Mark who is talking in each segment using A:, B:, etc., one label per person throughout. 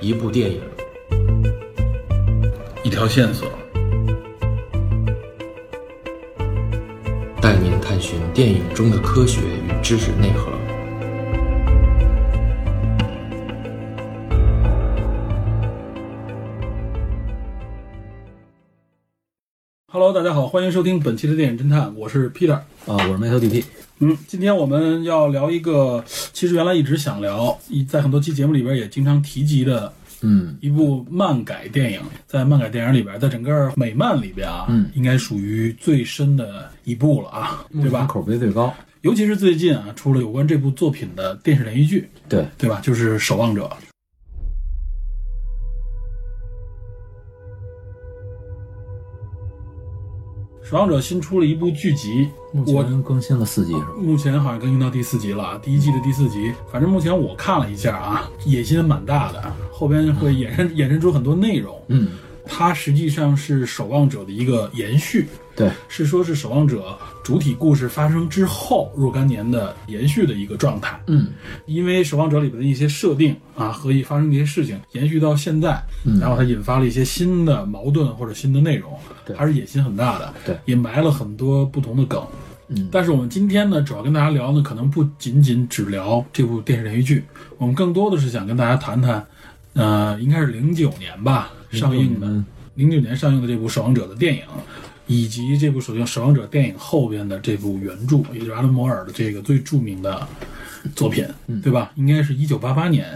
A: 一部电影，
B: 一条线索，
A: 带您探寻电影中的科学与知识内核。
B: Hello，大家好，欢迎收听本期的电影侦探，我是 Peter。
C: 啊，我是麦头 DT，
B: 嗯，今天我们要聊一个，其实原来一直想聊，一在很多期节目里边也经常提及的
C: 嗯，
B: 一部漫改电影，在漫改电影里边，在整个美漫里边啊，
C: 嗯
B: 应该属于最深的一部了啊，对吧？
C: 口碑最高，
B: 尤其是最近啊，出了有关这部作品的电视连续剧，
C: 对，
B: 对吧？就是《守望者》。《守望者》新出了一部剧集，
C: 目
B: 我
C: 前更新了四季是吧？
B: 目前好像更新到第四集了啊，第一季的第四集。反正目前我看了一下啊，野心蛮大的，啊后边会衍生衍生出很多内容。
C: 嗯，
B: 它实际上是《守望者》的一个延续，
C: 对，
B: 是说是《守望者》主体故事发生之后若干年的延续的一个状态。
C: 嗯，
B: 因为《守望者》里边的一些设定啊和一发生的一些事情延续到现在，然后它引发了一些新的矛盾或者新的内容，
C: 对
B: 还是野心很大的，
C: 对
B: 也埋了很多不同的梗。
C: 嗯
B: 但是我们今天呢，主要跟大家聊呢，可能不仅仅只聊这部电视连续剧，我们更多的是想跟大家谈谈，呃，应该是零九年吧上映的，零九年上映的这部《守望者》的电影，以及这部首《守望者》电影后边的这部原著，也就是阿伦·摩尔的这个最著名的作品，
C: 嗯
B: 对吧？应该是一九八八年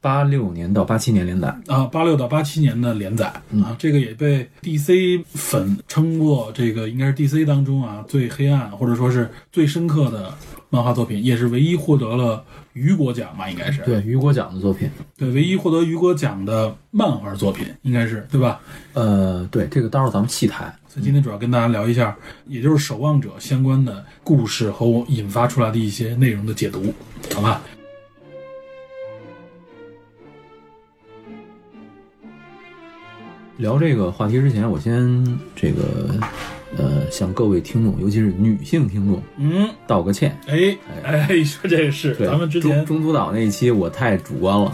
C: 八六年到八七年连载，
B: 啊，八六到八七年的连载
C: 嗯
B: 啊，这个也被 DC 粉称过这个应该是 DC 当中啊最黑暗或者说是最深刻的漫画作品，也是唯一获得了雨果奖吧，应该是
C: 对，雨果奖的作品，
B: 对唯一获得雨果奖的漫画作品，应该是对吧？
C: 呃，对，这个到时候咱们细谈，
B: 所以今天主要跟大家聊一下，也就是《守望者》相关的故事和我引发出来的一些内容的解读，好吧？
C: 聊这个话题之前，我先这个，呃，向各位听众，尤其是女性听众
B: 嗯，
C: 道个歉。
B: 哎哎，说这个是
C: 对，
B: 咱们之前
C: 中中途岛那一期我太主 观了，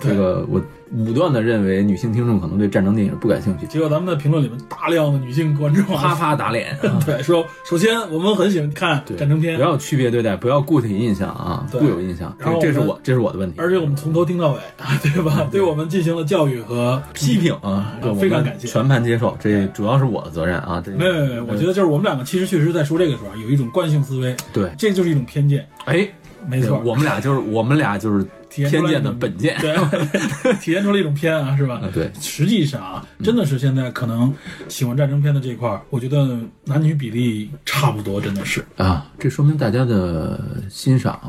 C: 这个我武断的认为女性听众可能对战争电影不感兴趣，
B: 结果咱们在评论里面大量的女性观众啊
C: 啪啪打脸。啊
B: 对，说首先我们很喜欢看
C: 对
B: 战争片
C: 不，要区别对待，不要固体印象啊，
B: 对
C: 固有印象。
B: 然后
C: 这这是
B: 我们
C: 我这是我的问题，
B: 而且我们从头听到尾， 对
C: 啊
B: 吧？对我们进行了教育和批
C: 批
B: 评。
C: 评啊，
B: 啊
C: 对，
B: 非常
C: 我们
B: 感谢
C: 全盘接受，这主要是我的责任啊。这
B: 没有没有没有，我觉得就是我们两个其实确实在说这个时候啊有一种惯性思维，
C: 对，
B: 这就是一种偏见，
C: 哎，
B: 没错，
C: 对我们俩就是我们俩就是
B: 体现出
C: 偏
B: 来
C: 见的本见，
B: 对， 体现出了一种偏啊，是吧
C: 啊？对嗯
B: 实际上啊，真的是现在可能喜欢战争片的这一块儿，我觉得男女比例差不多，真的是
C: 啊，这说明大家的欣赏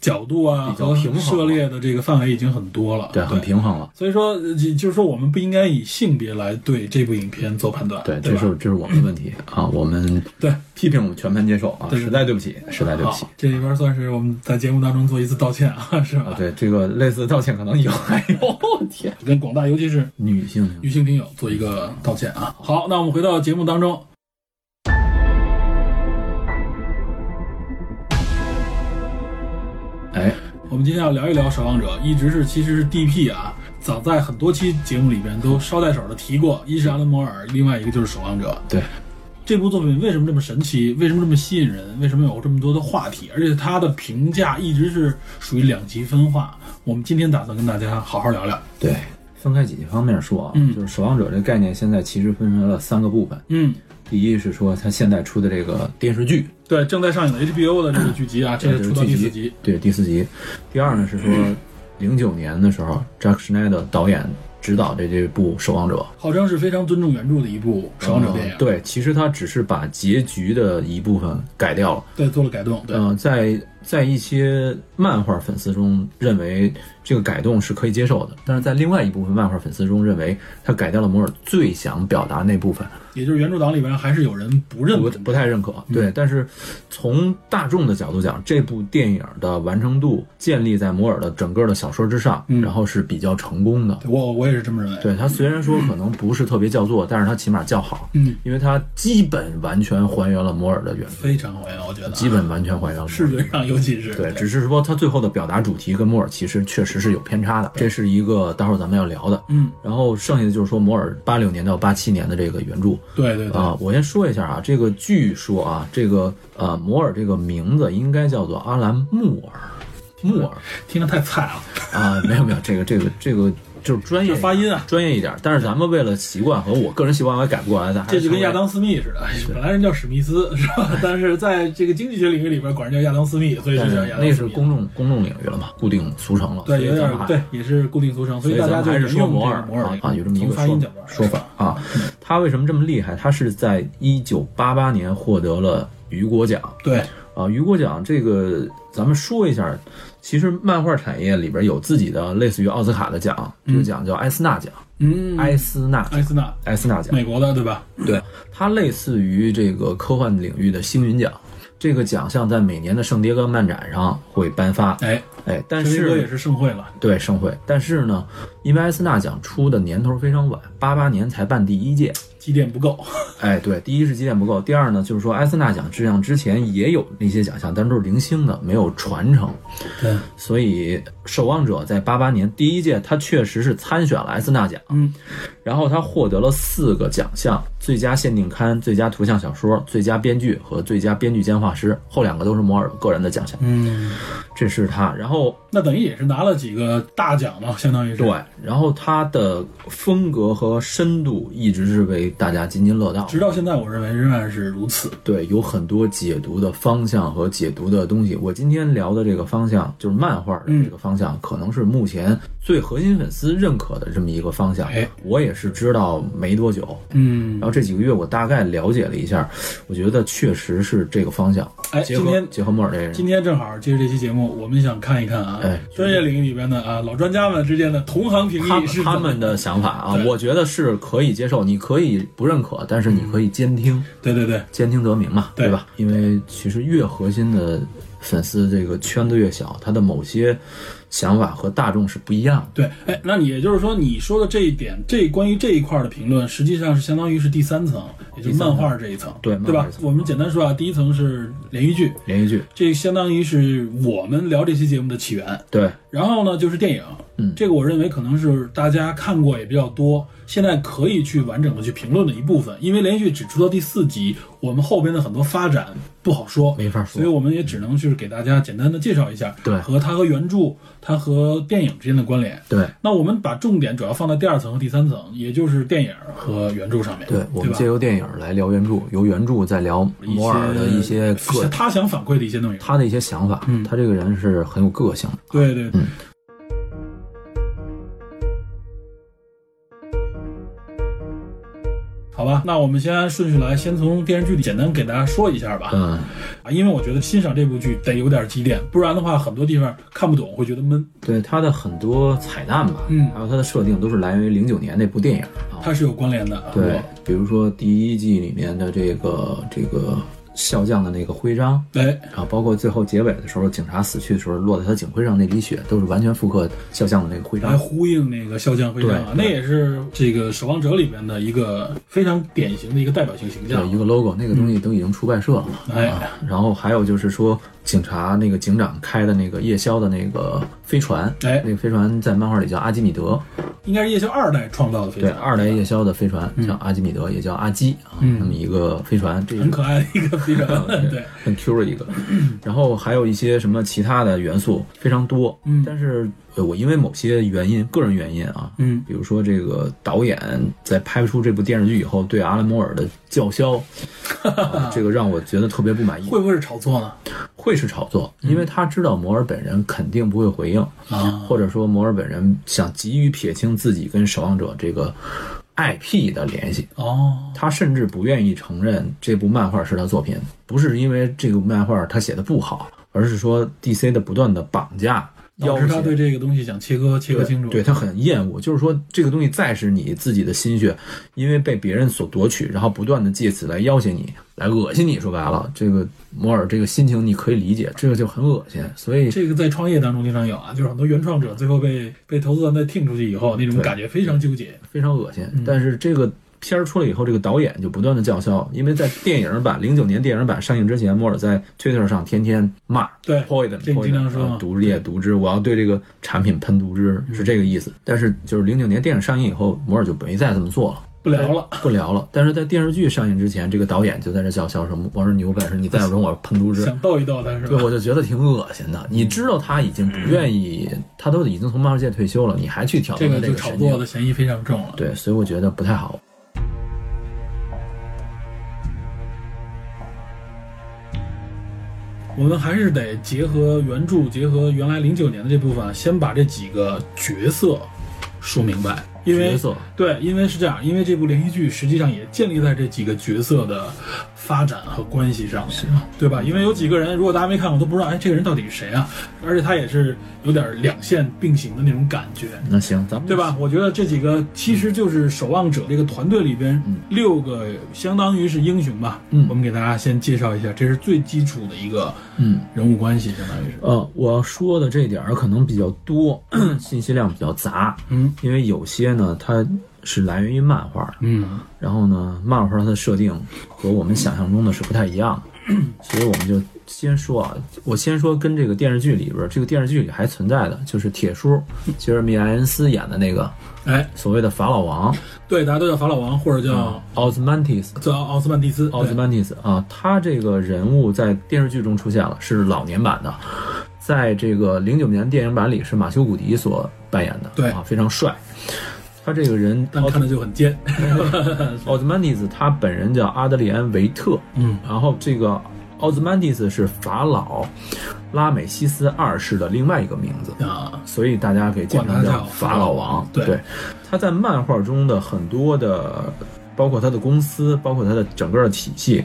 B: 角度啊
C: 比较
B: 和
C: 平衡了
B: 涉猎的这个范围已经很多了，
C: 对很平衡了。
B: 所以说，呃就就是说，我们不应该以性别来对这部影片做判断，
C: 对，
B: 对，
C: 这是
B: 吧？
C: 这是我们的问题啊，我们
B: 对。
C: 批评我们全盘接受啊，
B: 对对
C: 实在对不起，实在对不起
B: 好。，这里边算是我们在节目当中做一次道歉啊， 是
C: 啊，
B: 吧？
C: 对这个类似的道歉可能有，哎呦我天，
B: 跟广大尤其是
C: 女性
B: 女性听友做一个道歉啊。好，那我们回到节目当中。
C: 哎，
B: 我们今天要聊一聊《守望者》，一直是其实是 DP 啊，早在很多期节目里边都捎带手的提过，一是阿伦摩尔，另外一个就是《守望者》
C: 对，
B: 这部作品为什么这么神奇，为什么这么吸引人，为什么有这么多的话题，而且它的评价一直是属于两极分化。我们今天打算跟大家好好聊聊。
C: 对，分开几个方面说啊，
B: 嗯
C: 就是《守望者》这概念现在其实分成了三个部分。
B: 嗯，
C: 第一是说它现在出的这个电视剧，
B: 对，正在上映的 HBO 的这个剧集 啊，这是出到第四集。，
C: 对第四集。第二呢是 说，零九年的时候，Jack Schneider 导演执导的这部《守望者》。
B: 号称是非常尊重原著的一部《守望者》电影，
C: 呃对，其实他只是把结局的一部分改掉了。
B: 对，做了改动，对，
C: 嗯、在在一些漫画粉丝中认为这个改动是可以接受的，但是在另外一部分漫画粉丝中认为他改掉了摩尔最想表达那部分，
B: 也就是原著党里边还是有人不认
C: 不
B: 同。
C: 不太认可。
B: 嗯
C: 对，但是从大众的角度讲，这部电影的完成度建立在摩尔的整个的小说之上，
B: 嗯
C: 然后是比较成功的。
B: 对我我也是这么认为。
C: 对它虽然说可能不是特别叫座，但是它起码叫好，
B: 嗯，
C: 因为它基本完全还原了摩尔的原著，
B: 非常还原，我觉得啊
C: 基本完全还原了摩尔。
B: 视觉上，尤其是
C: 对，只是说它最后的表达主题跟摩尔其实确实是有偏差的，这是一个待会儿咱们要聊的。
B: 嗯，
C: 然后剩下的就是说摩尔八六年到八七年的这个原著，
B: 对对对，
C: 啊，我先说一下啊，这个据说啊，这个呃，摩尔这个名字应该叫做阿兰·穆尔，穆 尔
B: 听着太菜了。
C: 啊，没有没有，这个这个这个就是专业
B: 这发音啊
C: 专业一点。但是咱们为了习惯和我个人习惯，我也改不过来的。
B: 这就跟亚
C: 还是稍微
B: 当斯密似的，哎本来人叫史密斯是 吧？但是在这个经济学领域里边，管人叫亚当斯密，所以就
C: 但
B: 叫
C: 是
B: 亚当斯密。
C: 那是公众公众领域了嘛，固定俗成了。所
B: 对，
C: 以
B: 有
C: 咱
B: 点
C: 们还
B: 对，也是固定俗成，所
C: 所
B: 以
C: 以
B: 大
C: 咱
B: 家
C: 们
B: 就
C: 还是
B: 引
C: 说
B: 用
C: 摩
B: 这
C: 尔
B: 个摩尔
C: 啊，有这么一个
B: 从发音角
C: 说
B: 度来
C: 说法啊。他为什么这么厉害？他是在一九八八年获得了雨果奖。
B: 对，
C: 啊，雨果奖这个咱们说一下，其实漫画产业里边有自己的类似于奥斯卡的奖，这个奖叫埃斯纳奖，
B: 嗯，
C: 埃斯纳
B: 埃斯纳，
C: 埃斯纳奖，
B: 美国的对吧？
C: 对，它类似于这个科幻领域的星云奖。这个奖项在每年的圣迭戈漫展上会颁发，
B: 哎，
C: 哎，但
B: 陈哥也
C: 是
B: 是盛会了，
C: 对盛会，但是呢，因为埃斯纳奖出的年头非常晚，八八年才办第一届，
B: 积淀不 够，
C: 哎，对，第一是积淀不够，第二呢，就是说埃斯纳奖质量之前也有那些奖项，但都是零星的，没有传承。
B: 对，
C: 所以《守望者》在八八年第一届，他确实是参选了埃斯纳奖，
B: 嗯，
C: 然后他获得了四个奖项：最佳限定刊、最佳图像小说、最佳编剧和最佳编剧兼画师。后两个都是摩尔个人的奖项，
B: 嗯，
C: 这是他。然后
B: 那等于也是拿了几个大奖嘛，相当于是。
C: 对，然后他的风格和深度一直是为大家津津乐道的。
B: 直到现在，我认为仍然是如此。
C: 对，有很多解读的方向和解读的东西。我今天聊的这个方向，就是漫画的
B: 嗯
C: 这个方向，可能是目前最核心粉丝认可的这么一个方向
B: 哎。
C: 我也是知道没多久，
B: 嗯
C: 然，后这几个月我大概了解了一下，我觉得确实是这个方向。
B: 哎
C: 结
B: 今
C: 合
B: 天
C: 结合莫尔这个人，
B: 今天正好接着这期节目，我们想看一看啊，
C: 哎
B: 专业领域里边的啊老专家们之间的同行评
C: 他
B: 议是
C: 他
B: 怎么
C: 们的想法啊
B: 对，
C: 我觉得是可以接受，你可以不认可，但是你
B: 嗯
C: 可以监听。
B: 对对对，
C: 兼听则明嘛，
B: 对
C: 对吧？因为其实越核心的粉丝，这个圈子越小，他的某些想法和大众是不一样的。
B: 对，哎，那你也就是说，你说的这一点，这关于这一块的评论，实际上是相当于是第三层，也就是漫画这一层，
C: 对
B: 对
C: 漫
B: 吧
C: 画这一？层
B: 我们简单说啊，第一层是连续剧，
C: 连续剧，
B: 这相当于是我们聊这期节目的起源。
C: 对，
B: 然后呢，就是电影，
C: 嗯
B: 这个我认为可能是大家看过也比较多，现在可以去完整的去评论的一部分，因为连续剧只出到第四集，我们后边的很多发展不好说，
C: 没法说
B: 所以我们也只能就是给大家简单的介绍一下，
C: 对
B: 和它和原著、它和电影之间的关联。
C: 对，
B: 那我们把重点主要放在第二层和第三层，也就是电影和原著上面，
C: 对，我们
B: 吧
C: 借？由电影来聊原著，由原著再聊摩尔的一些个
B: 他想反馈的一些内容，
C: 他的一些想法。
B: 嗯
C: 他这个人是很有个性的。
B: 对对对。
C: 嗯
B: 好吧，那我们先按顺序来，先从电视剧里简单给大家说一下吧。
C: 嗯，
B: 啊，因为我觉得欣赏这部剧得有点积淀，不然的话很多地方看不懂会觉得闷。
C: 对，他的很多彩蛋吧，
B: 嗯
C: 还有他的设定都是来源于零九年那部电影啊。
B: 它是有关联的啊。
C: 对，比如说第一季里面的这个这个笑匠的那个徽章，
B: 哎，
C: 然啊后包括最后结尾的时候，警察死去的时候落在他警徽上那滴血，都是完全复刻肖像的那个徽
B: 来
C: 章。
B: 呼应那个笑匠徽章啊，那
C: 对
B: 也是这个《守望者》里边的一个非常典型的一个代表性形
C: 有
B: 象
C: 一。个 logo，那个
B: 嗯
C: 东西都已经出外设了嘛。
B: 哎，
C: 然后还有就是说，警察那个警长开的那个夜宵的那个飞船，
B: 哎
C: 那个飞船在漫画里叫阿基米德，
B: 应该是夜宵二代创造的非
C: 对，
B: 常
C: 二代夜宵的飞船
B: 嗯
C: 叫阿基米德，也叫阿基啊，那么一个飞船，这是
B: 很可爱的一个 非常对。
C: 很 Q 的一个，然后还有一些什么其他的元素非常多，
B: 嗯
C: 但是呃我因为某些原因，个人原因啊，
B: 嗯
C: 比如说这个导演在拍出这部电视剧以后对阿拉摩尔的叫嚣、 啊这个让我觉得特别不满意，
B: 会不会是炒作呢？
C: 会是炒作，因为他知道摩尔本人肯定不会回应，
B: 啊，
C: 或者说摩尔本人想急于撇清自己跟守望者这个 IP 的联系，
B: 哦，
C: 他甚至不愿意承认这部漫画是他作品，不是因为这个漫画他写的不好，而是说 DC 的不断的绑架、要
B: 导致他
C: 挟
B: 对。这个东西想切割切割
C: 对
B: 清楚。
C: 对他很厌恶，就是说这个东西再是你自己的心血，因为被别人所夺取，然后不断的借此来要挟你，来恶心你。说白了，这个摩尔这个心情你可以理解，这个就很恶心。所以
B: 这个在创业当中经常有啊，就是很多原创者最后被被投资团队听出去以后，那种感觉非常纠结。
C: 非常恶心。但是这个片儿出来以后，这个导演就不断的叫嚣，因为在电影版零九年电影版上映之前，摩尔在 Twitter 上天天骂
B: 对
C: poison
B: 这你经常
C: poison
B: 说嗯
C: 啊毒液毒汁，我要对这个产品喷毒汁，是这个意思。但是就是零九年电影上映以后，摩尔就没再这么做了。
B: 不聊了，
C: 不聊了，但是在电视剧上映之前，这个导演就在这叫嚣什么：“我说你有本事，你再跟我喷毒汁，
B: 想逗一逗他是
C: 对，
B: 吧？
C: 我就觉得挺恶心的。你知道他已经不愿意，他都已经从漫画界退休了，你还去挑
B: 这个
C: 战他
B: 就
C: 个
B: 炒
C: 神
B: 作
C: 经
B: 的？嫌疑非常重了。
C: 对，所以我觉得不太好。
B: 我们还是得结合原著，结合原来零九年的这部分啊，先把这几个角色说明白，因为
C: 角色
B: 对，因为是这样，因为这部连续剧实际上也建立在这几个角色的发展和关系上面，
C: 嗯
B: 对吧？因为有几个人，如果大家没看过，都不知道，哎，这个人到底是谁啊？而且他也是有点两线并行的那种感觉，
C: 那行，咱们
B: 对？吧？我觉得这几个其实就是守望者这个团队里边六个，相当于是英雄吧。
C: 嗯
B: 我们给大家先介绍一下，这是最基础的一个
C: 嗯，
B: 人物关系，相当于是。
C: 呃，我要说的这点儿可能比较多， 信息量比较杂，
B: 嗯
C: 因为有些呢，它是来源于漫画，
B: 嗯，
C: 然后呢，漫画它的设定和我们想象中的是不太一样的， 所以我们就先说啊，我先说跟这个电视剧里边儿，这个电视剧里还存在的就是铁叔杰瑞米·艾恩斯演的那个
B: 哎，
C: 所谓的法老王
B: 对，大家都叫法老王或者叫
C: 奥斯曼蒂斯。
B: 叫奥斯曼蒂斯。
C: 嗯
B: 哎
C: 奥斯曼蒂斯啊，他这个人物在电视剧中出现了，是老年版的，在这个零九年电影版里是马修·古迪所扮演的，
B: 对
C: 啊，非常帅。他这个人
B: 对，但看着就很尖。
C: 奥斯曼蒂斯，他本人叫阿德里安·维特，
B: 嗯，
C: 然后这个奥兹曼蒂斯是法老拉美西斯二世的另外一个名字，
B: 啊，
C: 所以大家给简称
B: 管他叫
C: 叫法老王。
B: 对
C: 他在漫画中的很多的，包括他的公司，包括他的整个的体系，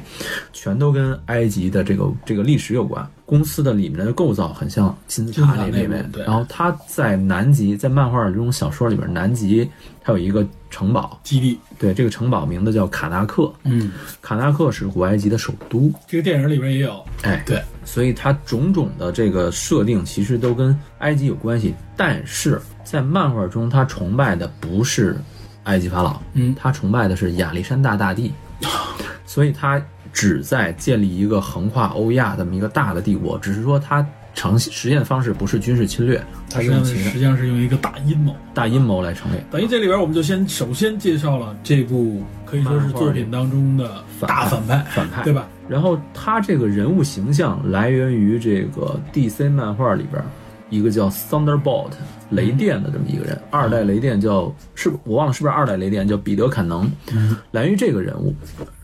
C: 全都跟埃及的这个这个历史有关。公司的里面的构造很像金字塔那
B: 金字塔那
C: 里面
B: 边，对
C: 然后他在南极，在漫画中小说里面，南极它有一个城堡，
B: 基地。
C: 对，这个城堡名字叫卡纳克，
B: 嗯，
C: 卡纳克是古埃及的首都，
B: 这个电影里边也有。
C: 哎，
B: 对，
C: 所以它种种的这个设定其实都跟埃及有关系，但是在漫画中，他崇拜的不是埃及法老，
B: 嗯
C: 他崇拜的是亚历山大大帝，
B: 啊
C: 所以他旨在建立一个横跨欧亚这么一个大的帝国，只是说他呈现实验方式不是军事侵略，他
B: 实际
C: 用
B: 上
C: 其
B: 实
C: 他
B: 际上是用一个大阴谋。
C: 大阴谋来成立。
B: 等于这里边我们就先首先介绍了这部可以说是作品当中的大反 派，
C: 反派
B: 对吧？
C: 然后他这个人物形象来源于这个 DC 漫画里边儿一个叫 Thunderbolt 雷电的这么一个人，二代雷电叫是不我忘了是不是二代雷电叫彼得坎能，来源于这个人物，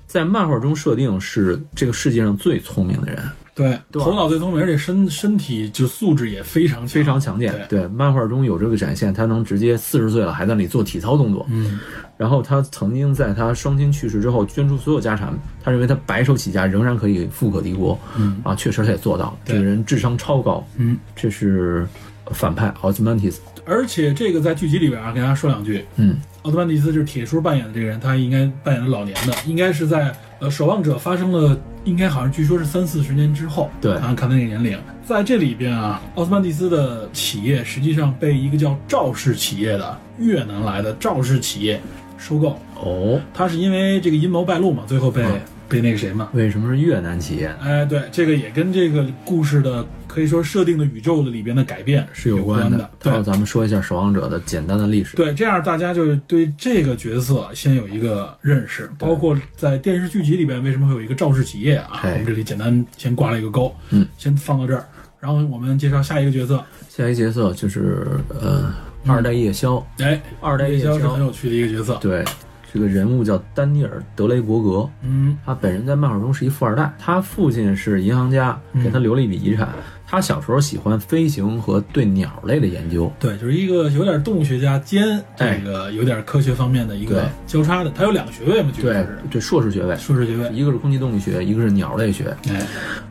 C: 在漫画中设定是这个世界上最聪明的人，
B: 对，
C: 对
B: 头脑最聪明，而且身身体就素质也非常强
C: 非常强健。对，漫画中有这个展现，他能直接四十岁了还在那里做体操动作。
B: 嗯，
C: 然后他曾经在他双亲去世之后捐出所有家产，他认为他白手起家仍然可以富可敌国。嗯，啊，确实他也做到了。
B: 对
C: 这个人智商超高。
B: 嗯，
C: 这是反派奥斯曼蒂斯。
B: 而且这个在剧集里边啊，给大家说两句，
C: 嗯，
B: 奥特曼蒂斯就是铁叔扮演的这个人，他应该扮演了老年的，应该是在呃《守望者》发生了，应该好像据说是三四十年之后，
C: 对
B: 啊，看他那个年龄，在这里边啊，奥特曼蒂斯的企业实际上被一个叫赵氏企业的越南来的赵氏企业收购，
C: 哦，
B: 他是因为这个阴谋败露嘛，最后被、
C: 嗯
B: 被那个谁嘛，
C: 为什么是越南企业？
B: 哎，对，这个也跟这个故事的可以说设定的宇宙的里边的改变
C: 是
B: 有
C: 关
B: 的。
C: 待会儿
B: 对
C: 咱们说一下《守望者》的简单的历史。，
B: 对，这样大家就是对这个角色先有一个认识，包括在电视剧集里边为什么会有一个赵氏企业啊？我
C: 哎
B: 们这里简单先挂了一个钩，
C: 嗯，
B: 先放到这儿，然后我们介绍下一个角色。
C: 下一角色就是呃，二代夜枭。
B: 哎，
C: 二代
B: 嗯夜
C: 夜
B: 宵是很
C: 枭，
B: 有趣的一个角色，
C: 对，这个人物叫丹尼尔·德雷伯格。
B: 嗯，
C: 他本人在漫画中是一富二代，他父亲是银行家，
B: 嗯
C: 给他留了一笔遗产。他小时候喜欢飞行和对鸟类的研究。
B: 对，就是一个有点动物学家兼这
C: 哎
B: 个有点科学方面的一个
C: 对
B: 交叉的，他有两个学位嘛，据说
C: 对
B: 是
C: 对，硕士学位，
B: 硕士学位。
C: 一个是空气动力学，一个是鸟类学。
B: 哎，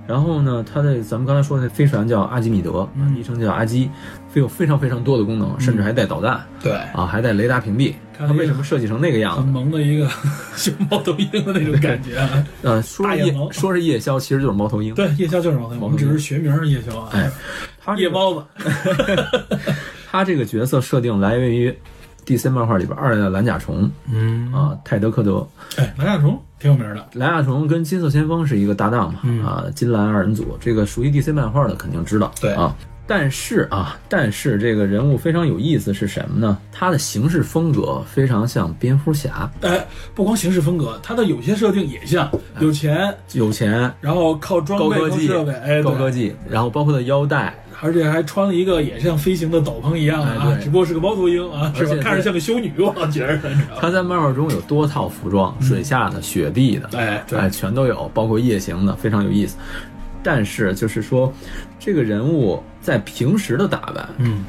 C: 然后呢，他的咱们刚才说的那飞船叫阿基米德，
B: 嗯
C: 昵称叫阿基，非有非常非常多的功能，甚至还带导弹
B: 对，
C: 啊，还带雷达屏蔽。
B: 看
C: 他
B: 来
C: 为什么设计成那个样
B: 很
C: 子？
B: 萌的一个 熊猫头鹰的那种感觉啊。
C: 呃，说
B: 大
C: 是
B: 眼
C: 夜
B: 萌
C: 说是夜枭，其实就是猫头鹰。
B: 对，夜宵就是
C: 嗯
B: 猫头鹰，我们只是学名是夜宵
C: 哎
B: 啊。
C: 哎，他这
B: 夜
C: 个
B: 猫子，
C: 他这个角色设定来源于 DC 漫画里边二代的蓝甲虫
B: 嗯，
C: 啊，泰德克德，
B: 哎，蓝甲虫挺有名的，
C: 蓝甲虫跟金色先锋是一个搭档嘛，
B: 嗯
C: 啊，金蓝二人组，这个熟悉 DC 漫画的肯定知道，
B: 对
C: 啊。但是啊，但是这个人物非常有意思是什么呢？他的行事风格非常像蝙蝠侠，
B: 哎，不光形式风格，它的有些设定也像有钱，
C: 有钱、
B: 然后靠装
C: 嗯高
B: 备、
C: 科
B: 靠
C: 技、
B: 设备，哎，
C: 高科
B: 对，
C: 技，然后包括他的腰带，
B: 而且还穿了一个也像飞行的斗篷一样
C: 哎
B: 啊，
C: 对
B: 只不过是个猫头鹰啊，是
C: 而
B: 吧
C: 且？
B: 看着
C: 是
B: 像个修女，我觉着，你知道吗
C: 他在漫画中有多套服装，水下的、雪地的，
B: 哎，嗯对
C: 哎，，全都有，包括夜行的，非常有意思。但是就是说，这个人物在平时的打扮，
B: 嗯，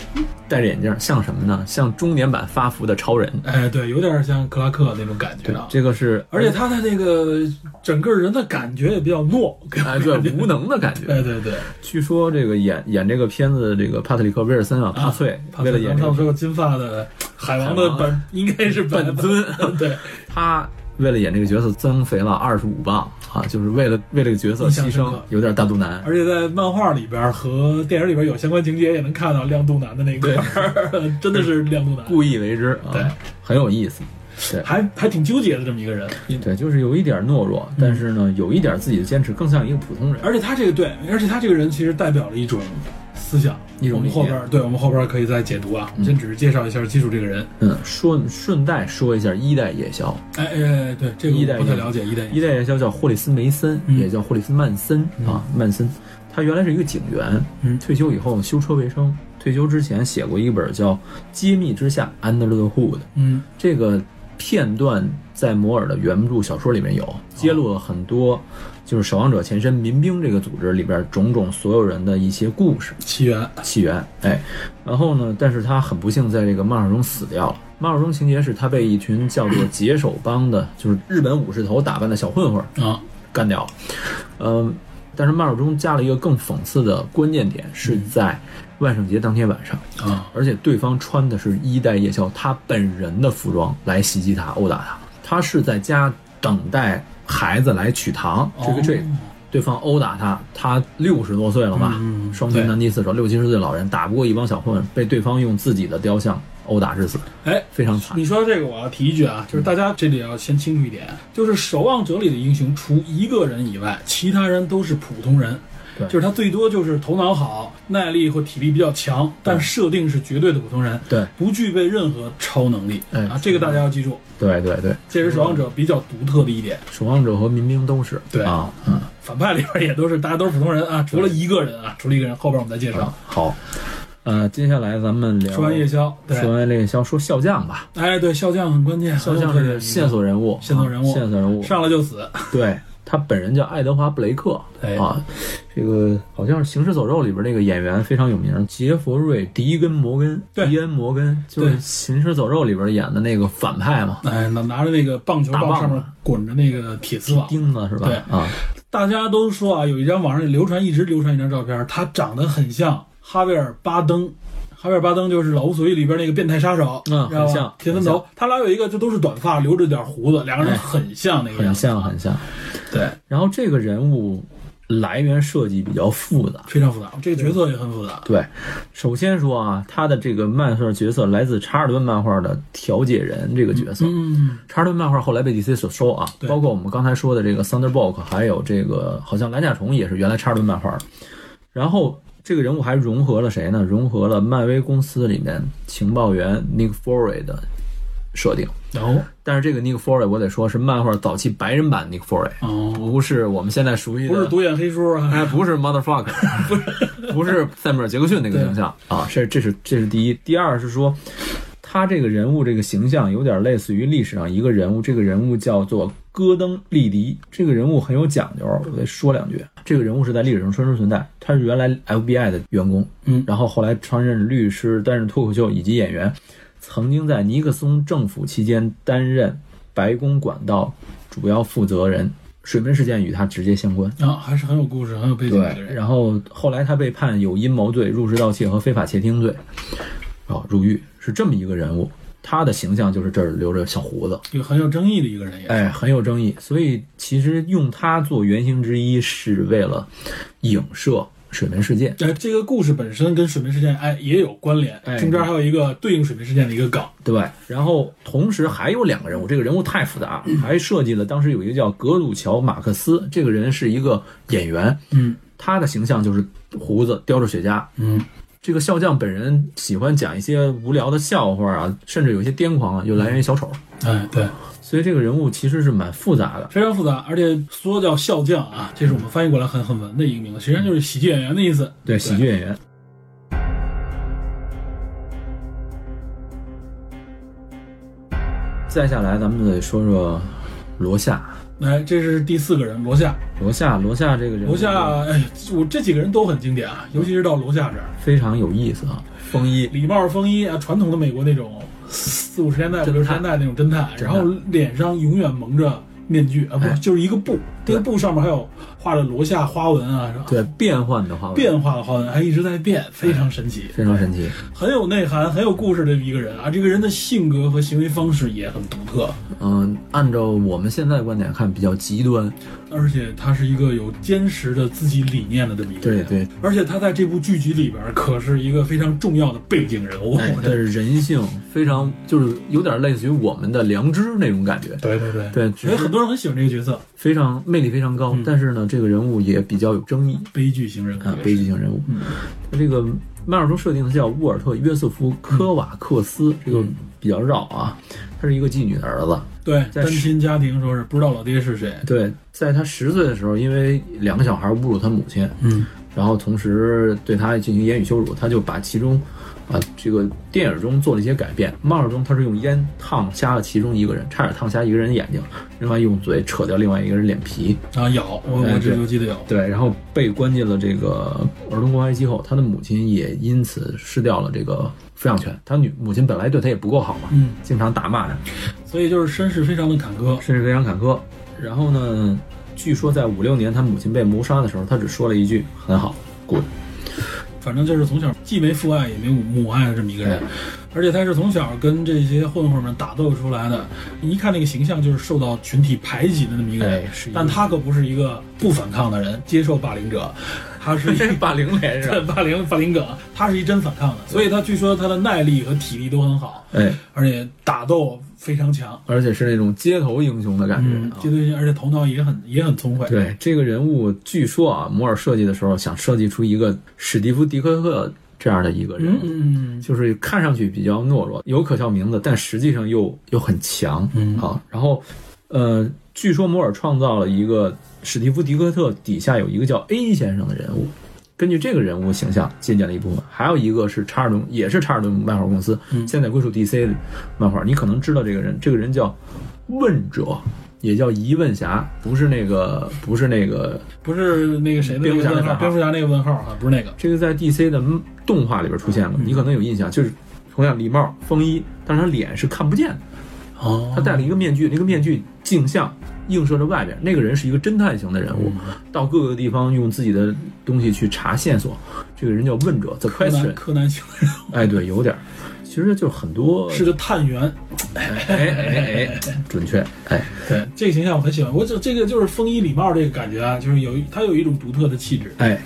C: 戴着眼镜，像什么呢？像中年版发福的超人。
B: 哎，对，有点像克拉克那种感觉啊。
C: 这个是，
B: 而且他的那个整个人的感觉也比较懦，给我
C: 哎，对
B: 感觉，
C: 无能的感觉。
B: 对对对，
C: 据说这个演演这个片子的这个帕特里克·威尔森啊，帕翠，为了演这
B: 上
C: 个，
B: 说金发的海王的本，应该是本尊， 对，
C: 他为了演这个角色增肥了二十五磅啊，就是为了为这个角色
B: 印象
C: 牺
B: 深
C: 牲
B: 刻，
C: 有点大肚腩。
B: 而且在漫画里边和电影里边有相关情节，也能看到亮肚腩的那个， 真的是亮肚腩，
C: 故意为之啊，
B: 对，
C: 很有意思。对
B: 还还挺纠结的这么一个人。
C: 对，就是有一点懦弱，
B: 嗯
C: 但是呢，有一点自己的坚持，更像一个普通人。
B: 而且他这个对，而且他这个人其实代表了一种思想，
C: 一种
B: 我
C: 理
B: 们
C: 念
B: 后边对我们后边可以再解读啊，先只是介绍一下基础这个人。
C: 嗯，顺顺带说一下，一代夜宵，
B: 哎哎，对，这
C: 一
B: 个
C: 代
B: 我不太
C: 人
B: 了解，一代人
C: 一代夜宵叫霍利斯·梅森，
B: 嗯
C: 也叫霍利斯·曼森、啊，曼森。他原来是一个警员，
B: 嗯
C: 退休以后修车为生。退休之前写过一本叫《揭秘之下 （Under the Hood）》，
B: 嗯。
C: 这个片段在摩尔的原著小说里面有，揭露了很多就是守望者前身民兵这个组织里边种种所有人的一些故事。
B: 起源，
C: 起源，哎，然后呢，但是他很不幸在这个漫画中死掉了。漫画中情节是他被一群叫做解手帮的，就是日本武士头打扮的小混混
B: 啊，
C: 干掉了。嗯，但是漫画中加了一个更讽刺的关键点，是
B: 嗯
C: 在万圣节当天晚上，
B: 啊，
C: 而且对方穿的是一代夜宵他本人的服装来袭击他、殴打他。他是在家等待孩子来取糖，
B: 哦
C: 这个这个对方殴打他，他六十多岁了吧，
B: 嗯
C: 双拳难敌四手，六七十岁老人打不过一帮小混混，被对方用自己的雕像殴打致死，
B: 哎，
C: 非常惨。
B: 你说到这个，我要提一句啊，就是大家这里要先清楚一点，就是《守望者》里的英雄，除一个人以外，其他人都是普通人
C: 对。
B: 就是他最多就是头脑好、耐力或体力比较强，但设定是绝对的普通人，
C: 对
B: 不具备任何超能力
C: 哎
B: 啊，这个大家要记住，
C: 对对对，
B: 这是守望者比较独特的一点。
C: 守望者和民兵都是
B: 对
C: 啊，嗯，
B: 反派里边也都是大家都是普通人啊，除了一个人啊，除了一个人，后边我们再介绍。
C: 好，呃，接下来咱们聊
B: 说完夜宵，对，
C: 说完夜宵，说笑匠吧，
B: 哎，对，笑匠很关键，
C: 笑匠
B: 很有
C: 是
B: 特点
C: 线索人物，
B: 线索人物
C: 啊线索人物，
B: 上来就死，
C: 对他本人叫爱德华·布雷克
B: 哎
C: 啊，这个好像是《行尸走肉》里边那个演员非常有名，杰佛瑞·迪根摩根，
B: 对
C: 迪恩·摩根就是
B: 对
C: 《行尸走肉》里边演的那个反派嘛，
B: 哎，拿拿着那个棒球
C: 大
B: 棒
C: 棒
B: 上面滚着那个铁丝网。
C: 钉子是吧？
B: 对
C: 啊，
B: 大家都说啊，有一张网上流传一直流传一张照片，他长得很像哈维尔·巴登。哈维尔·巴登就是《老无所依》里边那个变态杀手，
C: 嗯
B: 知道吧
C: 很像？
B: 铁三
C: 很
B: 头，他俩有一个就都是短发，留着点胡子，两个人
C: 哎
B: 很像那个样
C: 很
B: 子。
C: 像很像。
B: 对，
C: 然后这个人物来源设计比较复杂。
B: 非常复杂，这个角色也很复杂。
C: 对，首先说啊，他的这个漫画角色来自查尔顿漫画的调解人这个角色，
B: 嗯，
C: 查尔顿漫画后来被 DC 所收啊，
B: 对
C: 包括我们刚才说的这个 Thunderbolt，还有这个好像蓝甲虫也是原来查尔顿漫画的。然后这个人物还融合了谁呢？融合了漫威公司里面情报员 Nick Fury 的设定，
B: 然后
C: 但是这个 Nick Fury 我得说是漫画早期白人版 Nick Fury，
B: 哦，
C: 嗯不是我们现在熟悉的，
B: 不是独眼黑叔啊，
C: 哎，不是 motherfucker，不 是不是塞缪尔杰克逊那个形象啊，这这是这是第一，第二是说他这个人物这个形象有点类似于历史上一个人物，这个人物叫做戈登·利迪，这个人物很有讲究，我得说两句。这个人物是在历史上真实存在，他是原来 FBI 的员工，
B: 嗯
C: 然后后来担任律师，担任脱口秀以及演员，曾经在尼克松政府期间担任白宫管道主要负责人。水门事件与他直接相关，
B: 然后啊还是很有故事、很有背景的一个
C: 对，
B: 人。
C: 然后后来他被判有阴谋罪、入室盗窃和非法窃听罪，啊、入狱是这么一个人物。他的形象就是这儿留着小胡子，
B: 一个很有争议的一个人也是。
C: 哎，很有争议。所以其实用他做原型之一是为了影射水门事件，
B: 哎，这个故事本身跟水门事件哎也有关联
C: 哎，
B: 中间还有一个对应水门事件的一个梗。
C: 对吧？然后同时还有两个人物，这个人物太 复杂，还设计了当时有一个叫格鲁乔马克思，这个人是一个演员，
B: 嗯
C: 他的形象就是胡子叼着雪茄。
B: 嗯，
C: 这个笑匠本人喜欢讲一些无聊的笑话啊，甚至有一些癫狂啊，就来源于小丑。
B: 哎对，
C: 所以这个人物其实是蛮复杂的。
B: 非常复杂，而且说叫笑匠啊，这是我们翻译过来很很文的一个名字，实际上就是喜剧演员的意思。
C: 对，喜剧演员。再下来，咱们得说说罗夏。
B: 哎，这是第四个人罗夏，
C: 罗夏，罗夏这个人，
B: 罗夏，哎，我这几个人都很经典啊，尤其是到罗夏这儿，
C: 非常有意思啊。风衣，
B: 礼帽、风衣啊，传统的美国那种四五十年代、五六十年代那种侦探，然后脸上永远蒙着面具啊，不
C: 哎
B: 就是一个布，这个布上面还有画着罗夏花纹啊，是吧
C: 对变换的话，
B: 变化的花纹还一直在变，非常神奇，
C: 非常神奇。
B: 很有内涵、很有故事的一个人啊。这个人的性格和行为方式也很独特，
C: 嗯，按照我们现在的观点看，比较极端。
B: 而且他是一个有坚实的自己理念的这么一个
C: 对
B: 人。
C: 对，
B: 而且他在这部剧集里边可是一个非常重要的背景人物。
C: 哎，但是人性非常，就是有点类似于我们的良知那种感觉。
B: 对对对，
C: 对，只
B: 所以
C: 是
B: 很多人很喜欢这个角色，
C: 非常魅力非常高，但是呢，这个人物也比较有争议
B: 悲剧型人物
C: 啊，悲剧性人物。他这个迈尔中设定的叫沃尔特·约瑟夫·科瓦克斯，这个比较绕啊。他是一个妓女的儿子，
B: 对，
C: 在
B: 单亲家庭说是不知道老爹是谁。
C: 对，在他十岁的时候，因为两个小孩侮辱他母亲，
B: 嗯，
C: 然后同时对他进行言语羞辱，他就把其中啊这个电影中做了一些改变。漫画中他是用烟烫瞎了其中一个人，差点烫瞎一个人眼睛，另外用嘴扯掉另外一个人脸皮，
B: 啊，咬我
C: 哎
B: 我
C: 对
B: 这就记得有。
C: 对，然后被关进了这个儿童关怀机构，他的母亲也因此失掉了这个抚养权。他女母亲本来对他也不够好嘛，
B: 嗯，
C: 经常打骂他，
B: 所以就是身世非常的坎坷。
C: 甚至非常坎坷。然后呢，据说在五六年他母亲被谋杀的时候，他只说了一句“很好，good”。
B: 反正就是从小既没父爱也没母爱的这么一个人
C: 对，
B: 而且他是从小跟这些混混们打斗出来的。你一看那个形象，就是受到群体排挤的那么一个人
C: 哎是。一个
B: 但他可不是一个不反抗的人，接受霸凌者，他是一个
C: 霸凌脸
B: 对， 霸凌霸凌梗，他是一真反抗的。所以他据说他的耐力和体力都很好，
C: 哎，
B: 而且打斗非常强。
C: 而且是那种街头英雄的感觉
B: 嗯
C: 啊。，
B: 这对，而且头脑也很也很聪慧。
C: 对这个人物，据说啊，摩尔设计的时候想设计出一个史蒂夫·迪克克这样的一个人
B: 嗯，嗯嗯
C: 就是看上去比较懦弱、有可笑名字，但实际上又又很强、
B: 嗯
C: 啊。然后，呃，据说摩尔创造了一个史蒂夫·迪克特底下有一个叫 A 先生的人物，根据这个人物形象借鉴了一部分，还有一个是查尔顿，也是查尔顿漫画公司，
B: 嗯
C: 现在归属 DC 的漫画。你可能知道这个人，这个人叫问者。也叫疑问侠，不是那个，不是那个
B: 不是那个谁的那
C: 蝙
B: 个
C: 蝠侠
B: 问
C: 那
B: 号，
C: 个啊
B: 蝙蝠侠那个问号啊，不是那个。
C: 这个在 DC 的嗯动画里边出现过，你可能有印象，就是同样礼帽、风衣，但是他脸是看不见的，
B: 哦
C: 他戴了一个面具，那个面具镜像映射着外边。那个人是一个侦探型的人物，
B: 嗯
C: 到各个地方用自己的东西去查线索。这个人叫问者 The
B: 柯南
C: Question，
B: 柯南型的人物
C: 哎，对，有点儿，其实就是很多
B: 是个探员，
C: 哎哎哎，准确，哎，
B: 对 这个形象我很喜欢。我这这个就是风衣礼帽这个感觉啊，就是有一他有一种独特的气质。
C: 哎，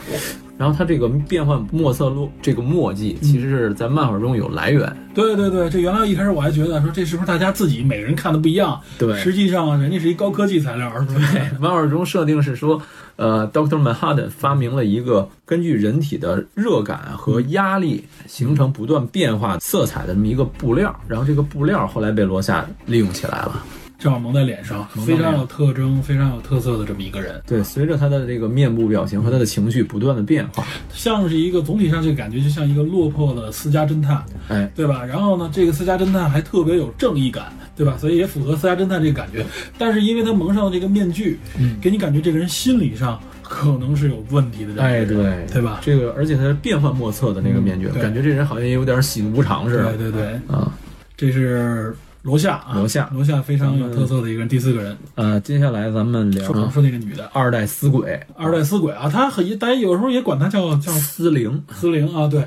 C: 然后他这个变换墨色路这个墨迹，其实是在漫画中有来源，
B: 对对对，这原来一开始我还觉得说这是不是大家自己每人看的不一样，
C: 对
B: 实际上啊人家是一高科技材料，是不是？
C: 漫画中设定是说，呃，Doctor Manhattan 发明了一个根据人体的热感和压力形成不断变化色彩的这么一个布料，然后这个布料后来被罗夏利用起来了。
B: 正好蒙在脸上，
C: 蒙在
B: 非
C: 脸上
B: 常有特征、非常有特色的这么一个人，
C: 对，随着他的这个面部表情和他的情绪不断的变化，
B: 像是一个总体上这个感觉就像一个落魄的私家侦探，
C: 哎，
B: 对吧？然后呢，这个私家侦探还特别有正义感，对吧？所以也符合私家侦探这个感觉。但是因为他蒙上了这个面具，
C: 嗯
B: 给你感觉这个人心理上可能是有问题的这样一
C: 哎，
B: 个人，
C: 对，
B: 对吧？
C: 这个，而且他变幻莫测的那个面具，
B: 嗯对
C: 感觉这人好像也有点喜怒无常似
B: 对对
C: 的
B: 对，
C: 啊。
B: 这是罗夏啊，
C: 罗夏嗯
B: 罗夏非常有特色的一个人，第四个人，
C: 呃，接下来咱们聊
B: 说说那个女的。
C: 二代死鬼
B: 二代死鬼啊，她很，大家有时候也管她叫叫
C: 司灵
B: 司灵啊，对，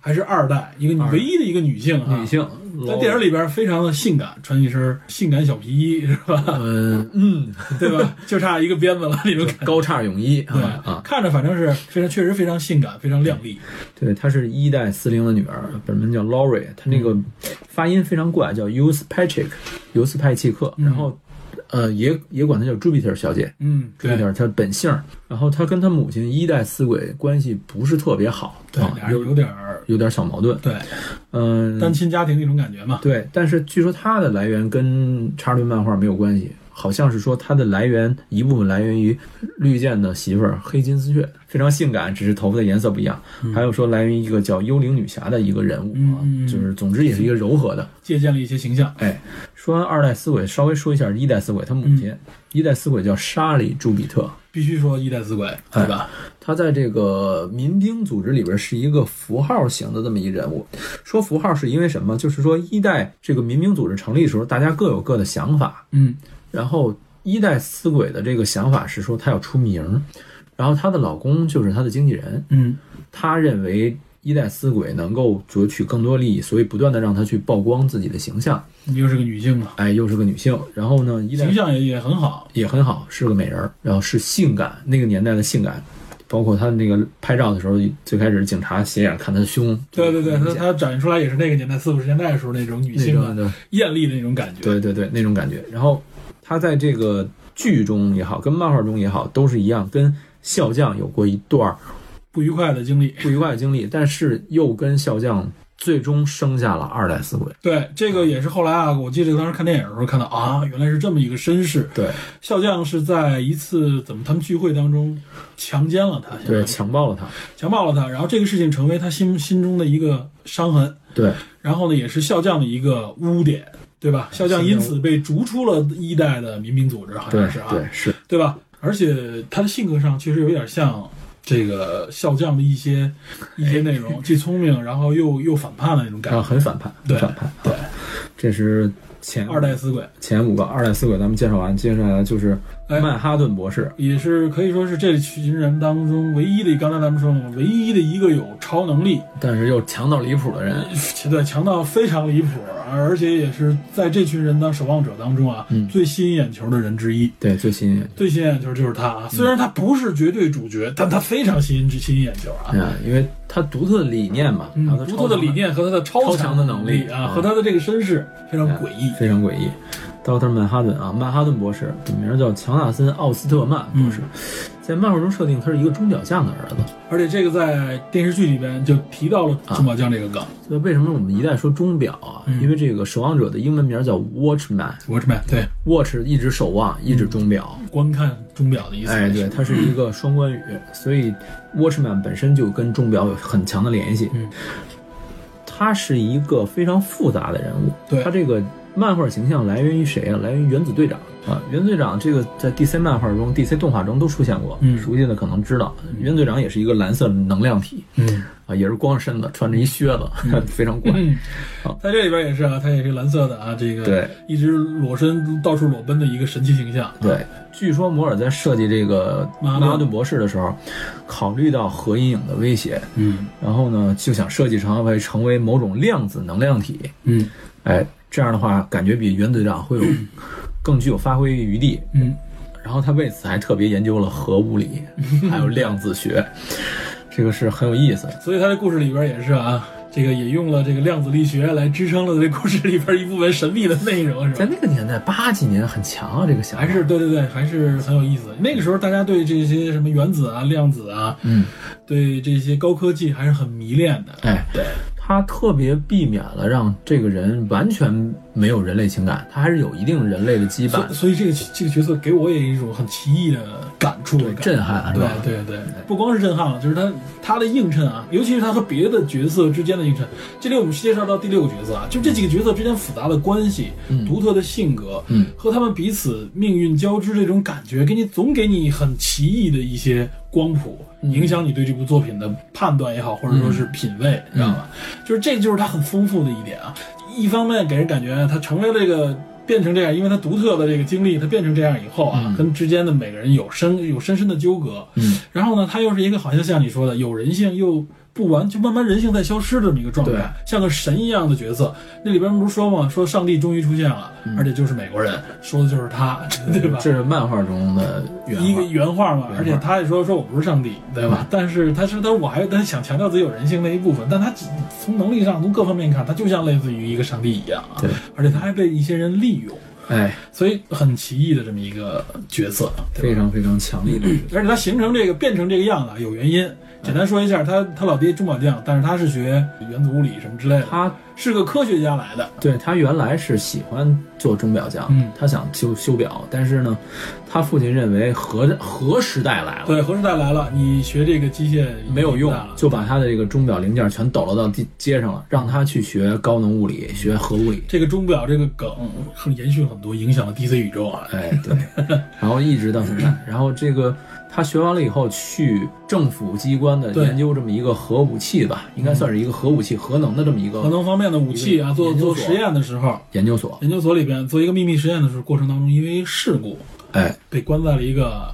B: 还是二代，一个女
C: 嗯二代
B: 唯一的一个女性啊，
C: 女性，
B: 在电影里边非常的性感，穿一身性感小皮衣是吧？
C: 嗯嗯，
B: 对吧？就差一个鞭子了，你们看。
C: 高叉泳衣
B: 对
C: 啊啊，
B: 看着反正是非常，确实非常性感，非常靓丽。
C: 对，她是一代司令的女儿，本名叫 Laurie，她那
B: 嗯
C: 个发音非常怪，叫 u s p a c h i k 尤斯派契克，然后呃也也管她叫 Jupiter 小姐。
B: 嗯，对，
C: Jupiter 她本姓儿，然后她跟她母亲一代死鬼关系不是特别好，
B: 对，
C: 啊
B: 俩人
C: 有
B: 有点儿
C: 有点小矛盾，
B: 对
C: 嗯、
B: 单亲家庭那种感觉嘛。
C: 对，但是据说它的来源跟插图漫画没有关系，好像是说它的来源一部分来源于绿箭的媳妇儿黑金丝雀，非常性感，只是头发的颜色不一样。还有说来源于一个叫幽灵女侠的一个人物啊，
B: 嗯嗯嗯嗯
C: 就是总之也是一个柔和的。
B: 借鉴了一些形象。
C: 哎，说完二代死鬼，稍微说一下一代死鬼他母亲，
B: 嗯
C: 一代死鬼叫莎莉·朱比特。
B: 必须说一代死鬼，对吧？
C: 他在这个民兵组织里边是一个符号型的这么一人物。说符号是因为什么？就是说一代这个民兵组织成立的时候，大家各有各的想法，
B: 嗯
C: 然后一代死鬼的这个想法是说他要出名儿，然后她的老公就是她的经纪人，
B: 嗯
C: 她认为。一代死鬼能够攫取更多利益，所以不断的让她去曝光自己的形象。
B: 你又是个女性嘛，
C: 哎，又是个女性，然后呢，一代
B: 形象也也很好。
C: 也很好，是个美人儿，然后是性感，那个年代的性感，包括她那个拍照的时候，最开始警察斜眼看她的胸，
B: 对对对，
C: 很
B: 她
C: 明显
B: 她展现出来也是那个年代四五十年代的时候那种女
C: 嗯那
B: 性
C: 种
B: 的
C: 的，
B: 艳丽的那种感觉。
C: 对对对，那种感觉。然后她在这个剧中也好，跟漫画中也好，都是一样，跟笑匠有过一段儿
B: 不愉快的经历。
C: 不愉快的经历，但是又跟笑匠最终生下了二代死鬼。
B: 对，这
C: 嗯
B: 个也是后来啊，我记得当时看电影的时候看到啊，原来是这么一个身世。
C: 对
B: 笑匠是在一次怎么他们聚会当中强奸了她，
C: 对，强暴了她。
B: 强暴了她，然后这个事情成为他心心中的一个伤痕，
C: 对
B: 然后呢，也是笑匠的一个污点，对吧？笑匠因此被逐出了一代的民兵组织，好
C: 对
B: 像是啊，
C: 对是，
B: 对吧？而且他的性格上确实有点像这个笑匠的一些
C: 哎
B: 一些内容，既聪明，然后又又反叛的那种感
C: 然后
B: 觉。
C: 很反叛，很
B: 对
C: 反叛。
B: 对，
C: 这是前
B: 二代死鬼
C: 前五个二代死鬼咱们介绍完，接下来就是
B: 哎
C: 曼哈顿博士。
B: 也是可以说是这群人当中唯一的，刚才咱们说了嘛，唯一的一个有超能力，
C: 但是又强到离谱的人，
B: 对，强到非常离谱，而且也是在这群人当守望者当中啊，
C: 嗯
B: 最吸引眼球的人之一。
C: 对，最新引
B: 最吸引眼球就是他啊，虽然他不是绝对主角，但他非常吸引吸引眼球啊。
C: 啊，因为他独特的理念嘛，
B: 嗯
C: 然后他
B: 独特的理念和他的嗯超
C: 超强的能力
B: 啊，
C: 嗯
B: 和他的这个身世非常诡异。
C: 非常诡异。Doctor 曼哈顿啊，曼哈顿博士，名儿叫乔纳森·奥斯特曼博士，在漫画中设定他是一个钟表匠的儿子。
B: 而且这个在电视剧里边就提到了
C: 啊
B: 钟表匠这个梗
C: 所以为什么我们一旦说钟表啊？
B: 嗯
C: 因为这个守望者的英文名叫 Watchman，Watch
B: ，Watchman 对
C: 一指守望，一指钟表。
B: 观看钟表的意思。
C: 嗯
B: 嗯
C: 哎，对，，它是一个双关语，所以 Watchman 本身就跟钟表有很强的联系。
B: 嗯，
C: 他是一个非常复杂的人物。
B: 对
C: 他这个漫画形象来源于谁啊？来源于原子队长啊。原子队长这个在 DC 漫画中、DC 动画中都出现过，
B: 嗯
C: 熟悉的可能知道，原子队长也是一个蓝色能量体
B: 嗯
C: 啊，也是光着身子，穿着一靴子， 非常怪。
B: 嗯
C: 好，
B: 在这里边也是啊，他也是蓝色的啊，这个
C: 对，
B: 一直裸身到处裸奔的一个神奇形象。
C: 对，据说摩尔在设计这个
B: 曼哈
C: 曼
B: 顿
C: 哈顿博士的时候，考虑到核阴影的威胁，
B: 嗯
C: 然后呢，就想设计成为成为某种量子能量体。
B: 嗯
C: 哎，这样的话，感觉比原队 长会有更具有发挥余地。
B: 嗯，
C: 然后他为此还特别研究了核物理，还有量子学，这个是很有意思。
B: 所以他的故事里边也是啊，这个也用了这个量子力学来支撑了这故事里边一部分神秘的内容，是
C: 在
B: 吧？
C: 那个年代，八几年很强啊，这个想法
B: 还是对对对，还是很有意思。那个时候大家对这些什么原子啊、量子啊，
C: 嗯，
B: 对这些高科技还是很迷恋的。
C: 哎，
B: 对，
C: 他特别避免了让这个人完全没有人类情感，他还是有一定人类的羁绊
B: 所。所以这个这个角色给我也有一种很奇异的感触的感觉，
C: 震撼是
B: 对
C: 吧
B: 对对，不光是震撼了，就是他他的映衬啊，尤其是他和别的角色之间的映衬。这里我们介绍到第六个角色啊，就这几个角色之间复杂的关系、独特的性格，
C: 嗯
B: 和他们彼此命运交织这种感觉，给你总给你很奇异的一些光谱，影响你对这部作品的判断也好，或者说是品味，你知道吧？就是这就是它很丰富的一点啊。一方面给人感觉他成为了这个变成这样，因为他独特的这个经历，他变成这样以后啊，跟之间的每个人有深有深深的纠葛。
C: 嗯，
B: 然后呢，他又是一个好像像你说的有人性又不完，就慢慢人性在消失的这么一个状态，像个神一样的角色。那里边不是说嘛，说上帝终于出现了，而且就是美国人，说的就是他， 对吧？
C: 嗯这是漫画中的原
B: 一个
C: 话。嗯
B: 原话嘛，而且他也说说我不是上帝，对吧？但是他是他我还他想强调自己有人性那一部分，但他只从能力上从各方面看，他就像类似于一个上帝一样啊，
C: 对，
B: 而且他还被一些人利用，
C: 哎，
B: 所以很奇异的这么一个角色，对吧
C: 非常非常强力的一个
B: 而且他形成这个变成这个样子啊，有原因。简单说一下，他他老爹中宝将，但是他是学原子物理什么之类的，
C: 他
B: 是个科学家来的。
C: 对他原来是喜欢做钟表匠，
B: 嗯
C: 他想修修表，但是呢，他父亲认为和和时代来了，
B: 对，何时代来了，你学这个机械
C: 没有用
B: 了，，
C: 就把他的这个钟表零件全抖落到地街上了，让他去学高能物理，学核物理。
B: 这个钟表这个梗很延续了很多，影响了 DC 宇宙啊。
C: 哎， 对，然后一直到现在，然后这个他学完了以后，去政府机关的
B: 对嗯
C: 研究这么一个核武器吧，应该算是一个核武器、核能的这么一
B: 核
C: 个
B: 能方面的武器啊，
C: 一个
B: 做
C: 研究
B: 做
C: 所
B: 实验的时候，
C: 研究所。
B: 研究所里边做一个秘密实验的时候，过程当中因为事故
C: 哎，
B: 被关在了一个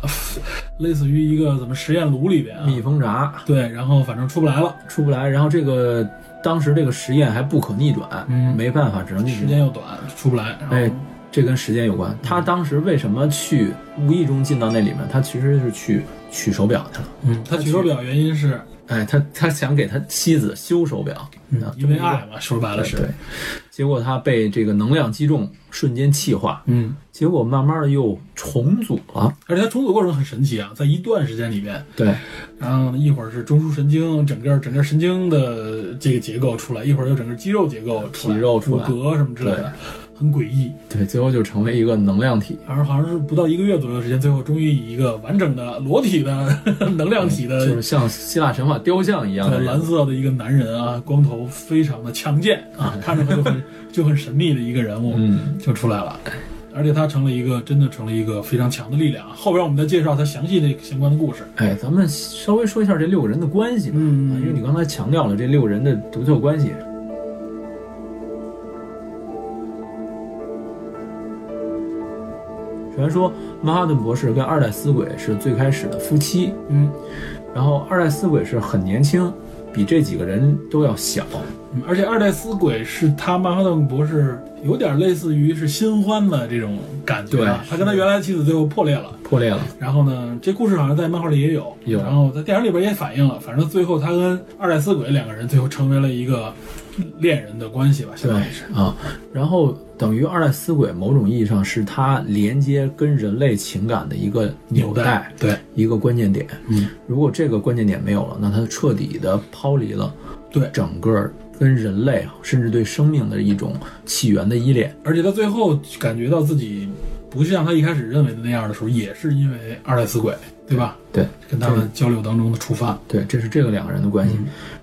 B: 类似于一个怎么实验炉里边啊。
C: 密封闸
B: 对，然后反正出不来了，
C: 出不来，然后这个当时这个实验还不可逆转，
B: 嗯
C: 没办法，只能
B: 时
C: 进行。
B: 间嗯又短，出不来。然后
C: 哎，这跟时间有关。他当时为什么去无意中进到那里面？他其实是去取手表去了。
B: 嗯，他举手表原因是
C: 哎，他他想给他妻子修手表，啊
B: 因为爱嘛，说白了
C: 对
B: 是，，
C: 结果他被这个能量击中，瞬间气化，
B: 嗯，
C: 结果慢慢的又重组了。
B: 而且它重组过程很神奇啊，在一段时间里面，
C: 对，
B: 然后呢一会儿是中枢神经整个整个神经的这个结构出来，一会儿又整个肌肉结构出来，
C: 肌肉出
B: 骨
C: 来
B: 骼什么之类的，很诡异。
C: 对，最后就成为一个能量体。
B: 然后好像是不到一个月左右的时间，最后终于以一个完整的裸体的 能量体的、
C: 就是像希腊神话雕像一样的
B: 呃蓝
C: 人，
B: 色的一个男人啊，光头非常的强健 啊，看着就很就很神秘的一个人物，
C: 嗯，
B: 就出来了。而且他成了一个，真的成了一个非常强的力量啊。后边我们再介绍他详细的相关的故事。
C: 哎，咱们稍微说一下这六个人的关系吧，
B: 嗯
C: 啊因为你刚才强调了这六个人的独特关系。首先说，曼哈顿博士跟二代死鬼是最开始的夫妻，
B: 嗯，
C: 然后二代死鬼是很年轻，比这几个人都要小，
B: 嗯而且二代死鬼是他曼哈顿博士，有点类似于是新欢的这种感觉啊。
C: 对
B: 他跟他原来的妻子最后破裂了。
C: 破裂了。
B: 然后呢，这故事好像在漫画里也有，
C: 有
B: 然后在电影里边也反映了。反正最后他跟二代死鬼两个人最后成为了一个恋人的关系吧，相当于哎是。
C: 啊，然后等于二代死鬼某种意义上是他连接跟人类情感的一个纽带，
B: 对
C: 一个关键点。
B: 嗯，
C: 如果这个关键点没有了，那他彻底的抛离了
B: 对，
C: 整个跟人类甚至对生命的一种起源的依恋。
B: 而且他最后感觉到自己不像他一开始认为的那样的时候，也是因为二代死鬼，对吧？
C: 对
B: 跟他们交流当中的触发，
C: 对，这是这个两个人的关系。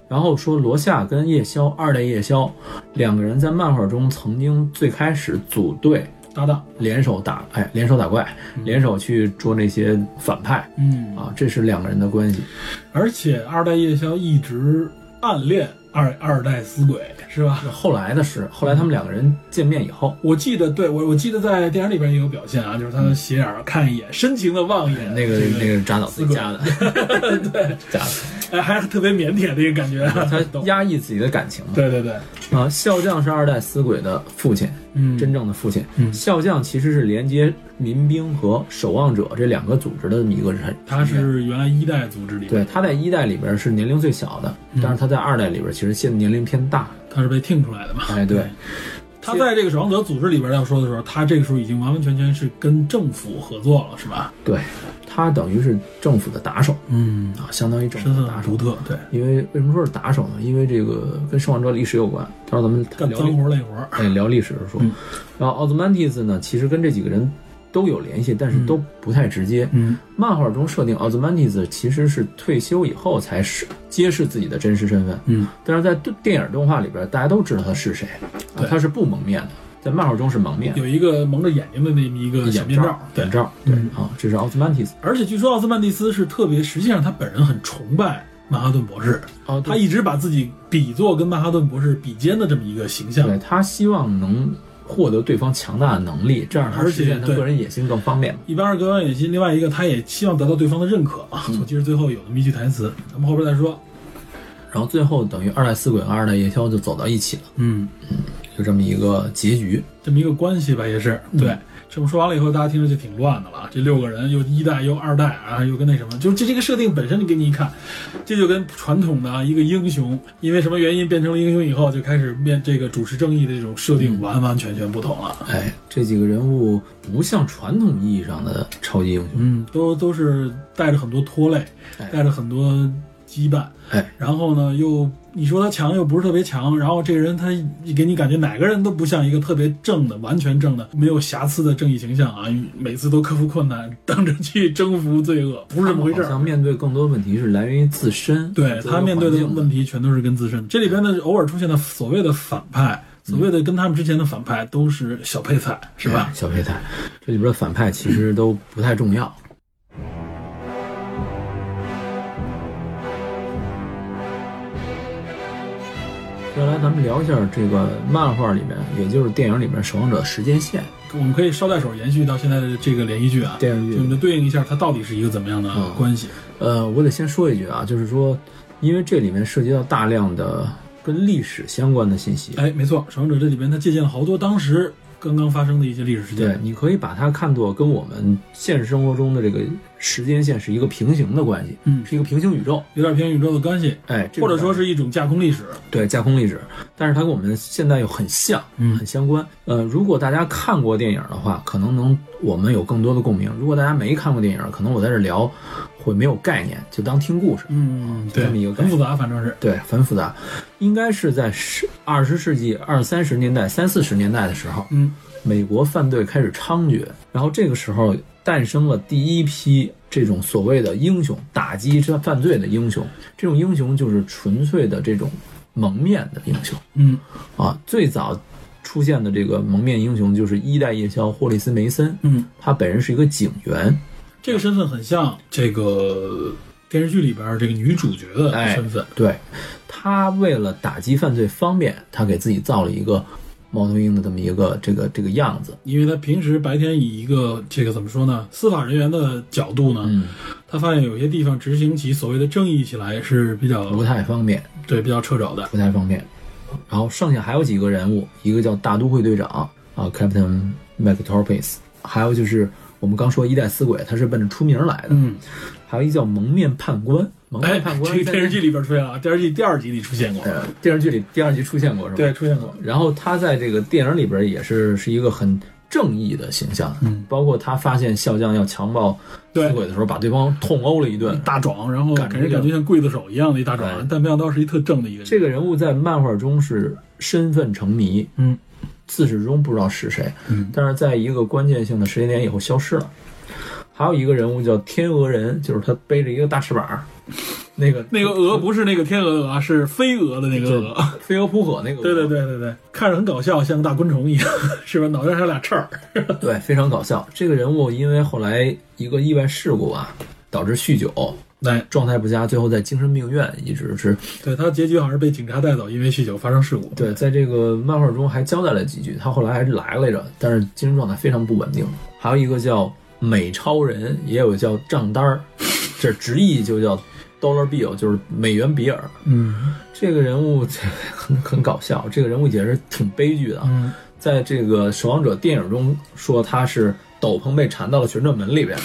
C: 然后说罗夏跟夜宵，二代夜宵两个人在漫画中曾经最开始组队
B: 搭档，
C: 联手打，哎，联手打怪，联手去捉那些反派
B: 嗯
C: 啊，这是两个人的关系。
B: 而且二代夜宵一直暗恋二二代死鬼，是吧？
C: 后来的事，后来他们两个人见面以后，
B: 我记得，对我我记得在电影里边也有表现啊，就是他斜眼儿看一眼，深情的望一眼
C: 嗯那个
B: 这
C: 那个扎导自己加的，
B: 对，
C: 加的，
B: 哎，还特别腼腆的一个感觉。
C: 他压抑自己的感情嘛。
B: 对对对，
C: 啊，笑匠是二代死鬼的父亲，
B: 嗯
C: 真正的父亲。
B: 嗯
C: 笑匠其实是连接民兵和守望者这两个组织的这么一个人。
B: 他是原来一代组织里，
C: 对，他在一代里边是年龄最小的，
B: 嗯
C: 但是他在二代里边其实现在年龄偏大。
B: 他是被听出来的嘛。
C: 哎，对，
B: 他在这个守望者组织里边要说的时候，他这个时候已经完完全全是跟政府合作了，是吧？
C: 对，他等于是政府的打手
B: 嗯，
C: 啊，相当于政府
B: 身
C: 的
B: 份
C: 打
B: 很
C: 手
B: 独。特，对，
C: 因为为什么说是打手呢？因为这个跟《守望者》历史有关。到时候咱们
B: 干
C: 聊
B: 脏活累活儿。
C: 哎，聊历史的时候，
B: 嗯
C: 然后奥特曼蒂斯呢，其实跟这几个人都有联系，但是都不太直接。
B: 嗯
C: 漫画中设定奥特曼蒂斯其实是退休以后才是揭示自己的真实身份，
B: 嗯，
C: 但是在动电影动画里边，大家都知道他是谁，啊
B: 对
C: 他是不蒙面的，在漫画中是蒙面，
B: 有一个蒙着眼睛的那么一个小
C: 眼
B: 面罩
C: 罩，，眼罩，对
B: 嗯
C: 啊，这是奥特曼蒂斯。
B: 而且据说奥斯曼蒂斯是特别，实际上他本人很崇拜曼哈顿博士，
C: 哦，
B: 他一直把自己比作跟曼哈顿博士比肩的这么一个形象
C: 对。他希望能获得对方强大的能力，这样他
B: 而且
C: 实现他
B: 对
C: 个人野心更方便嘛。
B: 一般是各方野心，另外一个他也希望得到对方的认可啊。我记得最后有那么一句台词，咱们后边再说。
C: 然后最后等于二代死鬼和二代夜宵就走到一起了，
B: 嗯，
C: 就这么一个结局。
B: 这么一个关系吧，也是对。这么说完了以后，大家听着就挺乱的了。这六个人又一代又二代啊，又跟那什么，就是这这个设定本身，你给你一看，这就跟传统的一个英雄因为什么原因变成了英雄以后，就开始面这个主持正义的这种设定完完全全不同了。
C: 哎，这几个人物不像传统意义上的超级英雄，
B: 嗯，都都是带着很多拖累
C: 哎，
B: 带着很多羁绊，
C: 哎，
B: 然后呢又你说他强又不是特别强，然后这个人他给你感觉哪个人都不像一个特别正的、完全正的、没有瑕疵的正义形象啊，每次都克服困难，等着去征服罪恶，不是这么回事
C: 好
B: 儿
C: 像。面对更多问题是来源于自身，
B: 对他面对的问
C: 题，
B: 题全都是跟自身，这里边呢偶尔出现的所谓的反派，所谓的跟他们之前的反派都是小配菜，是吧
C: 哎？小配菜，这里边的反派其实都不太重要。接下来咱们聊一下这个漫画里面，也就是电影里面《守望者》时间线。
B: 我们可以捎带手延续到现在的这个连续剧啊，
C: 电视剧
B: 就你就对应一下它到底是一个怎么样的
C: 嗯
B: 关系。
C: 呃，我得先说一句啊，就是说，因为这里面涉及到大量的跟历史相关的信息，
B: 哎，没错，《守望者》这里边它借鉴了好多当时刚刚发生的一些历史事
C: 对
B: 件。，
C: 你可以把它看作跟我们现实生活中的这个时间线是一个平行的关系，
B: 嗯
C: 是一个平行宇宙，
B: 有点偏宇宙的关系，
C: 哎，这
B: 或
C: 个
B: 者说是一种架空历史。
C: 对架空历史，但是它跟我们现在又很像，
B: 嗯
C: 很相关。呃，如果大家看过电影的话，可能能我们有更多的共鸣；如果大家没看过电影，可能我在这聊会没有概念，就当听故事。
B: 嗯，对，
C: 这么一个概
B: 很
C: 念
B: 复杂，反正是。
C: 对，很复杂，应该是在十二十世纪二三十年代、三四十年代的时候，
B: 嗯，
C: 美国犯罪开始猖獗，然后这个时候诞生了第一批这种所谓的英雄，打击这犯罪的英雄。这种英雄就是纯粹的这种蒙面的英雄
B: 嗯
C: 啊。最早出现的这个蒙面英雄就是一代夜宵霍利斯梅森，
B: 嗯，
C: 他本人是一个警员，
B: 这个身份很像这个电视剧里边这个女主角的
C: 哎
B: 身份。
C: 对，他为了打击犯罪方便，他给自己造了一个猫头鹰的这么一个这个这个样子。
B: 因为他平时白天以一个这个怎么说呢，司法人员的角度呢，
C: 嗯，
B: 他发现有些地方执行起所谓的正义起来是比较
C: 不太方便，
B: 对比较掣肘的。
C: 不太方便。然后剩下还有几个人物，一个叫大都会队长啊，Captain McTorpis，还有就是我们刚说一代死鬼，他是奔着出名来的，
B: 嗯，
C: 还有一叫蒙面判官，蒙
B: 哎
C: 面判，官
B: 这个
C: 在
B: 电视剧里边出现了，电视剧第二集里出现过，
C: 呃电视剧里第二集出现过是吧？
B: 对，。出现过。
C: 然后他在这个电影里边也是是一个很正义的形象，
B: 嗯，
C: 包括他发现笑匠要强暴
B: 对嗯
C: 死鬼的时候，把对方痛殴了一顿。
B: 大壮，然后
C: 感
B: 给人
C: 觉
B: 感觉像刽子手一样的一大
C: 哎
B: 壮，但没想到是一特正的一个人。
C: 这个人物在漫画中是身份成谜，
B: 嗯，
C: 自始至终不知道是谁，
B: 嗯
C: 但是在一个关键性的时间点以后消失了。还有一个人物叫天鹅人，就是他背着一个大翅膀，那个
B: 那个鹅不是那个天鹅的鹅啊，是飞蛾的那个
C: 就是
B: 鹅。
C: 飞蛾扑火那个，
B: 对对对对对，看着很搞笑，像个大昆虫一样，是吧？脑袋上有俩翅儿。
C: 对，非常搞笑。这个人物因为后来一个意外事故啊，导致酗酒，
B: 哎，
C: 状态不佳，最后在精神病院一直是
B: 对他结局好像是被警察带走，因为酗酒发生事故。
C: 对，在这个漫画中还交代了几句，他后来还是来来着，但是精神状态非常不稳定。还有一个叫美超人，也有叫账单儿，这直译就叫 Dollar Bill，就是美元比尔。
B: 嗯
C: 这个人物很很搞笑，这个人物也是挺悲剧的啊。
B: 嗯，
C: 在这个《守望者》电影中说他是斗篷被缠到了旋转门里边，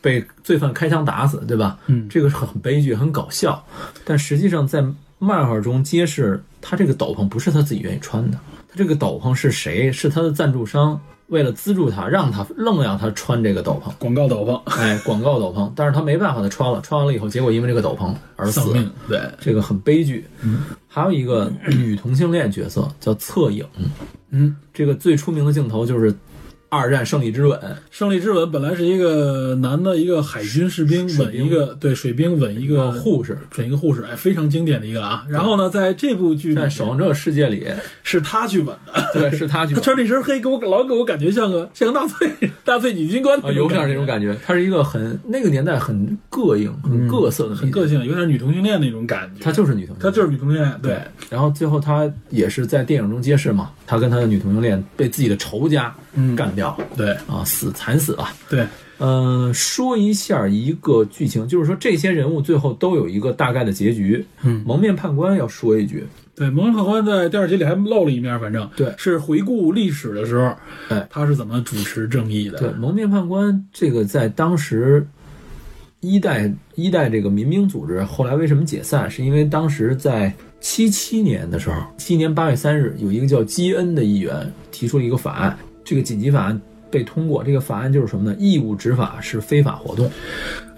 C: 被罪犯开枪打死，对吧？
B: 嗯
C: 这个是很悲剧、很搞笑，但实际上在漫画中揭示，他这个斗篷不是他自己愿意穿的，他这个斗篷是谁？是他的赞助商为了资助他，让他愣让他穿这个斗篷，
B: 广告斗篷
C: 哎，广告斗篷，但是他没办法，他穿了，穿完了以后，结果因为这个斗篷而死
B: 丧，命。对，
C: 这个很悲剧。还有一个女同性恋角色叫侧影，
B: 嗯，
C: 这个最出名的镜头就是二战胜利之吻，
B: 胜利之吻本来是一个男的，一个海军士兵
C: 水
B: 吻一个对水兵嗯吻一个
C: 护士
B: 吻一个护士，哎，非常经典的一个啊。然后呢，在这部剧里
C: 在《守望者》世界里，
B: 是他去吻的，
C: 对，是他去
B: 他穿这身黑给我老给我感觉像个像个大 醉大醉女军官
C: 啊，有点这
B: 觉，
C: 种感觉。他是一个很那个年代很膈应、很各色的、
B: 嗯很个，性，有点女同性恋那种感觉。
C: 她就是女同性恋，
B: 他就是女同性恋，对，
C: 然后最后他也是在电影中揭示嘛，他跟他的女同性恋被自己的仇家
B: 嗯
C: 干掉
B: 对
C: 啊，死惨死吧。
B: 对，
C: 呃，说一下一个剧情，就是说这些人物最后都有一个大概的结局。
B: 嗯
C: 蒙面判官要说一句，
B: 对，蒙面判官在第二集里还露了一面，反正
C: 对
B: 是回顾历史的时候，
C: 哎
B: 他是怎么主持正义的？
C: 对，蒙面判官这个在当时一代一代这个民兵组织后来为什么解散，是因为当时在七七年的时候，七年八月三日，有一个叫基恩的议员提出了一个法案，这个紧急法案被通过。这个法案就是什么呢？义务执法是非法活动。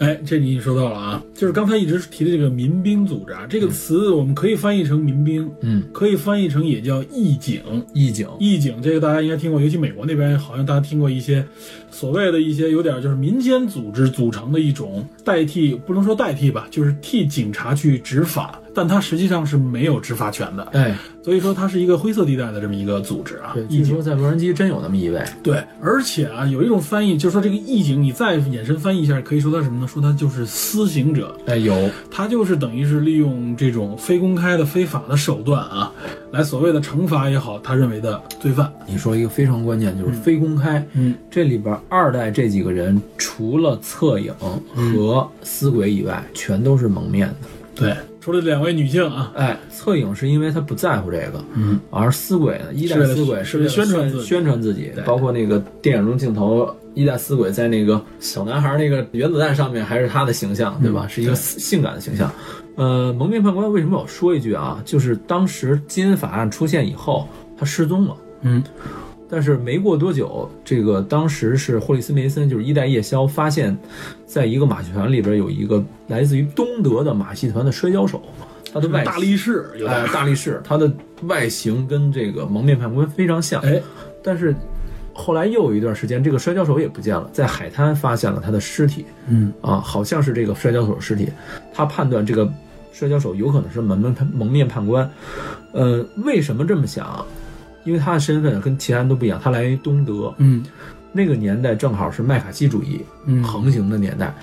B: 哎，这你说到了啊，就是刚才一直提的这个民兵组织啊，这个词我们可以翻译成民兵，
C: 嗯，
B: 可以翻译成也叫义警。
C: 义警。
B: 义警这个大家应该听过，尤其美国那边好像大家听过一些所谓的一些有点就是民间组织组成的一种代替，不能说代替吧，就是替警察去执法，但它实际上是没有执法权的，
C: 哎，
B: 所以说它是一个灰色地带的这么一个组织啊
C: 对，。
B: 义
C: 据
B: 警
C: 说在洛杉矶真有那么一位。
B: 对，而且啊，有一种翻译，就是说这个义警，你再衍生翻译一下，可以说它什么呢？说它就是私刑者。
C: 哎，有。
B: 他就是等于是利用这种非公开的、非法的手段啊，来所谓的惩罚也好，他认为的罪犯。
C: 你说一个非常关键，就是非公开。
B: 嗯，
C: 这里边二代这几个人，除了侧影和死鬼以外，全都是蒙面的。
B: 对，除了两位女性啊，
C: 哎，侧影是因为他不在乎这个，
B: 嗯，
C: 而死鬼呢，一代
B: 是为了
C: 死鬼是为了
B: 是为了宣传自己
C: 宣传自己
B: 对，
C: 包括那个电影中镜头，一代死鬼在那个小男孩那个原子弹上面，还是他的形象，对吧？
B: 嗯
C: 是一个
B: 对
C: 性感的形象。呃，蒙面判官为什么我说一句啊？就是当时金恩法案出现以后，他失踪了。
B: 嗯，
C: 但是没过多久，这个当时是霍利斯·梅森，就是一代夜枭，发现，在一个马戏团里边有一个来自于东德的马戏团的摔跤手，他的
B: 嗯
C: 外
B: 大力士有点
C: 哎
B: 儿。
C: 大力士，他的外形跟这个蒙面判官非常像，
B: 哎，
C: 但是后来又有一段时间，这个摔跤手也不见了，在海滩发现了他的尸体
B: 嗯，
C: 啊，好像是这个摔跤手的尸体，他判断这个摔跤手有可能是蒙面判蒙面判官，呃，为什么这么想？因为他的身份跟其他人都不一样，他来源于东德，
B: 嗯
C: 那个年代正好是麦卡锡主义
B: 嗯
C: 横行的年代。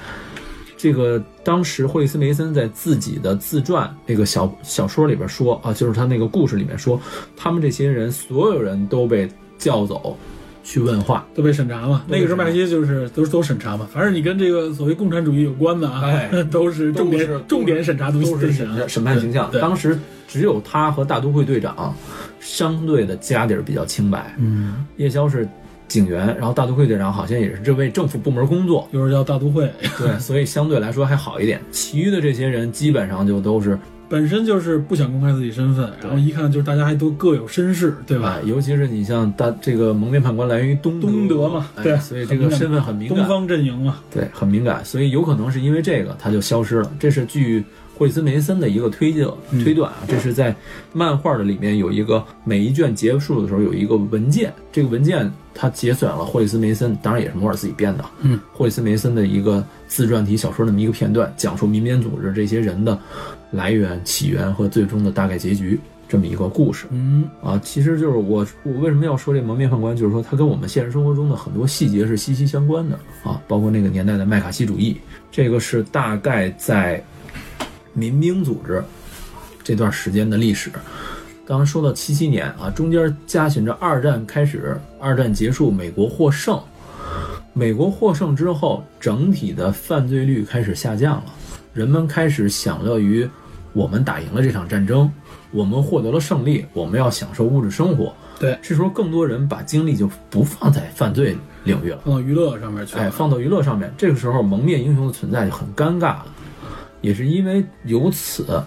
C: 这个当时霍利斯梅森在自己的自传那个小小说里边说啊，就是他那个故事里面说，他们这些人所有人都被叫走去问话。
B: 都被审查嘛。那个时候麦西就是都都审查嘛，凡是你跟这个所谓共产主义有关的啊，
C: 哎
B: 都是重
C: 都是
B: 点重点审查，
C: 都是
B: 审查
C: 审审判形象。
B: 对对
C: 当时只有他和大都会队长相对的家底儿比较清白，
B: 嗯，
C: 夜宵是警员，然后大都会队长好像也是这为政府部门工作，
B: 又是叫大都会，
C: 对，所以相对来说还好一点。其余的这些人基本上就都是
B: 本身就是不想公开自己身份，然后一看就是大家还都各有身世，对吧
C: 啊，？尤其是你像大这个蒙面判官来源于东
B: 东德嘛
C: 哎
B: 对
C: 所以这个身份很敏
B: 东
C: 感，
B: 方阵营嘛，
C: 对，很敏感，所以有可能是因为这个他就消失了。这是据霍里斯梅森的一个推测
B: 嗯
C: 推断啊，这是在漫画的里面有一个每一卷结束的时候有一个文件，这个文件它节选了霍里斯梅森，当然也是摩尔自己编的，
B: 嗯，
C: 霍里斯梅森的一个自传体小说那么一个片段，讲述民间组织这些人的来源、起源和最终的大概结局这么一个故事。
B: 嗯，
C: 啊，其实就是我我为什么要说这蒙面判官，就是说它跟我们现实生活中的很多细节是息息相关的啊，包括那个年代的麦卡锡主义，这个是大概在民兵组织这段时间的历史。刚刚说到七七年啊，中间加循着二战开始，二战结束，美国获胜，美国获胜之后，整体的犯罪率开始下降了，人们开始享乐于我们打赢了这场战争，我们获得了胜利，我们要享受物质生活。
B: 对，
C: 这时候更多人把精力就不放在犯罪领域了，
B: 放到娱乐上面去了。
C: 哎，放到娱乐上面。这个时候，蒙面英雄的存在就很尴尬了，也是因为由此，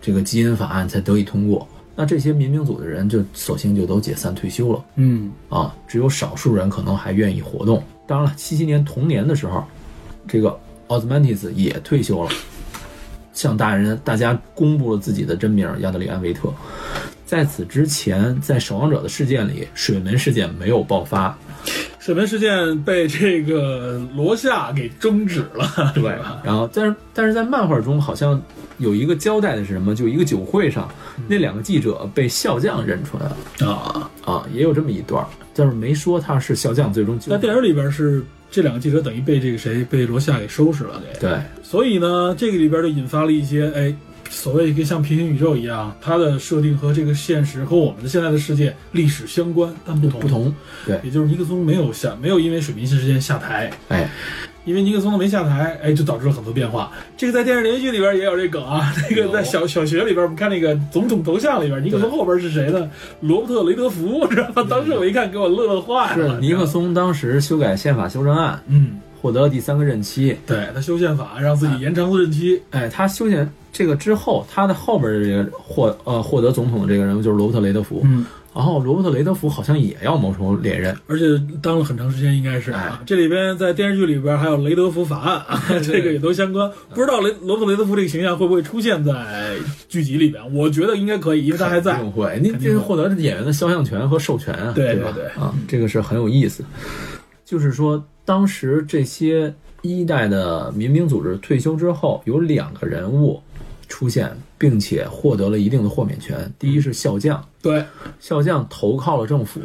C: 这个基因法案才得以通过。那这些民兵组的人就索性就都解散退休了。
B: 嗯，
C: 啊，只有少数人可能还愿意活动。当然了，七七年同年的时候，这个奥斯曼蒂斯也退休了，向大人大家公布了自己的真名亚德里安维特。在此之前，在《守望者》的事件里，水门事件没有爆发，
B: 水门事件被这个罗夏给终止了，
C: 对
B: 吧？
C: 然后，但是但是在漫画中好像有一个交代的是什么？就一个酒会上，
B: 嗯
C: 那两个记者被笑匠认出来了
B: 啊，
C: 啊，也有这么一段儿，但是没说他是笑匠最终
B: 在
C: 纠
B: 电影里边是这两个记者等于被这个谁被罗夏给收拾了，给。
C: 对
B: 所以呢，这个里边就引发了一些哎所谓跟像平行宇宙一样，它的设定和这个现实和我们的现在的世界历史相关，但不同。
C: 不，同，对，
B: 也就是尼克松没有下，没有因为水平线事件下台，
C: 哎，
B: 因为尼克松没下台，哎，就导致了很多变化。这个在电视连续剧里边也有这梗啊，那个在小小学里边，我们看那个总统头像里边，尼克松后边是谁呢？罗伯特雷德福，知道吗？当时我一看，给我乐坏
C: 是
B: 了。
C: 尼克松当时修改宪法修正案
B: 嗯，
C: 获得了第三个任期，
B: 对他修宪法，让自己延长任期。
C: 哎，他修宪这个之后，他的后边的这个获呃获得总统的这个人物就是罗伯特雷德福，
B: 嗯，
C: 然后罗伯特雷德福好像也要谋求连任，
B: 而且当了很长时间，应该是啊。这里边在电视剧里边还有雷德福法案，啊， 这个也都相关。不知道雷罗伯特雷德福这个形象会不会出现在剧集里边？我觉得应该可以，因为他还在
C: 肯。定会，你
B: 肯定
C: 这
B: 会
C: 是获得演员的肖像权和授权啊，
B: 对
C: 吧？
B: 对对嗯
C: 啊，这个是很有意思。就是说，当时这些一代的民兵组织退休之后，有两个人物出现，并且获得了一定的豁免权。第
B: 嗯
C: 一是校将，
B: 对，
C: 校将投靠了政府，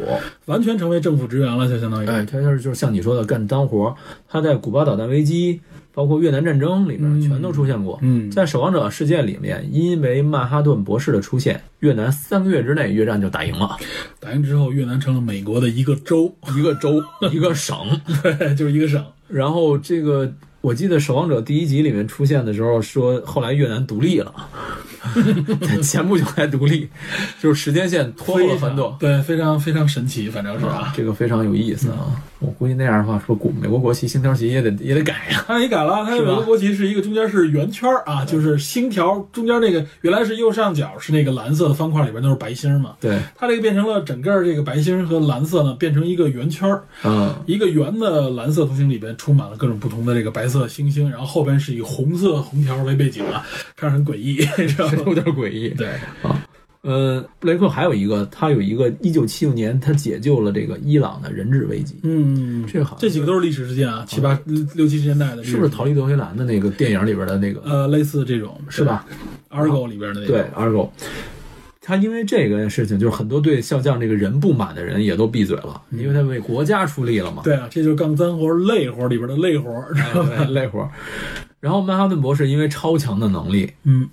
B: 完全成为政府职员了，就相当于。
C: 哎，他就是就是像你说的干脏活儿，他在古巴导弹危机，包括越南战争里面
B: 嗯
C: 全都出现过。
B: 嗯
C: 在《守望者世界》里面，因为曼哈顿博士的出现，越南三个月之内越战就打赢了，
B: 打赢之后，越南成了美国的一个州，
C: 一个州一个省。
B: 对，就是一个省。
C: 然后这个我记得《守望者》第一集里面出现的时候说，后来越南独立 了，前不久才独立，就是时间线拖后了很多。
B: 对，非常非常神奇，反正是啊。
C: 这个非常有意思啊！我估计那样的话，说古美国国旗、星条旗也得也得改呀、
B: 它也改了，它
C: 是吧
B: 美国国旗是一个中间是圆圈儿啊，就是星条中间那个原来是右上角是那个蓝色的方块，里边都是白星嘛。
C: 对，
B: 它这个变成了整个这个白星和蓝色呢，变成一个圆圈儿，
C: 嗯，
B: 一个圆的蓝色图形里边充满了各种不同的这个白色星星，然后后边是以红色红条为背景啊， 看着很诡异，你知道
C: 这有
B: 吗？
C: 点诡异。
B: 对，
C: 呃，布雷克还有一个，他有一个一九七六年，他解救了这个伊朗的人质危机，
B: 嗯，
C: 这个好像
B: 这几个都是历史事件啊，七八六六七十年代的，
C: 是不是《逃？离德黑兰》的那个电影里边的那个，
B: 呃，类似这种
C: 是吧？
B: ？Argo 里边的那
C: 嗯对
B: 个，
C: ，Argo。他因为这个事情，就是很多对笑匠这个人不满的人也都闭嘴了，因为他为国家出力了嘛，
B: 对啊，这就是干脏活儿累活儿里边的累活儿，知道吗？
C: 累哎活儿。然后曼哈顿博士因为超强的能力
B: 嗯，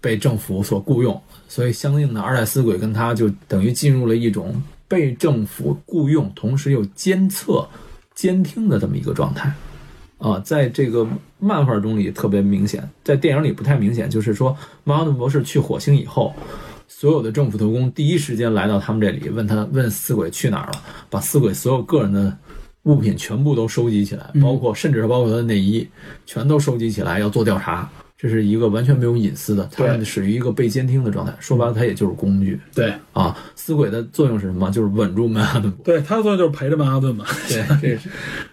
C: 被政府所雇佣，所以相应的二代死鬼跟他就等于进入了一种被政府雇佣，同时又监测、监听的这么一个状态。啊，在这个漫画中里特别明显，在电影里不太明显。就是说，曼哈顿博士去火星以后，所有的政府特工第一时间来到他们这里，问他问死鬼去哪儿了，把死鬼所有个人的物品全部都收集起来，包括甚至是包括他的内衣，全都收集起来要做调查。这是一个完全没有隐私的，他
B: 对
C: 属于一个被监听的状态。说白了，他也就是工具
B: 对
C: 啊。死鬼的作用是什么？就是稳住曼哈顿博士
B: 对，他的作用就是陪着曼哈顿嘛。
C: 对，这是。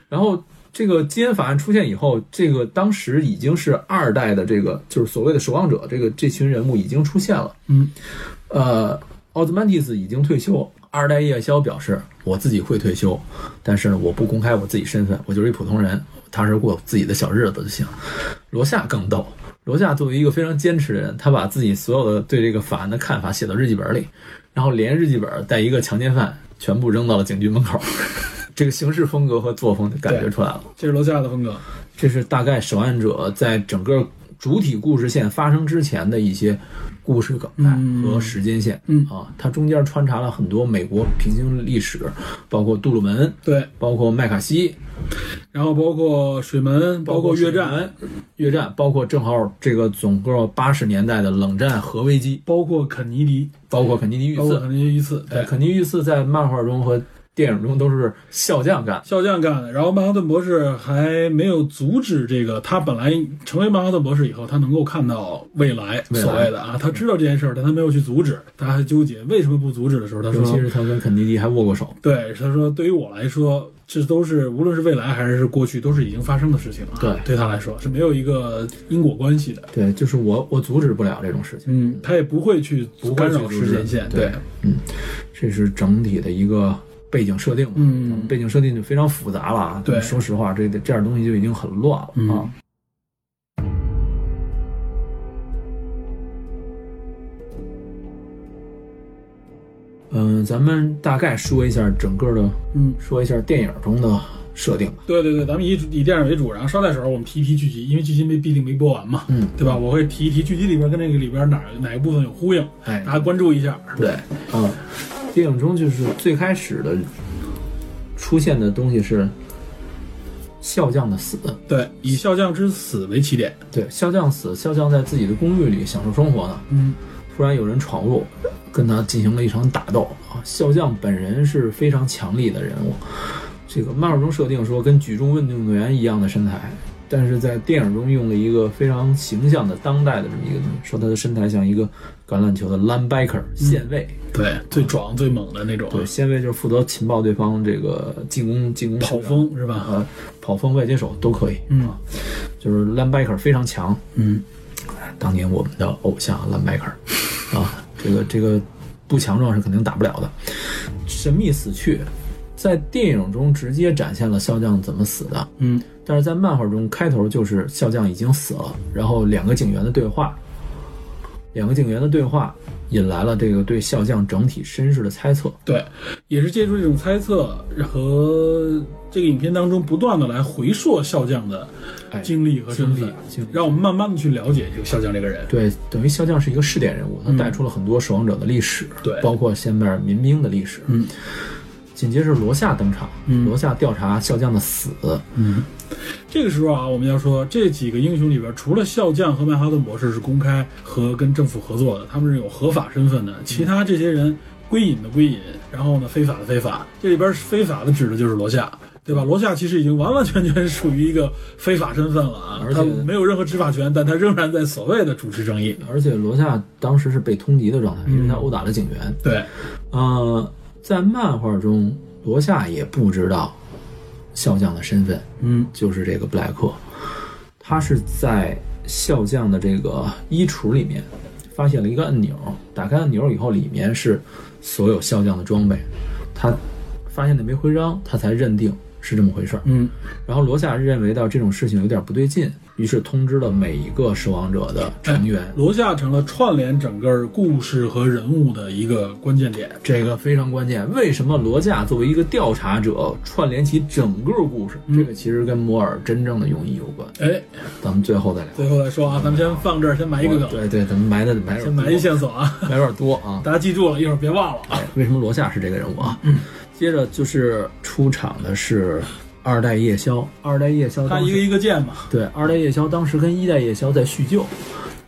C: 然后这个基恩法案出现以后，这个当时已经是二代的这个就是所谓的守望者，这个这群人物已经出现了。
B: 嗯，
C: 呃，奥兹曼蒂斯已经退休。二代夜宵表示，我自己会退休，但是呢，我不公开我自己身份，我就是一普通人，踏实过自己的小日子就行。罗夏更逗，罗夏作为一个非常坚持的人，他把自己所有的对这个法案的看法写到日记本里，然后连日记本带一个强奸犯全部扔到了警局门口。这个行事风格和作风就感觉出来了。
B: 这是楼下的风格，
C: 这是大概守案者在整个主体故事线发生之前的一些故事梗概
B: 嗯
C: 和时间线。
B: 嗯
C: 啊，它中间穿插了很多美国平行历史，包括杜鲁门，
B: 对。
C: 包括麦卡锡，
B: 然后包括水门，包括越
C: 水
B: 战
C: 门，越战，包括正好这个整个八十年代的冷战核危机，
B: 包括肯尼迪，
C: 包括肯尼迪遇
B: 包括
C: 刺。
B: 肯尼迪一次，
C: 对，
B: 哦对，
C: 肯尼迪遇刺在漫画中和电影中都是笑匠干的。
B: 笑匠干的。然后曼哈顿博士还没有阻止这个，他本来成为曼哈顿博士以后，他能够看到未来，
C: 未来
B: 所谓的啊，他知道这件事儿，但他没有去阻止，他还纠结为什么不阻止的时候，他
C: 尤其
B: 说。
C: 是他跟肯尼迪还握过手，
B: 对，他说，对于我来说，这都是无论是未来还是过去，都是已经发生的事情了。啊
C: 对
B: 对他来说是没有一个因果关系的。
C: 对，就是我我阻止不了这种事情。
B: 嗯，他也不会去
C: 不会
B: 干
C: 去
B: 扰
C: 阻止
B: 时间线。
C: 对这是整体的一个背景设定嘛。
B: 嗯
C: 背景设定就非常复杂了啊。
B: 对
C: 说实话，这这样东西就已经很乱了啊。
B: 嗯
C: 嗯，咱们大概说一下整个的，
B: 嗯
C: 说一下电影中的设定吧。
B: 对对对，咱们以以电影为主，然后捎带手我们提一提剧集，因为剧集没必定没播完嘛，嗯，对吧？我会提一提剧集里边跟那个里边哪哪一部分有呼应，
C: 哎
B: 大家关注一下。
C: 对，嗯，电影中就是最开始的出现的东西是笑匠的死，
B: 对，以笑匠之死为起点，
C: 对，笑匠死，笑匠在自己的公寓里享受生活呢，
B: 嗯，
C: 突然有人闯入，跟他进行了一场打斗啊。笑匠本人是非常强力的人物，这个漫画中设定说跟举重运动员一样的身材，但是在电影中用了一个非常形象的当代的这么一个东西，说他的身材像一个橄榄球的 linebacker
B: 嗯
C: 线卫，
B: 对，最壮最猛的那种
C: 对，线卫就是负责情报对方这个进攻进攻
B: 跑锋是吧？
C: 啊，跑锋外接手都可以，
B: 嗯
C: 就是 linebacker 非常强，
B: 嗯，
C: 当年我们的偶像兰白克，啊，这个这个不强壮是肯定打不了的。神秘死去，在电影中直接展现了笑匠怎么死的，
B: 嗯，
C: 但是在漫画中开头就是笑匠已经死了，然后两个警员的对话，两个警员的对话引来了这个对笑匠整体身世的猜测。
B: 对，也是借助这种猜测和这个影片当中不断的来回溯笑匠的
C: 哎
B: 经历和身份，
C: 经历经历
B: 让我们慢慢的去了解这个笑匠这个人。
C: 对，等于笑匠是一个试点人物，他
B: 嗯
C: 带出了很多守望者的历史，
B: 对
C: 包括现面民兵的历史。
B: 嗯，
C: 紧接着罗夏登场，
B: 嗯
C: 罗夏调查笑匠的死。
B: 嗯，这个时候啊，我们要说这几个英雄里边，除了笑匠和曼哈顿博士是公开和跟政府合作的，他们是有合法身份的，其他这些人归隐的归隐，然后呢，非法的非法。这里边非法的指的就是罗夏。对吧？罗夏其实已经完完全全属于一个非法身份了啊
C: 而，且
B: 他没有任何执法权，但他仍然在所谓的主持正义。
C: 而且罗夏当时是被通缉的状态，因为他
B: 嗯
C: 殴打了警员。
B: 对，
C: 呃，在漫画中，罗夏也不知道笑匠的身份，
B: 嗯，
C: 就是这个布莱克，他是在笑匠的这个衣橱里面发现了一个按钮，打开按钮以后，里面是所有笑匠的装备，他发现那枚徽章，他才认定是这么回事儿。
B: 嗯，
C: 然后罗夏认为到这种事情有点不对劲，于是通知了每一个守望者的成员。
B: 罗夏成了串联整个故事和人物的一个关键点。
C: 这个非常关键。为什么罗夏作为一个调查者串联起整个故事？这个其实跟摩尔真正的用意有关。
B: 哎，
C: 咱们最后再聊。
B: 最后再说啊，咱们先放这儿，先埋一个梗，
C: 对对，咱们埋的埋
B: 先埋一
C: 下，嗯
B: 线索啊。
C: 埋有点多啊。
B: 大家记住了，一会儿别忘了啊。
C: 为什么罗夏是这个人物啊？接着就是出场的是二代夜宵，二代夜宵
B: 他
C: 当
B: 一
C: 时
B: 个一个见嘛，
C: 对二代夜宵当时跟一代夜宵在叙旧。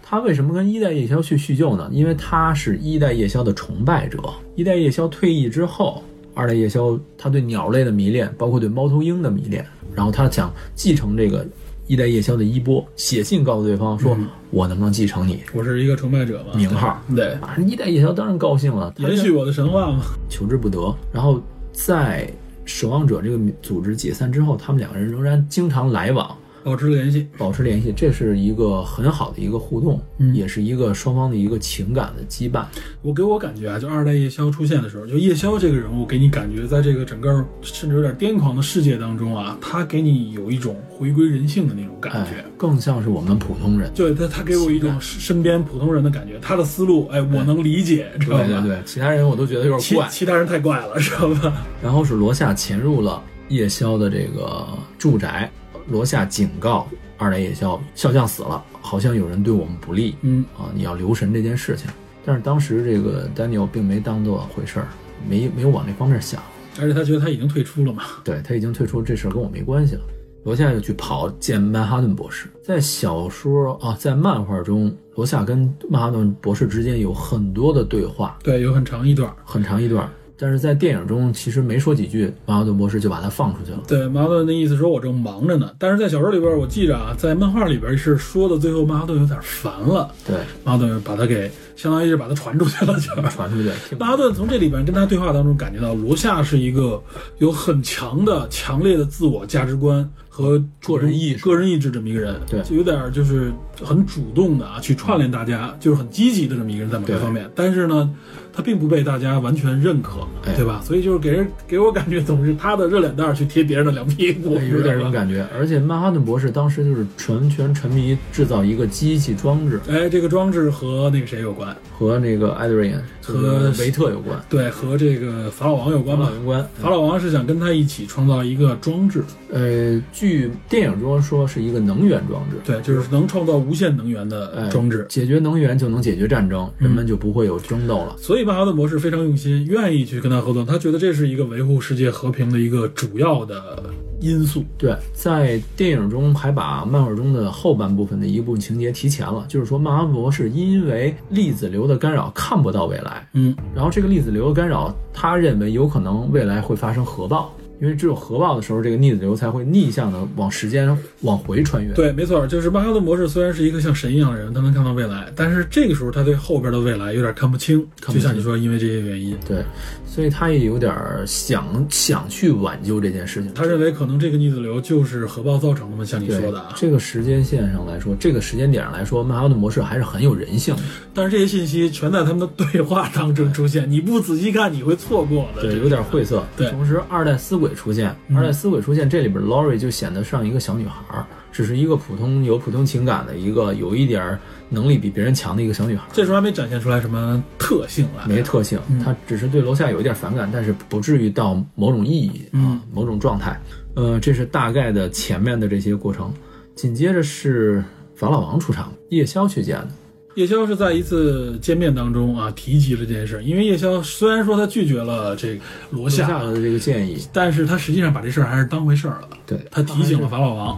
C: 他为什么跟一代夜宵去叙旧呢？因为他是一代夜宵的崇拜者。一代夜宵退役之后，二代夜宵他对鸟类的迷恋，包括对猫头鹰的迷恋，然后他想继承这个一代夜宵的衣钵，写信告诉对方
B: 嗯
C: 说：“我能不能继承你
B: 我是一个崇拜者嘛，
C: 名号？”
B: 对，
C: 啊，一代夜宵当然高兴了，他
B: 延续我的神话嘛。
C: 求之不得。然后在守望者这个组织解散之后，他们两个人仍然经常来往，
B: 保持联系，
C: 保持联系，这是一个很好的一个互动，
B: 嗯
C: 也是一个双方的一个情感的羁绊。
B: 我给我感觉啊，就二代夜宵出现的时候，就夜宵这个人物给你感觉，在这个整个甚至有点癫狂的世界当中啊，他给你有一种回归人性的那种感
C: 哎
B: 觉。，
C: 更像是我们普通人。
B: 对他，他给我一种身边普通人的感觉，他的思路，哎，我能理解，知道吧？
C: 对对对，其他人我都觉得有点
B: 其
C: 怪。
B: 其他人太怪了，知道吧？
C: 然后是罗夏潜入了夜宵的这个住宅，罗夏警告二代夜宵，笑匠死了，好像有人对我们不利。
B: 嗯，
C: 啊，你要留神这件事情。但是当时这个丹尼尔并没当做回事儿，没没有往这方面想。
B: 而且他觉得他已经退出了嘛，
C: 对他已经退出，这事儿跟我没关系了。罗夏就去跑见曼哈顿博士。在小说啊，在漫画中，罗夏跟曼哈顿博士之间有很多的对话，
B: 对，有很长一段。
C: 很长一段儿。但是在电影中，其实没说几句，曼哈顿博士就把他放出去了。
B: 对，曼哈顿的意思说我正忙着呢，但是在小说里边，我记着啊，在漫画里边是说的，最后曼哈顿有点烦了，
C: 对，
B: 曼哈顿把他给相当于是把他传出去了，就是。
C: 传出去。听不
B: 曼哈顿从这里边跟他对话当中感觉到，罗夏是一个有很强的、强烈的自我价值观和
C: 个人意识
B: 个人意志这么一个人，
C: 对
B: 就有点就是很主动的啊，去串联大家，就是很积极的这么一个人在某些
C: 对
B: 方面。但是呢，它并不被大家完全认可，
C: 哎
B: 对吧？所以就是给人给我感觉总是他的热脸蛋儿去贴别人的凉屁股，
C: 哎有点这
B: 觉。
C: 种感觉。而且曼哈顿博士当时就是全全沉迷制造一个机器装置，
B: 哎，这个装置和那个谁有关？
C: 和那个艾德瑞安
B: 和
C: 维特有关，
B: 对，和这个法老王有关吧？
C: 有关。
B: 法老王是想跟他一起创造一个装置，
C: 呃，据电影中说是一个能源装置，
B: 对，就是能创造无限能源的
C: 哎
B: 装置。嗯
C: 解决能源就能解决战争，人们就不会有争斗了。
B: 所以曼哈顿博士非常用心，愿意去跟他合作。他觉得这是一个维护世界和平的一个主要的因素。
C: 对，在电影中还把漫画中的后半部分的一部分情节提前了，就是说曼哈顿博士因为粒子流的干扰看不到未来，
B: 嗯，
C: 然后这个粒子流的干扰，他认为有可能未来会发生核爆，因为只有核爆的时候，这个粒子流才会逆向的往时间往回穿越。，
B: 对，没错，就是曼哈顿博士虽然是一个像神一样的人，他能看到未来，但是这个时候他对后边的未来有点看不清，
C: 看不清
B: 就像你说，因为这些原因，
C: 对，所以他也有点儿想想去挽救这件事情。
B: 他认为可能这个逆子流就是核爆造成的嘛，像你
C: 对
B: 说的啊。
C: 这个时间线上来说，这个时间点上来说，曼哈顿博士还是很有人性的，
B: 但是这些信息全在他们的对话当中出现，你不仔细看你会错过的。
C: 对，
B: 这
C: 有点晦涩。
B: 对嗯
C: 同时二代死鬼出现，二代死鬼出现，这里边 Lori 就显得像一个小女孩儿，只是一个普通有普通情感的一个有一点儿能力比别人强的一个小女孩儿。
B: 这时候还没展现出来什么特性来。
C: 没特性
B: 嗯，
C: 他只是对楼下有一点反感，但是不至于到某种意义
B: 嗯
C: 啊，某种状态。呃，这是大概的前面的这些过程。紧接着是法老王出场，夜宵去见的，
B: 夜宵是在一次见面当中啊提及了这件事，因为夜宵虽然说他拒绝了这个罗
C: 楼
B: 夏，
C: 下的这个建议，
B: 但是他实际上把这事儿还是当回事儿了。
C: 对
B: 他提醒了法老王，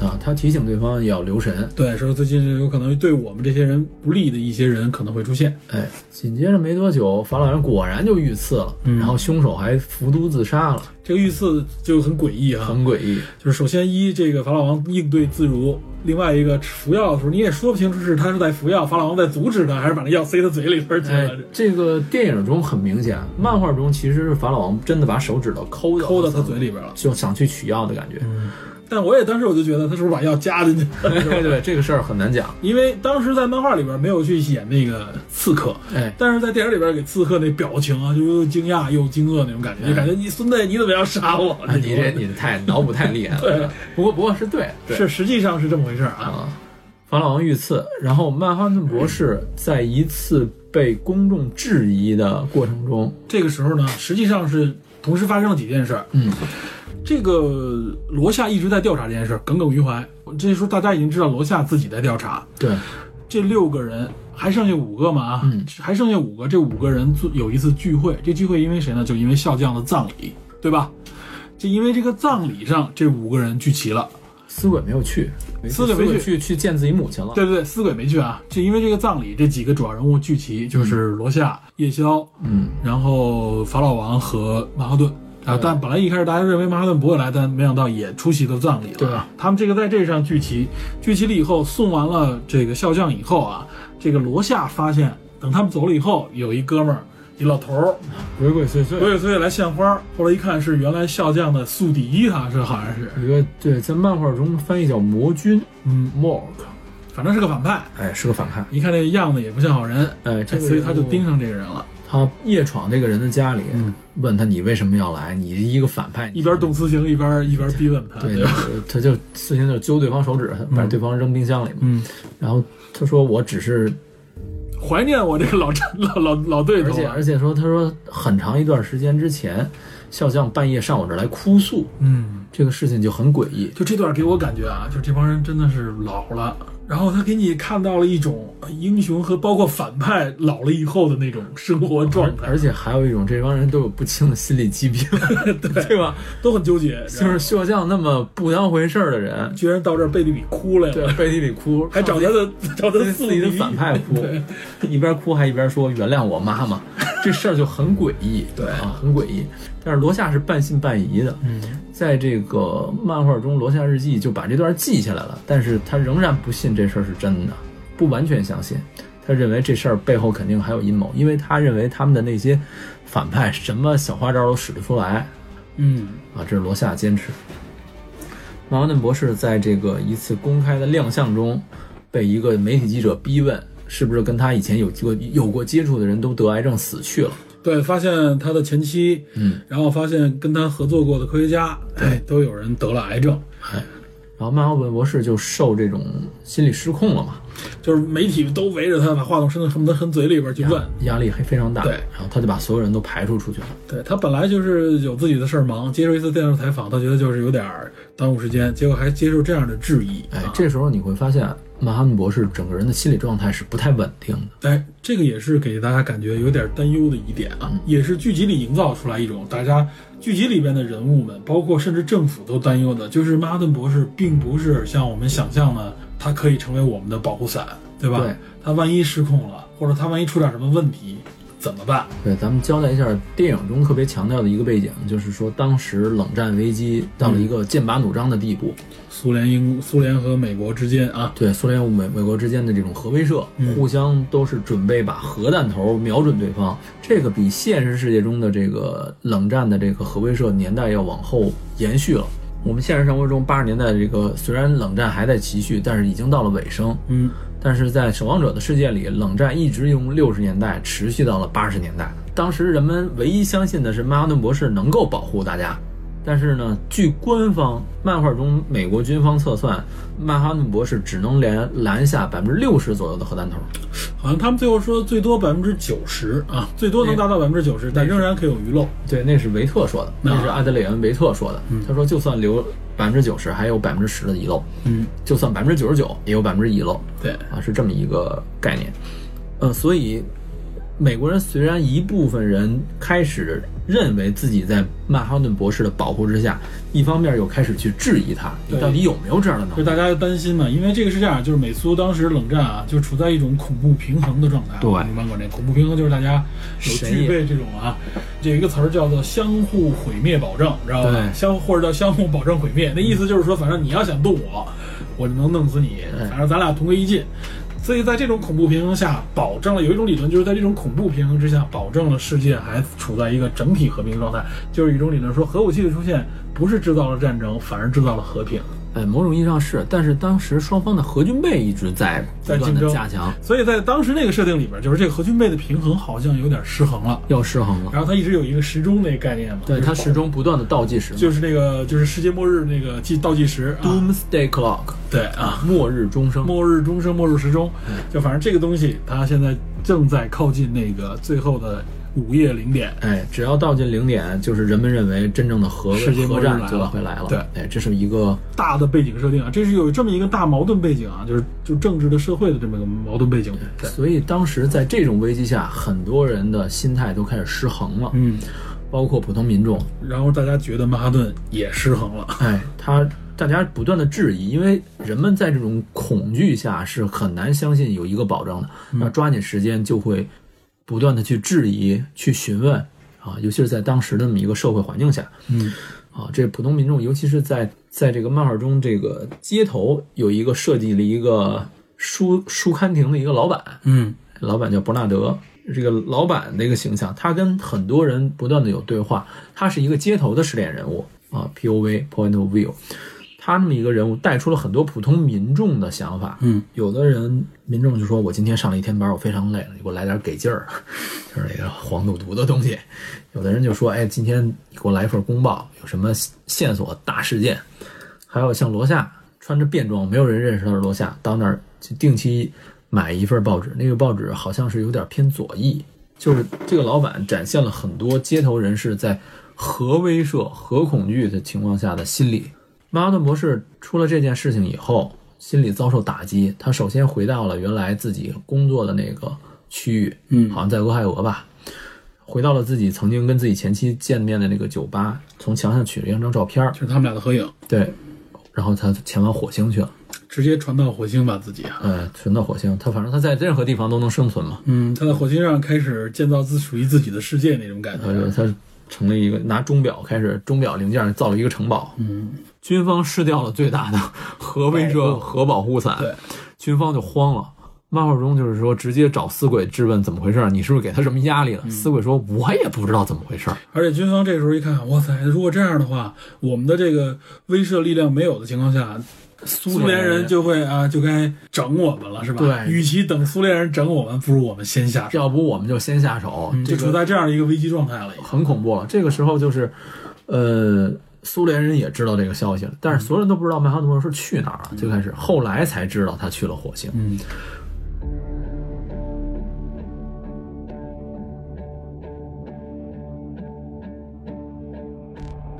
C: 啊，他提醒对方要留神。
B: 对，说最近有可能对我们这些人不利的一些人可能会出现。
C: 哎，紧接着没多久，法老王果然就遇刺了，
B: 嗯
C: 然后凶手还服毒自杀了，
B: 这个遇刺就很诡异啊，
C: 很诡异。
B: 就是首先一这个法老王应对自如，另外一个服药的时候你也说不清楚是他是在服药，法老王在阻止他，还是把那药塞他嘴里边去
C: 哎
B: 了。这，
C: 这个电影中很明显，漫画中其实是法老王真的把手指头抠到
B: 抠到他嘴里边嗯了，
C: 就想去取药的感觉。
B: 但我也当时我就觉得他是不是把药加进去了？
C: 对对，这个事儿很难讲。
B: 因为当时在漫画里边没有去演那个刺客，
C: 哎，
B: 但是在电影里边给刺客那表情啊，就又惊讶又惊愕那种感觉，就感觉你孙子你怎么要杀我？
C: 嗯啊你这
B: 这种
C: 你太脑补太厉害
B: 对
C: 了。不过不过是对，
B: 是实际上是这么回事儿啊。
C: 啊。法老王遇刺，然后曼哈顿博士在一次被公众质疑的过程中，
B: 这个时候呢，实际上是同时发生了几件事儿。
C: 嗯，
B: 这个罗夏一直在调查这件事儿，耿耿于怀。这时候大家已经知道罗夏自己在调查，
C: 对，
B: 这六个人还剩下五个嘛啊，
C: 嗯
B: 还剩下五个，这五个人做有一次聚会，这聚会因为谁呢？就因为笑匠的葬礼，对吧？就因为这个葬礼上，这五个人聚齐了，
C: 死鬼没有去，
B: 死鬼没去
C: 去去去见自己母亲了。
B: 对不对？死鬼没去啊，就因为这个葬礼，这几个主要人物聚齐，就是罗夏、夜宵，
C: 嗯，
B: 然后法老王和曼哈顿。啊，但本来一开始大家认为曼哈顿不会来，但没想到也出席了葬礼了。
C: 对啊，
B: 他们这个在这上聚齐，聚齐了以后送完了这个笑匠以后啊，这个罗夏发现，等他们走了以后，有一哥们儿，一老头儿，
C: 鬼鬼祟祟
B: 鬼，鬼祟祟来献花儿。后来一看是原来笑匠的宿敌，他是好像是，
C: 一个对，在漫画中翻译叫魔君
B: 嗯，
C: Morg，
B: 反正是个反派。
C: 哎，是个反派。
B: 一看这样子也不像好人，
C: 哎，这个
B: 所以他就
C: 人物
B: 盯上这个人了，
C: 他夜闯这个人的家里，
B: 嗯
C: 问他你为什么要来？你一个反派，你
B: 一边动私刑一边一边逼问他，
C: 对
B: 对吧？，
C: 他就事先就揪对方手指，把对方扔冰箱里嘛。
B: 嗯，
C: 然后他说我只是，
B: 怀念我这个老战老老老对头
C: 而且
B: 啊
C: 而，且说他说很长一段时间之前，笑匠半夜上我这儿来哭诉，
B: 嗯。
C: 这个事情就很诡异。
B: 就这段给我感觉啊，就这帮人真的是老了，然后他给你看到了一种呃英雄和包括反派老了以后的那种生活状态，
C: 而且还有一种，这帮人都有不轻的心理疾病， 对吧？
B: 都很纠结，
C: 就是笑匠那么不当回事儿的人，
B: 居然到这儿背地里哭来
C: 对
B: 了，，
C: 背地里哭，
B: 还找 他的找他
C: 自
B: 宿
C: 自己的
B: 敌
C: 反派哭，一边哭还一边说原谅我妈妈，这事儿就很诡异，
B: 对
C: 啊，很诡异。但是罗夏是半信半疑的，
B: 嗯，
C: 在这个漫画中，《罗夏日记》就把这段记下来了，但是他仍然不信这事儿是真的，不完全相信。他认为这事儿背后肯定还有阴谋，因为他认为他们的那些反派什么小花招都使得出来，
B: 嗯，
C: 啊，这是罗夏坚持。马文顿博士在这个一次公开的亮相中，被一个媒体记者逼问是不是跟他以前有过有过接触的人都得癌症死去了？
B: 对，发现他的前妻，嗯，然后发现跟他合作过的科学家，哎，都有人得了癌症。
C: 哎然后曼哈顿博士就受这种心理失控了嘛，
B: 就是媒体都围着他，把话筒伸到恨不得他嘴里边去问。
C: 压力还非常大，
B: 对
C: 然后他就把所有人都排除出去了。
B: 对他本来就是有自己的事儿忙，接受一次电视采访，他觉得就是有点儿耽误时间，结果还接受这样的质疑。
C: 哎，这时候你会发现，曼哈顿博士整个人的心理状态是不太稳定的。
B: 哎，这个也是给大家感觉有点担忧的一点啊，也是剧集里营造出来一种大家剧集里边的人物们，包括甚至政府都担忧的，就是曼哈顿博士并不是像我们想象的，他可以成为我们的保护伞，对吧？
C: 对
B: 他万一失控了，或者他万一出点什么问题，怎么办？
C: 对，咱们交代一下电影中特别强调的一个背景，就是说当时冷战危机到
B: 嗯
C: 了一个剑拔弩张的地步，
B: 苏联、英、苏联和美国之间啊，
C: 对苏联和美美国之间的这种核威慑，互相都是准备把核弹头瞄准对方，这个比现实世界中的这个冷战的这个核威慑年代要往后延续了。我们现实生活中八十年代的这个虽然冷战还在继续，但是已经到了尾声。
B: 嗯，
C: 但是在《守望者的世界》里，冷战一直用六十年代持续到了八十年代。当时人们唯一相信的是曼哈顿博士能够保护大家，但是呢，据官方漫画中美国军方测算，曼哈顿博士只能连拦下百分之六十左右的核弹头。
B: 好像他们最后说最多百分之九十啊，最多能达到百分之九十，但仍然可以有遗漏。
C: 对，那是维特说的，那是阿德里安·维特说的。嗯他说，就算留百分之九十，还有百分之十的遗漏；
B: 嗯，
C: 就算百分之九十九，也有百分之遗漏。
B: 对，
C: 啊，是这么一个概念。呃，所以美国人虽然一部分人开始认为自己在曼哈顿博士的保护之下，一方面又开始去质疑他，你
B: 对
C: 到底有没有这样的能
B: 就
C: 力？
B: 大家担心嘛，因为这个是这样，就是美苏当时冷战啊，就处在一种恐怖平衡的状态。啊
C: 对
B: 你甭管这恐怖平衡，就是大家有
C: 谁
B: 具
C: 也
B: 备这种啊，有一个词儿叫做相互毁灭保证，知道吧？
C: 对
B: 相或者叫相互保证毁灭，那意思就是说，反正你要想动我，我就能弄死你，反正咱俩同归于尽。所以在这种恐怖平衡下，保证了有一种理论，就是在这种恐怖平衡之下，保证了世界还处在一个整体和平状态。就是一种理论说，核武器的出现不是制造了战争，反而制造了和平。
C: 呃，某种意义上是，但是当时双方的核军备一直在不
B: 在
C: 断
B: 竞
C: 的
B: 争
C: 加强，
B: 所以在当时那个设定里边，就是这个核军备的平衡好像有点失衡了。
C: 要失衡了。
B: 然后它一直有一个时钟那个概念嘛，
C: 对，
B: 就是
C: 它始终不断的倒计时嘛
B: 就是那个就是世界末日那个计倒计时啊，
C: ，Doomsday Clock，
B: 对啊，
C: 末日钟声。
B: 末日钟声、末日时钟，
C: 嗯
B: 就反正这个东西它现在正在靠近那个最后的午夜零点。
C: 哎，只要到近零点，就是人们认为真正的核
B: 世界末
C: 核
B: 日
C: 战
B: 来
C: 就
B: 了
C: 会来了。
B: 对
C: 哎，这是一个
B: 大的背景设定啊，这是有这么一个大矛盾背景啊，就是就政治的、社会的这么一个矛盾背景。对，
C: 所以当时在这种危机下，很多人的心态都开始失衡了，
B: 嗯，
C: 包括普通民众。
B: 然后大家觉得曼哈顿也失衡了，
C: 哎，他大家不断的质疑，因为人们在这种恐惧下是很难相信有一个保障的。那抓紧时间就会不断的去质疑、去询问啊，尤其是在当时的那么一个社会环境下，
B: 嗯，
C: 啊，这普通民众，尤其是在在这个漫画中，这个街头有一个设计了一个书书刊亭的一个老板，
B: 嗯，
C: 老板叫伯纳德，这个老板的一个形象，他跟很多人不断的有对话，他是一个街头的试点人物啊，POV Point of View，他那么一个人物带出了很多普通民众的想法，
B: 嗯，
C: 有的人民众就说我今天上了一天班，我非常累了，你给我来点给劲儿， 就是那个黄赌毒的东西，有的人就说，哎，今天你给我来一份公报，有什么线索大事件，还有像罗夏穿着便装，没有人认识他是罗夏，到那儿就定期买一份报纸，那个报纸好像是有点偏左翼，就是这个老板展现了很多街头人士在核威慑、核恐惧的情况下的心理。曼哈顿博士出了这件事情以后，心理遭受打击，他首先回到了原来自己工作的那个区域，
B: 嗯
C: 好像在俄亥俄吧，回到了自己曾经跟自己前妻见面的那个酒吧，从墙上取了一张照片儿，
B: 就是他们俩的合影，
C: 对，然后他前往火星去了，
B: 直接传到火星把自己啊。
C: 呃，存到火星，他反正他在任何地方都能生存嘛，
B: 嗯，他在火星上开始建造自属于自己的世界那种感觉。
C: 他就他成了一个拿钟表开始钟表零件造了一个城堡，
B: 嗯，
C: 军方失掉了最大的 核威
B: 保
C: 慑
B: 护
C: 核保护伞
B: 对，
C: 军方就慌了。漫画中就是说，直接找死鬼质问怎么回事儿，你是不是给他什么压力了？死鬼说，我也不知道怎么回事儿。
B: 而且军方这时候一看，哇塞，如果这样的话，我们的这个威慑力量没有的情况下，苏联人就会啊，就该整我们了，是吧？
C: 对
B: 与其等苏联人整我们，不如我们先下手，
C: 要不我们就先下手，
B: 嗯
C: 这
B: 就处
C: 个
B: 在这样的一个危机状态了。已经
C: 很恐怖了。这个时候就是，呃，苏联人也知道这个消息了，但是所有人都不知道曼哈顿是去哪儿了。最开始，后来才知道他去了火星。
B: 嗯，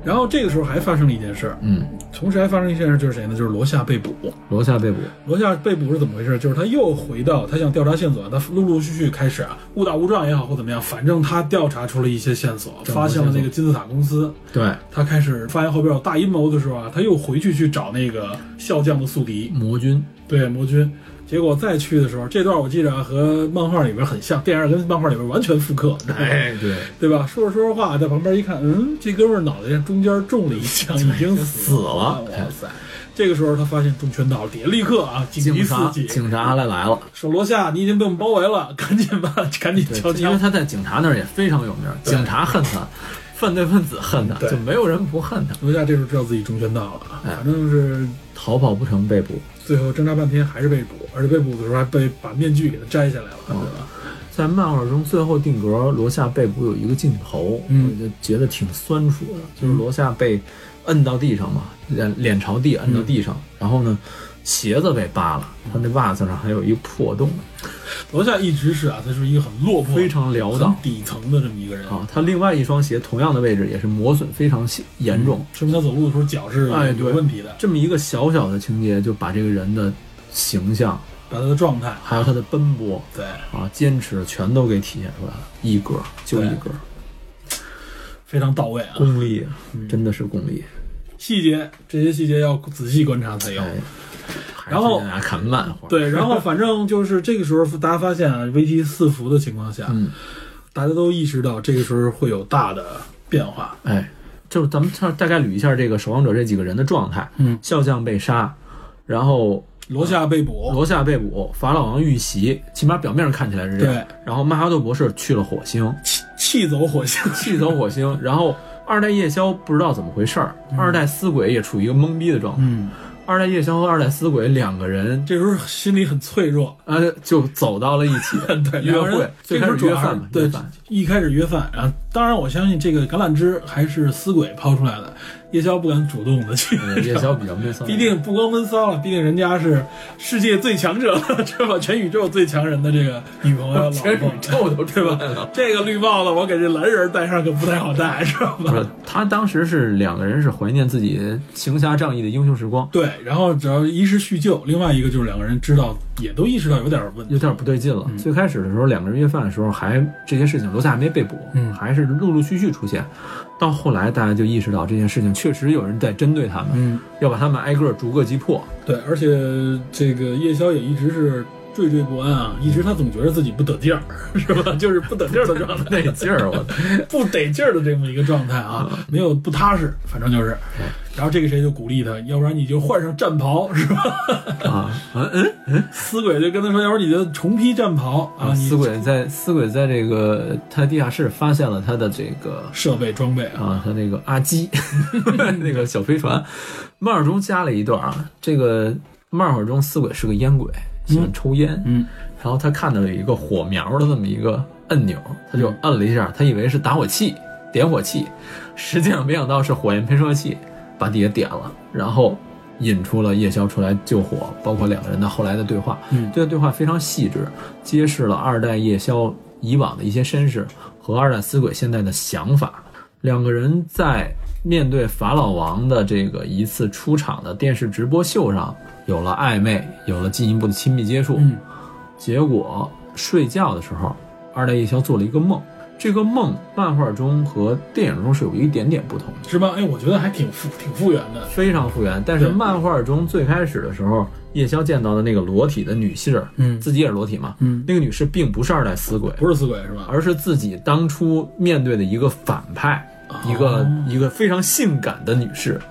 B: 然后这个时候还发生了一件事儿，
C: 嗯，
B: 同时还发生一件事儿就是谁呢？就是罗夏被捕。
C: 罗夏被捕，
B: 罗夏被捕是怎么回事？就是他又回到他想调查线索，他陆陆续续开始啊，误打误撞也好或怎么样，反正他调查出了一些线索，
C: 证据
B: 发现了那
C: 线
B: 个
C: 索
B: 金字塔公司。
C: 对，
B: 他开始发现后边有大阴谋的时候啊，他又回去去找那个笑匠的宿敌，
C: 魔军，
B: 对魔君。结果再去的时候，这段我记着啊，和漫画里边很像，电影跟漫画里边完全复刻，
C: 哎，对，
B: 对吧？说着说着话，在旁边一看，嗯，这哥们儿脑袋上中间中了一 枪，已经死
C: 了哎
B: 哇塞！这个时候他发现中圈到底，立刻啊，紧急
C: 警
B: 刺
C: 察，
B: 激，
C: 警察来来了。
B: 说罗夏，你已经被我们包围了， 赶紧吧，赶紧
C: 对
B: 交
C: 因为
B: 枪。
C: 他在警察那儿也非常有名，
B: 对
C: 警察恨他，犯罪分子恨他，
B: 对
C: 就没有人不恨他。
B: 罗夏这时候知道自己中圈到了啊，
C: 哎
B: 反正是
C: 逃跑不成被捕，
B: 最后挣扎半天还是被捕，而且被捕的时候还被把面具给他摘下来了，对
C: 哦
B: 吧？
C: 在漫画中最后定格罗夏被捕有一个镜头，
B: 嗯
C: 我就觉得挺酸楚的，就是罗夏被摁到地上嘛，脸脸朝地摁到地上，然后呢，鞋子被扒了，他那袜子上还有一破洞，
B: 罗夏一直是啊，他是一个很落魄、
C: 非常潦
B: 很
C: 倒。
B: 底层的这么一个人，
C: 啊，他另外一双鞋同样的位置也是磨损非常严重，
B: 说明他走路的时候脚是
C: 哎
B: 有
C: 对
B: 问题的，
C: 这么一个小小的情节就把这个人的形象，
B: 把他的状态，
C: 还有他的奔波，
B: 对，
C: 啊，坚持全都给体现出来了，一格就一格，
B: 非常到位啊。
C: 功力真的是功力。
B: 细节这些细节要仔细观察才有。
C: 哎，还是
B: 然后
C: 建议大家看漫画，，
B: 对，然后反正就是这个时候，大家发现啊，危机四伏的情况下，
C: 嗯，
B: 大家都意识到这个时候会有大的变化。
C: 哎，就是咱们大概捋一下这个守望者这几个人的状态，
B: 嗯
C: 笑匠被杀，然后
B: 罗夏被捕，
C: 罗夏被捕，法老王遇袭，起码表面上看起来是这样。然后曼哈顿博士去了火星，
B: 气气走火星，
C: 气走火星，然后二代夜枭不知道怎么回事儿，二代死鬼也处于一个懵逼的状态。
B: 嗯，
C: 二代夜枭和二代死鬼两个人
B: 这时候心里很脆 弱，
C: 呃，就走到了一起
B: 对，
C: 约
B: 两个
C: 会
B: 人，
C: 最
B: 这
C: 开
B: 时候
C: 始
B: 主
C: 约
B: 要
C: 饭
B: 是
C: 嘛，约
B: 对
C: 饭，，
B: 一开始约饭，然后当然我相信这个橄榄枝还是死鬼抛出来的，夜宵不敢主动的去。
C: 呃夜宵比较闷骚，
B: 毕竟不光闷骚了，毕竟人家是世界最强者， 是吧？全宇宙最强人的这个女朋友、老
C: 全宇
B: 婆，
C: 宙都
B: 对
C: 出
B: 吧
C: 来了。？
B: 这个绿帽子我给这蓝人戴上可不太好戴，是
C: 不
B: 吧？
C: 是，他当时是两个人是怀念自己行侠仗义的英雄时光，
B: 对，然后只要一是叙旧，另外一个就是两个人知道，也都意识到有点问题，
C: 有点不对劲了。最开始的时候，两个人约饭的时候还这些事情，罗夏还没被捕，
B: 嗯
C: 还是陆陆续续出现。到后来，大家就意识到这件事情确实有人在针对他们，
B: 嗯，
C: 要把他们挨个逐个击破。
B: 对，而且这个夜宵也一直是惴惴不安啊，一直他总觉得自己不得劲儿， 是吧？就是不得劲儿的状态，
C: 那哎劲儿，啊我
B: 不得劲儿的这么一个状态啊，没有不踏实，反正就是。然后这个谁就鼓励他，要不然你就换上战袍， 是吧？
C: 啊，嗯嗯，
B: 死鬼就跟他说，要不然你就重披战袍啊，你
C: 死鬼在死鬼在这个他地下室发现了他的这个
B: 设备装备啊，
C: 啊，他那个阿基 那个小飞船，漫画中加了一段啊，这个漫画中死鬼是个烟鬼，喜欢抽烟，
B: 嗯，
C: 然后他看到有一个火苗的这么一个按钮，他
B: 嗯
C: 就摁了一下，他以为是打火器、点火器，实际上没想到是火焰喷射器，把底下点了，然后。引出了夜宵出来救火，包括两个人的后来的对话。
B: 嗯
C: 这个对话非常细致，揭示了二代夜宵以往的一些身世和二代死鬼现在的想法。两个人在面对法老王的这个一次出场的电视直播秀上，有了暧昧，有了进一步的亲密接触。
B: 嗯
C: 结果睡觉的时候，二代夜宵做了一个梦。这个梦，漫画中和电影中是有一点点不同的，
B: 是吧？哎，我觉得还挺复挺复原的，
C: 非常复原。但是
B: 对
C: 漫画中最开始的时候，夜宵见到的那个裸体的女士，
B: 嗯
C: 自己也是裸体嘛，
B: 嗯，
C: 那个女士并不是二代死鬼，
B: 不是死鬼是吧？
C: 而是自己当初面对的一个反派，
B: 哦
C: 一个一个非常性感的女士。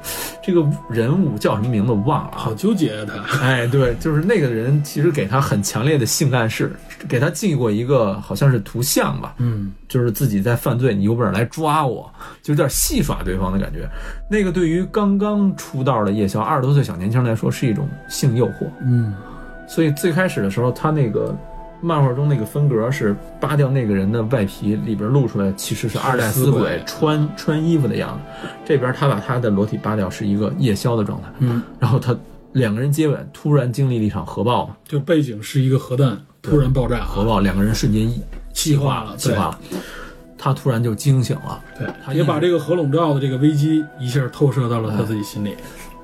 C: 这个人物叫什么名字我忘了啊
B: 好？纠结啊他，
C: 哎，对，就是那个人，其实给他很强烈的性暗示，给他寄过一个好像是图像吧，
B: 嗯，
C: 就是自己在犯罪，你有本事来抓我，就有点戏耍对方的感觉。那个对于刚刚出道的夜宵二十多岁小年轻来说是一种性诱惑，
B: 嗯
C: 所以最开始的时候，他那个漫画中那个分格是扒掉那个人的外皮，里边露出来其实是二代死
B: 是死
C: 鬼
B: 鬼
C: 穿穿衣服的样子，这边他把他的裸体扒掉是一个夜宵的状态，
B: 嗯，
C: 然后他两个人接吻，突然经历了一场核爆嘛，
B: 就背景是一个核弹突然爆炸，啊
C: 核爆两个人瞬间一
B: 气化了，
C: 气化了，他突然就惊醒了。
B: 对，
C: 他
B: 对，也
C: 一
B: 把
C: 直
B: 这个核笼罩的这个危机一下透射到了
C: 嗯
B: 他自己心里。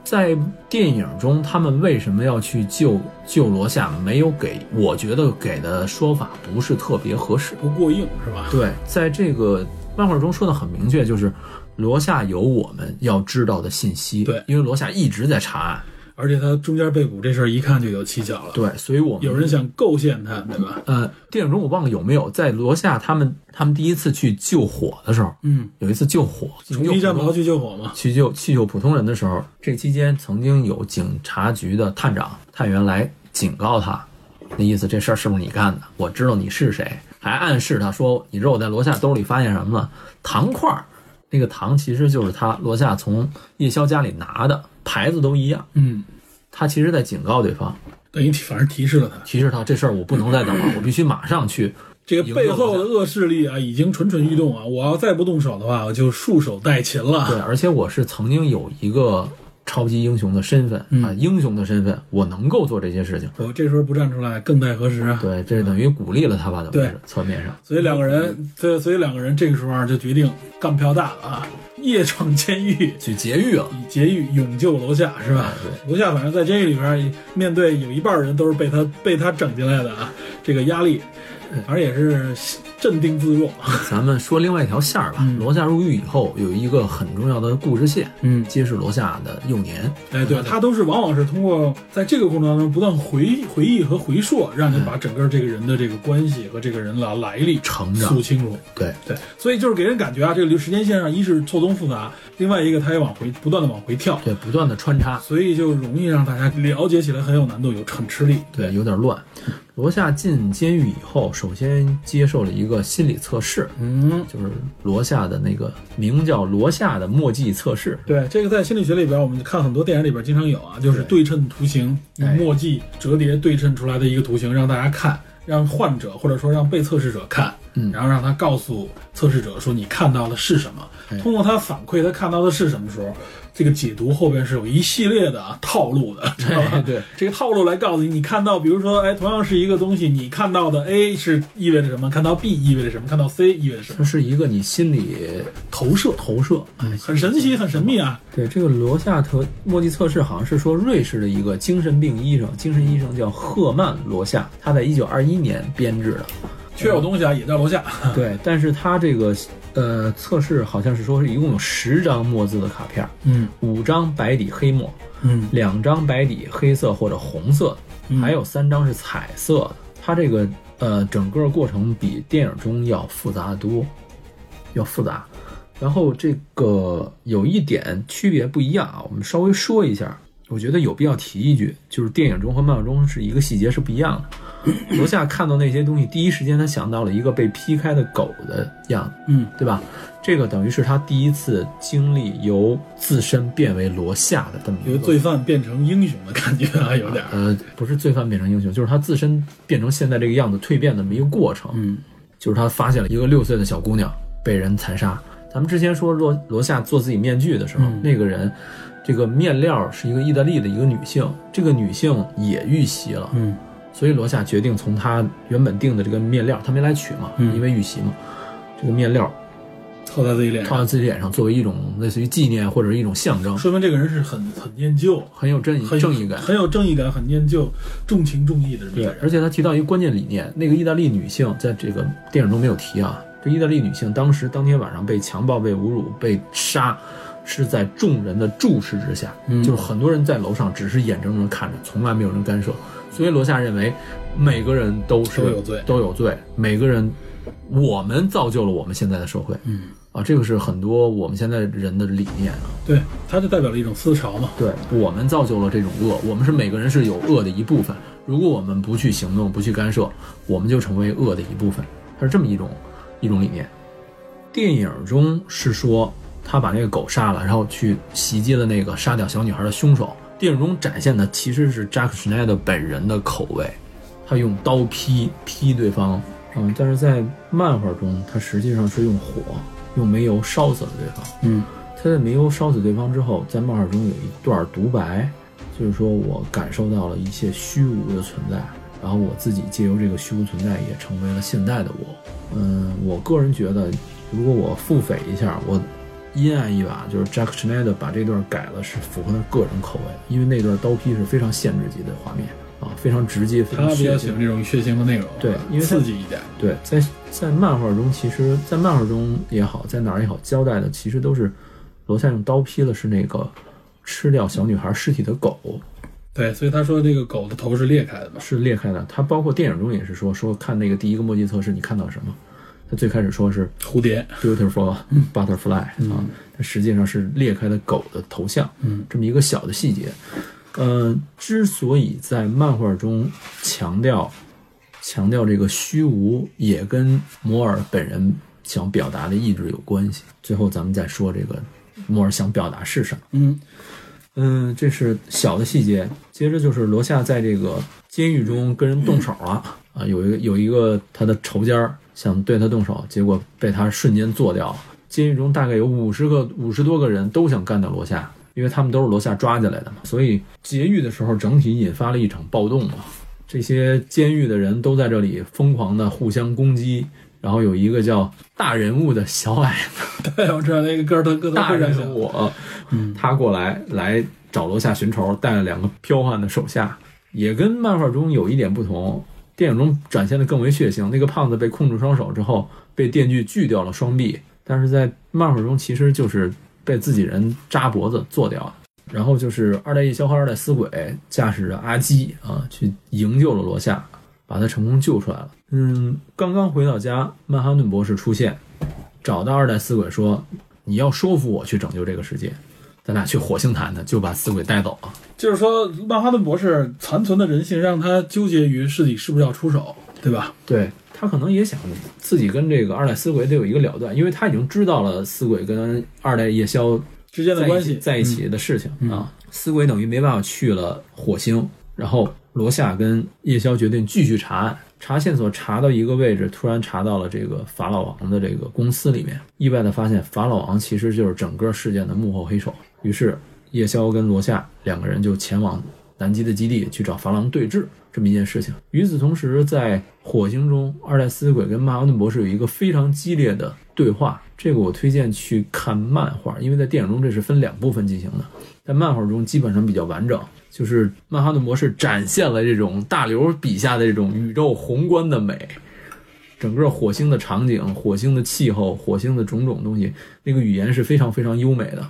C: 在电影中，他们为什么要去救救罗夏？没有给，我觉得给的说法不是特别合适。
B: 不过硬是吧？
C: 对，在这个漫画中说的很明确，就是罗夏有我们要知道的信息。
B: 对
C: 因为罗夏一直在查案。
B: 而且他中间被捕这事儿一看就有蹊跷了，
C: 对，所以我们
B: 有人想构陷他，对吧？
C: 呃，电影中我忘了有没有在罗夏他们他们第一次去救火的时候，
B: 嗯，
C: 有一次救火，
B: 从一战袍去救火嘛，
C: 去救去救普通人的时候，这期间曾经有警察局的探长、探员来警告他，那意思这事儿是不是你干的？我知道你是谁，还暗示他说，你知道我在罗夏兜里发现什么了？糖块儿，那个糖其实就是他罗夏从夜宵家里拿的，牌子都一样。
B: 嗯，
C: 他其实在警告对方，
B: 等于反正提示了他，
C: 提示他这事儿我不能再等了，我必须马上去。
B: 这个背后的恶势力啊，已经蠢蠢欲动啊！我要再不动手的话，我就束手待擒
C: 对，
B: 了。
C: 而且我是曾经有一个超级英雄的身份啊，英雄的身份，我能够做这些事情。
B: 我这时候不站出来，更待何时啊？
C: 对，这等于鼓励了他吧？等于是
B: 对
C: 侧面上，
B: 所以两个人，对，所以两个人这个时候啊就决定干票大了啊，夜闯监狱，
C: 去劫狱啊了。
B: 以劫狱永救楼下，是吧？楼下反正在监狱里边，面对有一半人都是被他被他整进来的啊，这个压力，反正也是镇定自若。
C: 咱们说另外一条线儿吧。罗夏入狱以后，有一个很重要的故事线，
B: 嗯，
C: 揭示罗夏的幼年。
B: 哎，对，他都是往往是通过在这个过程当中不断回回忆和回溯，让你把整个这个人的这个关系和这个人的来历
C: 成长
B: 诉清楚。
C: 对，
B: 对，所以就是给人感觉啊，这个时间线上一是错综复杂，另外一个他也往回不断的往回跳，
C: 对，不断的穿插，
B: 所以就容易让大家了解起来很有难度，有很吃力。
C: 对，有点乱。罗夏进监狱以后，首先接受了一个心理测试，
B: 嗯，
C: 就是罗夏的那个名叫罗夏的墨迹测试。
B: 对，这个在心理学里边，我们看很多电影里边经常有啊，就是对称图形，用
C: 哎
B: 墨迹折叠对称出来的一个图形，让大家看，让患者或者说让被测试者看，
C: 嗯
B: 然后让他告诉测试者说你看到的是什么
C: 哎。
B: 通过他反馈他看到的是什么时候，这个解读后边是有一系列的啊套路的，知道吧？
C: 哎对，
B: 这个套路来告诉你，你看到，比如说，哎，同样是一个东西，你看到的 A 是意味着什么，看到 B 意味着什么，看到 C 意味着什么，
C: 这是一个你心理投射投射。哎，
B: 很神奇，很神秘啊。
C: 对，这个罗夏特墨迹测试好像是说瑞士的一个精神病医生，精神医生叫赫曼·罗夏，他在一九二一年编制的。
B: 缺有东西啊，也在楼下。
C: 对，但是他这个呃测试好像是说是一共有十张墨字的卡片，
B: 嗯
C: 五张白底黑墨，
B: 嗯
C: 两张白底黑色或者红色的，
B: 嗯
C: 还有三张是彩色的。他这个呃整个过程比电影中要复杂得多，要复杂。然后这个有一点区别不一样啊，我们稍微说一下，我觉得有必要提一句，就是电影中和漫画中是一个细节是不一样的。罗夏看到那些东西，第一时间他想到了一个被劈开的狗的样子，
B: 嗯，
C: 对吧？这个等于是他第一次经历由自身变为罗夏的这么一
B: 由
C: 个
B: 罪犯变成英雄的感觉啊，有点儿。
C: 呃，不是罪犯变成英雄，就是他自身变成现在这个样子蜕变的这么一个过程。
B: 嗯，
C: 就是他发现了一个六岁的小姑娘被人残杀。咱们之前说罗罗夏做自己面具的时候，
B: 嗯
C: 那个人，这个面料是一个意大利的一个女性，这个女性也遇袭了，
B: 嗯
C: 所以罗夏决定从他原本定的这个面料，他没来取嘛，
B: 嗯
C: 因为遇袭嘛，这个面料
B: 套在自己脸
C: 套
B: 上，
C: 在自己脸上，作为一种类似于纪念或者是一种象征，
B: 说明这个人是很很念旧，
C: 很有正义
B: 很
C: 正义感。
B: 很有正义感，很念旧，重情重义的这么一
C: 对
B: 个，人。
C: 而且他提到一个关键理念，那个意大利女性在这个电影中没有提啊。这意大利女性当时当天晚上被强暴、被侮辱、被杀，是在众人的注视之下，
B: 嗯
C: 就是很多人在楼上只是眼睁睁地看着，从来没有人干涉。所以罗夏认为，每个人都是
B: 都有罪
C: 都有罪，每个人，我们造就了我们现在的社会。
B: 嗯，
C: 啊，这个是很多我们现在人的理念啊。
B: 对，他就代表了一种思潮嘛。
C: 对我们造就了这种恶，我们是每个人是有恶的一部分，如果我们不去行动，不去干涉，我们就成为恶的一部分。它是这么一种一种理念。电影中是说他把那个狗杀了，然后去袭击了那个杀掉小女孩的凶手。电影中展现的其实是扎克施奈德本人的口味，他用刀劈劈对方，嗯，但是在漫画中，他实际上是用火用煤油烧死了对方。
B: 嗯，
C: 他在煤油烧死对方之后，在漫画中有一段独白，就是说我感受到了一切虚无的存在，然后我自己借由这个虚无存在，也成为了现在的我。嗯，我个人觉得，如果我腹诽一下，我阴暗一把，就是 Jack Schneider 把这段改了，是符合他个人口味的，因为那段刀劈是非常限制级的画面啊，非常直接，非
B: 他
C: 常
B: 比较
C: 血
B: 喜
C: 腥
B: 欢。这种血腥的内容，
C: 对因为他
B: 刺激一点。
C: 对，在在漫画中，其实，在漫画中也好，在哪儿也好，交代的其实都是罗夏用刀劈的是那个吃掉小女孩尸体的狗，
B: 对，所以他说这个狗的头是裂开的嘛，
C: 是裂开的。它包括电影中也是说说看那个第一个墨迹测试，你看到了什么？他最开始说是
B: 蝴蝶。
C: beautiful butterfly、啊，它实际上是裂开的狗的头像，
B: 嗯，
C: 这么一个小的细节。呃，之所以在漫画中强调强调这个虚无，也跟摩尔本人想表达的意志有关系。最后咱们再说这个摩尔想表达是什么。
B: 嗯，
C: 嗯，这是小的细节。接着就是罗夏在这个监狱中跟人动手了啊，有一个有一个他的仇家儿想对他动手，结果被他瞬间做掉了。监狱中大概有五十个五十多个人都想干掉罗夏，因为他们都是罗夏抓起来的嘛，所以劫狱的时候整体引发了一场暴动嘛。这些监狱的人都在这里疯狂的互相攻击，然后有一个叫大人物的小矮子
B: 对，我知道那个哥儿他哥他
C: 大
B: 非常
C: 人
B: 小，
C: 我，嗯他过来来找楼下寻仇，带了两个彪悍的手下，也跟漫画中有一点不同。电影中展现的更为血腥，那个胖子被控制双手之后，被电锯锯掉了双臂，但是在漫画中其实就是被自己人扎脖子做掉的。然后就是二代一消和二代死鬼驾驶着阿基啊去营救了罗夏，把他成功救出来了。嗯，刚刚回到家，曼哈顿博士出现，找到二代死鬼说：“你要说服我去拯救这个世界，咱俩去火星谈谈，就把死鬼带走了。啊
B: 就是说曼哈顿博士残存的人性让他纠结于自己是不是要出手，对吧？
C: 对他可能也想自己跟这个二代死鬼得有一个了断，因为他已经知道了死鬼跟二代夜宵
B: 之间的
C: 在
B: 关
C: 一
B: 系
C: 起在一起的事情、啊。死鬼等于没办法去了火星，然后罗夏跟夜宵决定继续查案，查线索查到一个位置，突然查到了这个法老王的这个公司里面，意外的发现法老王其实就是整个事件的幕后黑手。于是夜宵跟罗夏两个人就前往南极的基地去找法老王对峙。这么一件事情。与此同时，在火星中，二代死鬼跟曼哈顿博士有一个非常激烈的对话。这个我推荐去看漫画，因为在电影中这是分两部分进行的，在漫画中基本上比较完整。就是曼哈顿博士展现了这种大刘笔下的这种宇宙宏观的美，整个火星的场景、火星的气候、火星的种种东西，那个语言是非常非常优美的。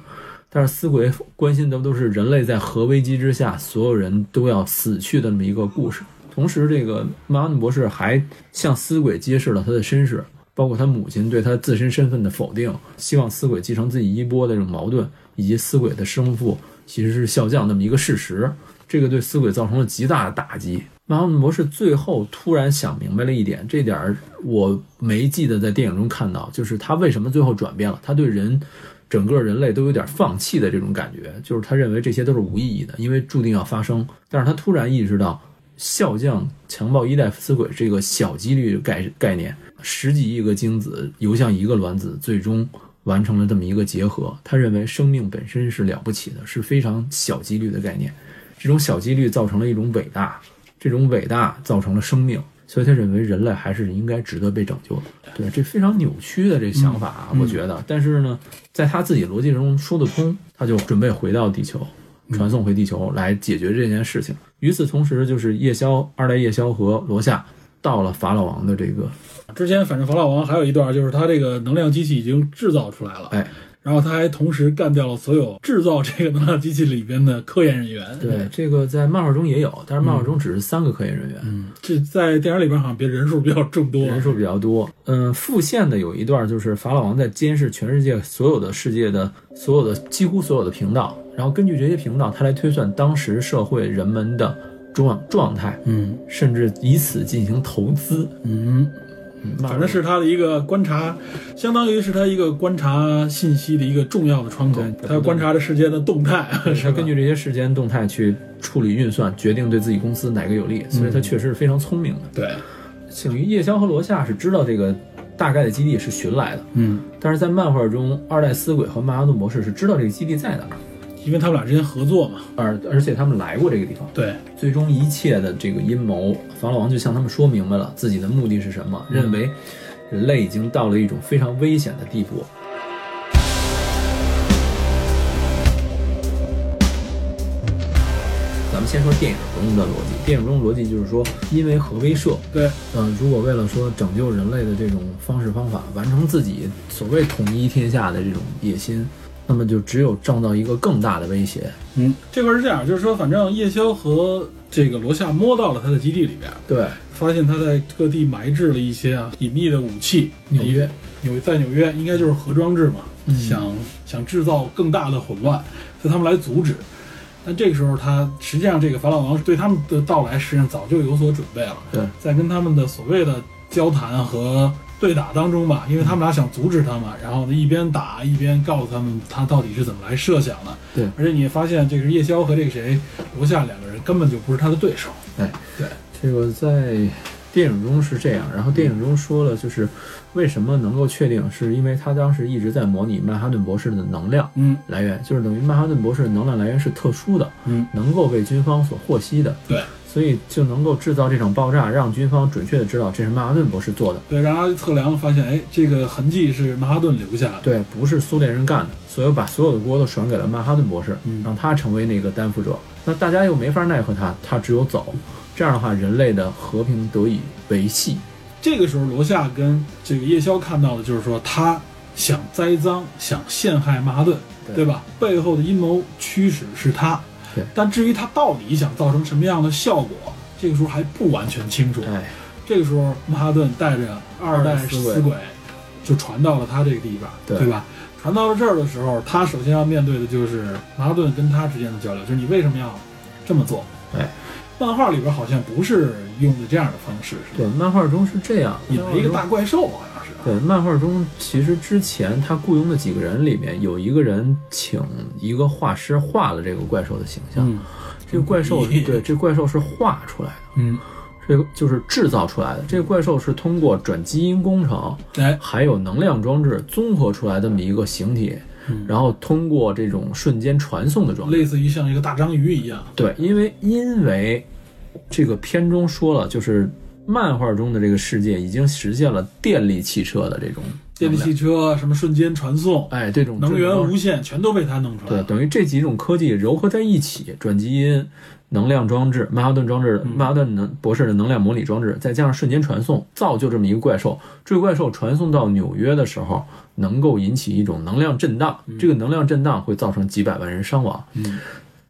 C: 但是死鬼关心的都是人类在核危机之下，所有人都要死去的那么一个故事。同时，这个曼哈顿博士还向死鬼揭示了他的身世，包括他母亲对他自身身份的否定，希望死鬼继承自己衣钵的这种矛盾，以及死鬼的生父其实是笑匠那么一个事实。这个对死鬼造成了极大的打击。马哈姆博士最后突然想明白了一点，这点儿我没记得在电影中看到，就是他为什么最后转变了，他对人。整个人类都有点放弃的这种感觉，就是他认为这些都是无意义的，因为注定要发生。但是他突然意识到，笑匠强暴一代死鬼这个小几率概概念，十几亿个精子游向一个卵子，最终完成了这么一个结合。他认为生命本身是了不起的，是非常小几率的概念。这种小几率造成了一种伟大，这种伟大造成了生命，所以他认为人类还是应该值得被拯救的。对，这非常扭曲的这想法啊，我觉得。但是呢，在他自己逻辑中说得通，他就准备回到地球，传送回地球来解决这件事情。与此同时，就是夜宵二代夜宵和罗夏到了法老王的这个，
B: 之前反正法老王还有一段，就是他这个能量机器已经制造出来了，
C: 哎，
B: 然后他还同时干掉了所有制造这个能量机器里边的科研人员。
C: 对，这个在漫画中也有，但是漫画中只是三个科研人员。
B: 嗯，这在电影里边好像别人数比较众多。啊
C: 人数比较多。嗯，复现的有一段就是法老王在监视全世界所有的世界的所有的几乎所有的频道，然后根据这些频道，他来推算当时社会人们的状状态，
B: 嗯
C: 甚至以此进行投资。
B: 嗯，
C: 嗯
B: 反正是他的一个观察，相当于是他一个观察信息的一个重要的窗口
C: 对，
B: 他观察着世界的动态，啊 是
C: 他
B: 吧
C: 根据这些事件动态去处理运算，决定对自己公司哪个有利，
B: 嗯
C: 所以他确实是非常聪明的。
B: 对，
C: 等于夜宵和罗夏是知道这个大概的基地是寻来的，
B: 嗯，
C: 但是在漫画中，二代死鬼和曼哈顿博士是知道这个基地在哪儿，
B: 因为他们俩之间合作嘛，
C: 而而且他们来过这个地方。
B: 对，
C: 最终一切的这个阴谋，法老王就向他们说明白了自己的目的是什么，认为人类已经到了一种非常危险的地步。咱们先说电影中的逻辑，电影中的逻辑就是说，因为核威慑，
B: 对，
C: 呃，如果为了说拯救人类的这种方式方法，完成自己所谓统一天下的这种野心，那么就只有创造一个更大的威胁。
B: 嗯，这块是这样，就是说，反正夜宵和这个罗夏摸到了他的基地里边，
C: 对，
B: 发现他在各地埋置了一些啊隐秘的武器。
C: 纽约，
B: 纽在纽约应该就是核装置嘛，
C: 嗯
B: 想想制造更大的混乱，所以他们来阻止。但这个时候他，实际上这个法老王对他们的到来，实际上早就有所准备了。
C: 对，
B: 在跟他们的所谓的交谈和对打当中吧，因为他们俩想阻止他们，然后呢一边打一边告诉他们他到底是怎么来设想的。
C: 对
B: 而且你也发现这个夜宵和这个谁罗夏两个人根本就不是他的对手。
C: 哎，
B: 对，
C: 这个在电影中是这样，然后电影中说了，就是为什么能够确定，是因为他当时一直在模拟曼哈顿博士的能量
B: 嗯
C: 来源，就是等于曼哈顿博士的能量来源是特殊的，
B: 嗯，
C: 能够被军方所获悉的，
B: 对
C: 所以就能够制造这场爆炸，让军方准确的知道这是曼哈顿博士做的，
B: 对，然后测量发现，哎，这个痕迹是曼哈顿留下的。
C: 对，不是苏联人干的，所以把所有的锅都转给了曼哈顿博士，
B: 嗯
C: 让他成为那个担负者。那大家又没法奈何他，他只有走，这样的话，人类的和平得以维系。
B: 这个时候，罗夏跟这个夜宵看到的就是说，他想栽赃，想陷害曼哈顿，
C: 对
B: 对吧？背后的阴谋驱使是他
C: 对。
B: 但至于他到底想造成什么样的效果，这个时候还不完全清楚。
C: 哎，
B: 这个时候，曼哈顿带着二代
C: 二代死
B: 死鬼，就传到了他这个地方，
C: 对
B: 对吧？传到了这儿的时候，他首先要面对的就是曼哈顿跟他之间的交流，就是你为什么要这么做？
C: 哎，
B: 漫画里边好像不是用的这样的方式，是吧？
C: 对，漫画中是这样，
B: 引了一个大怪兽，好像是。
C: 对，漫画中其实之前他雇佣的几个人里面，有一个人请一个画师画了这个怪兽的形象。
B: 嗯
C: 这个怪 兽，
B: 嗯
C: 对，这怪兽是画出来的，
B: 嗯，
C: 这个就是制造出来的。这个怪兽是通过转基因工程，
B: 哎，
C: 还有能量装置综合出来这么一个形体，
B: 嗯
C: 然后通过这种瞬间传送的装置。
B: 类似于像一个大章鱼一样，
C: 对，因为因为这个片中说了，就是漫画中的这个世界已经实现了电力汽车的这种
B: 电力
C: 能
B: 汽
C: 量，
B: 车，什么瞬间传送，
C: 哎，这种
B: 能源
C: 这种
B: 无限，全都被他弄出来
C: 对，
B: 了。
C: 等于这几种科技糅合在一起，转基因、能量装置、曼哈顿
B: 嗯
C: 装置、曼哈顿能博士的能量模拟装置，再加上瞬间传送，造就这么一个怪兽。这个怪兽传送到纽约的时候，能够引起一种能量震荡，这个能量震荡会造成几百万人伤亡。
B: 嗯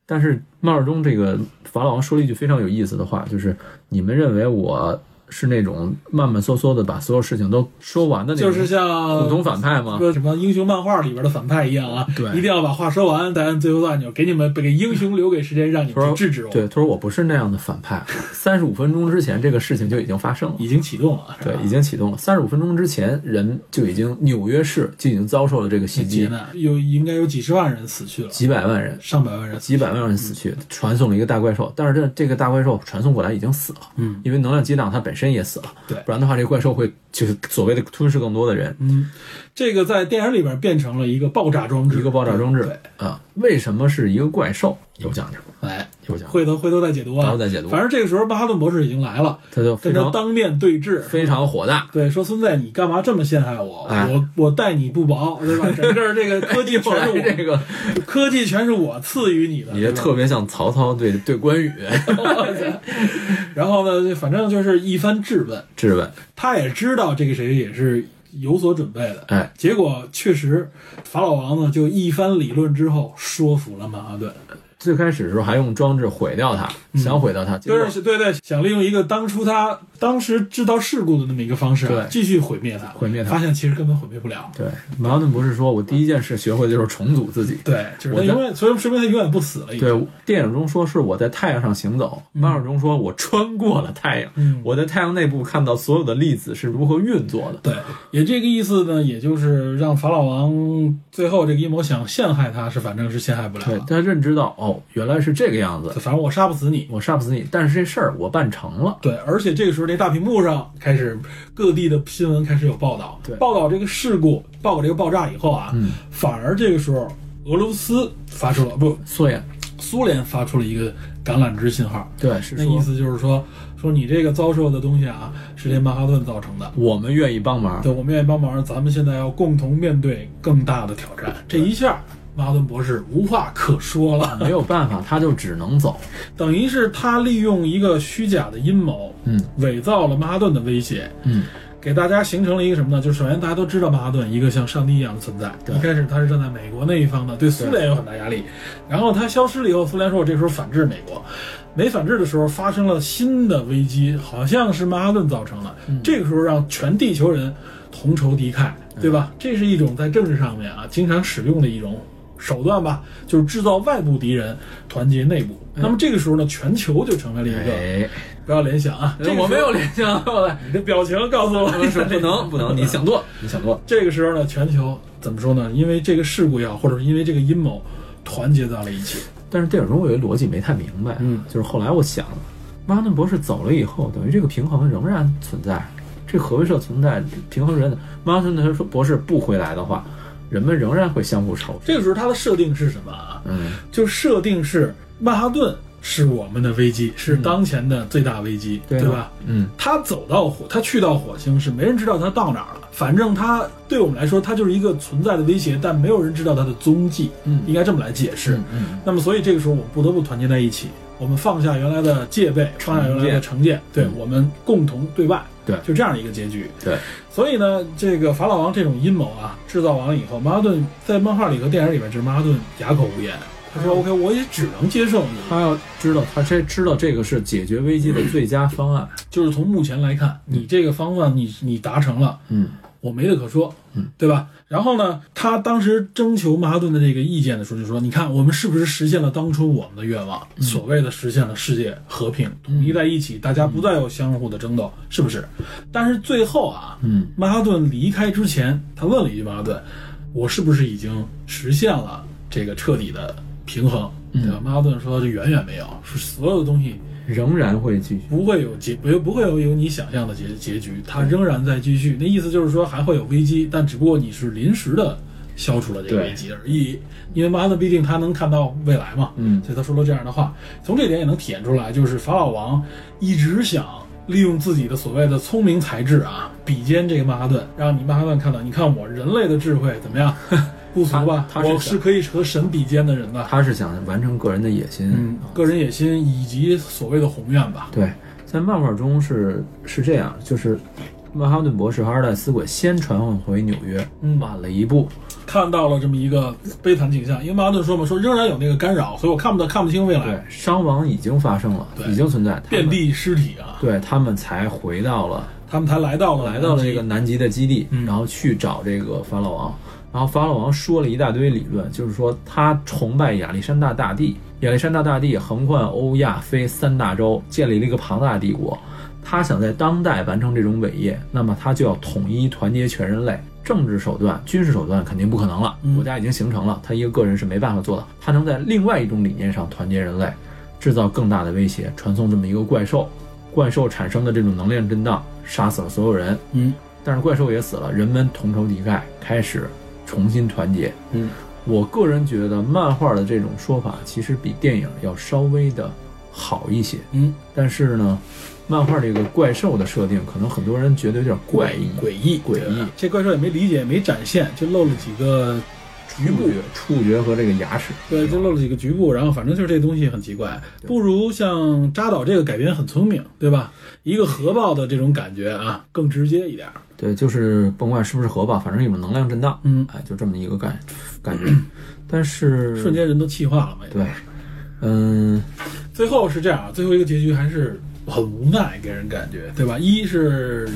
C: 但是漫画中这个法老王说了一句非常有意思的话，就是你们认为我是那种慢慢缩缩的把所有事情都说完的那种
B: 就是呃像
C: 普通反派吗？
B: 说什么英雄漫画里边的反派一样啊，
C: 对
B: 一定要把话说完，再按最后的按钮，给你们给英雄留给时间，让你们去制止我。
C: 对，他说我不是那样的反 派。三十五分钟之前，这个事情就已经发生了，
B: 已经启动了，是
C: 对
B: 吧，
C: 已经启动了。三十五分钟之前，人就已经纽约市就已经遭受了这个袭
B: 劫
C: 击，
B: 难，有应该有几十万人死去了，
C: 几百万人，
B: 上百万人死。嗯
C: 几百万人死去，传送了一个大怪兽。但是这这个大怪兽传送过来已经死了，
B: 嗯，
C: 因为能量激荡，它本身也死了。
B: 对
C: 不然的话，这个怪兽会就是所谓的吞噬更多的人。
B: 嗯，这个在电影里边变成了一个爆炸装置，
C: 一个爆炸装置
B: 对，
C: 啊，为什么是一个怪兽？有讲究，
B: 哎，
C: 有讲究。
B: 回头回头再解读啊，
C: 回头再解读
B: 反正这个时候，曼哈顿博士已经来了，
C: 他就非
B: 跟他
C: 常
B: 当面对质，
C: 非常火大，
B: 对，说孙子，你干嘛这么陷害我？
C: 哎
B: 我我待你不薄，对 吧？整个这个科技
C: 后
B: 全
C: 来
B: 是我， 啊
C: 这个
B: 科技全是我赐予你的。
C: 你这
B: 对吧
C: 特别像曹操对对关羽
B: 然后呢，就反正就是一番质问，
C: 质问，
B: 他也知道这个谁也是有所准备的。
C: 哎，
B: 结果确实，法老王呢就一番理论之后说服了曼哈顿，
C: 最开始的时候还用装置毁掉它，
B: 嗯
C: 想毁掉它，结果
B: 就是对对，想利用一个当初他当时制造事故的那么一个方式啊，
C: 对
B: 继续毁灭它，
C: 毁灭它
B: 发现其实根本毁灭不了。
C: 对矛盾不是说我第一件事学会的就是重组自己。
B: 对，就是他
C: 我在
B: 永远，所以说明他永远不死了。已经
C: 对，电影中说是我在太阳上行走，漫画中说我穿过了太阳，
B: 嗯
C: 我在太阳内部看到所有的粒子是如何运作的。
B: 对，也这个意思呢，也就是让法老王最后这个阴谋想陷害他是，反正是陷害不了
C: 对，
B: 了。
C: 他认知到哦，原来是这个样子，
B: 反正我杀不死你。
C: 我杀不死你，但是这事儿我办成了。
B: 对，而且这个时候，这大屏幕上开始各地的新闻开始有报道
C: 对，
B: 报道这个事故，报道这个爆炸以后啊，
C: 嗯
B: 反而这个时候俄罗斯发出了不，
C: 所以，
B: 苏联发出了一个橄榄枝信号，
C: 对，是
B: 那
C: 说
B: 意思就是说，说你这个遭受的东西啊，是这曼哈顿造成的。
C: 我们愿意帮忙。
B: 对，我们愿意帮忙，咱们现在要共同面对更大的挑战。这一下，曼哈顿博士无话可说了。
C: 没有办法，他就只能走。
B: 等于是他利用一个虚假的阴谋，
C: 嗯，
B: 伪造了曼哈顿的威胁，
C: 嗯，
B: 给大家形成了一个什么呢？就是首先大家都知道曼哈顿一个像上帝一样的存在，
C: 对
B: 一开始他是站在美国那一方的，对苏联有很大压力，然后他消失了以后，苏联说我这时候反制美国，没反制的时候发生了新的危机，好像是曼哈顿造成的，
C: 嗯
B: 这个时候让全地球人同仇敌忾，对吧？这是一种在政治上面啊经常使用的一种手段吧，就是制造外部敌人，团结内部。那么这个时候呢，全球就成为了一个，
C: 嗯哎，
B: 不要联想啊，这个时候
C: 我没有，联想过来，
B: 你的表情告诉我，
C: 不是不能不能，你想多了，你想多了。
B: 这个时候呢，全球怎么说呢？因为这个事故也好，或者是因为这个阴谋，团结到了一起。
C: 但是电影中我有一逻辑没太明白，
B: 嗯，
C: 就是后来我想，曼哈顿博士走了以后，等于这个平衡仍然存在，这核威慑存在，平衡人，曼哈顿博士不回来的话，人们仍然会相互仇视。
B: 这个时候它的设定是什么啊？
C: 嗯，
B: 就设定是曼哈顿是我们的危机，是当前的最大危机，
C: 嗯对啊
B: 对吧？
C: 嗯，
B: 他走到火，他去到火星是没人知道他到哪儿了。反正他对我们来说，他就是一个存在的威胁，但没有人知道他的踪迹。
C: 嗯
B: 应该这么来解释。
C: 嗯
B: 那么，所以这个时候我们不得不团结在一起，我们放下原来的戒备，放下原来的成见，对我们共同对外。
C: 对
B: 就这样一个结局。
C: 对，
B: 所以呢，这个法老王这种阴谋啊，制造完了以后，曼哈顿在漫画里和电影里面，就是曼哈顿哑口无言。他说：“OK，我也只能接受你。
C: 他要知道，他这知道这个是解决危机的最佳方案。
B: 就是从目前来看，你这个方案你你达成了，
C: 嗯，
B: 我没得可说，
C: 嗯，
B: 对吧？然后呢，他当时征求曼哈顿的这个意见的时候，就说：“你看，我们是不是实现了当初我们的愿望？所谓的实现了世界和平，统一在一起，大家不再有相互的争斗，是不是？”但是最后啊，
C: 嗯，
B: 曼哈顿离开之前，他问了一句曼哈顿：“我是不是已经实现了这个彻底的平衡？”对吧？曼哈顿说：“这远远没有，是所有的东西
C: 仍然会继续。
B: 不会有结，不不会有有你想象的结结局，它仍然在继续。那意思就是说还会有危机，但只不过你是临时的消除了这个
C: 对
B: 危机而已。因为马特毕竟他能看到未来嘛，
C: 嗯
B: 所以他说了这样的话。从这点也能体现出来，就是法老王一直想利用自己的所谓的聪明才智啊，比肩这个曼哈顿，让你曼哈顿看到，你看我人类的智慧怎么样，不俗吧？
C: 他他是
B: 我是可以和神比肩的人的。
C: 他是想完成个人的野心。
B: 嗯，个人野心以及所谓的宏愿吧。
C: 对，在漫画中是是这样，就是曼哈顿博士和二代死鬼先传唤回纽约，
B: 嗯
C: 晚了一步。
B: 看到了这么一个悲惨景象，因为马顿说嘛，说仍然有那个干扰，所以我看不到看不清未
C: 对
B: 来，，
C: 伤亡已经发生了，
B: 对
C: 已经存在，他们
B: 遍。地尸体啊，
C: 对他们才回到了
B: 他们才来到了
C: 来到了这个南极的基地，
B: 嗯
C: 然后去找这个法老王。然后法老王说了一大堆理论，就是说他崇拜亚历山大大帝，亚历山大大帝横贯欧亚非三大洲，建立了一个庞大的帝国。他想在当代完成这种伟业，那么他就要统一团结全人类。政治手段、军事手段肯定不可能了，
B: 嗯
C: 国家已经形成了，他一个个人是没办法做的。他能在另外一种理念上团结人类，制造更大的威胁，传送这么一个怪兽，怪兽产生的这种能量震荡，杀死了所有人。
B: 嗯
C: 但是怪兽也死了，人们同仇敌忾，开始重新团结。
B: 嗯，
C: 我个人觉得漫画的这种说法其实比电影要稍微的好一些，
B: 嗯
C: 但是呢，漫画这个怪兽的设定，可能很多人觉得有点怪异、
B: 诡异
C: 诡异，
B: 啊这怪兽也没理解也没展现，就露了几个局部
C: 触，觉、触觉和这个牙齿。
B: 对，就露了几个局部，然后反正就是这东西很奇怪，不如像扎导这个改编很聪明，对吧？一个核爆的这种感觉啊，更直接一点儿，
C: 对，就是甭管是不是核吧，反正有能量震荡。
B: 嗯，
C: 哎，就这么一个感感觉。但是
B: 瞬间人都气化了嘛，也
C: 对，嗯，
B: 最后是这样啊，最后一个结局还是很无奈，给人感觉，对吧？一是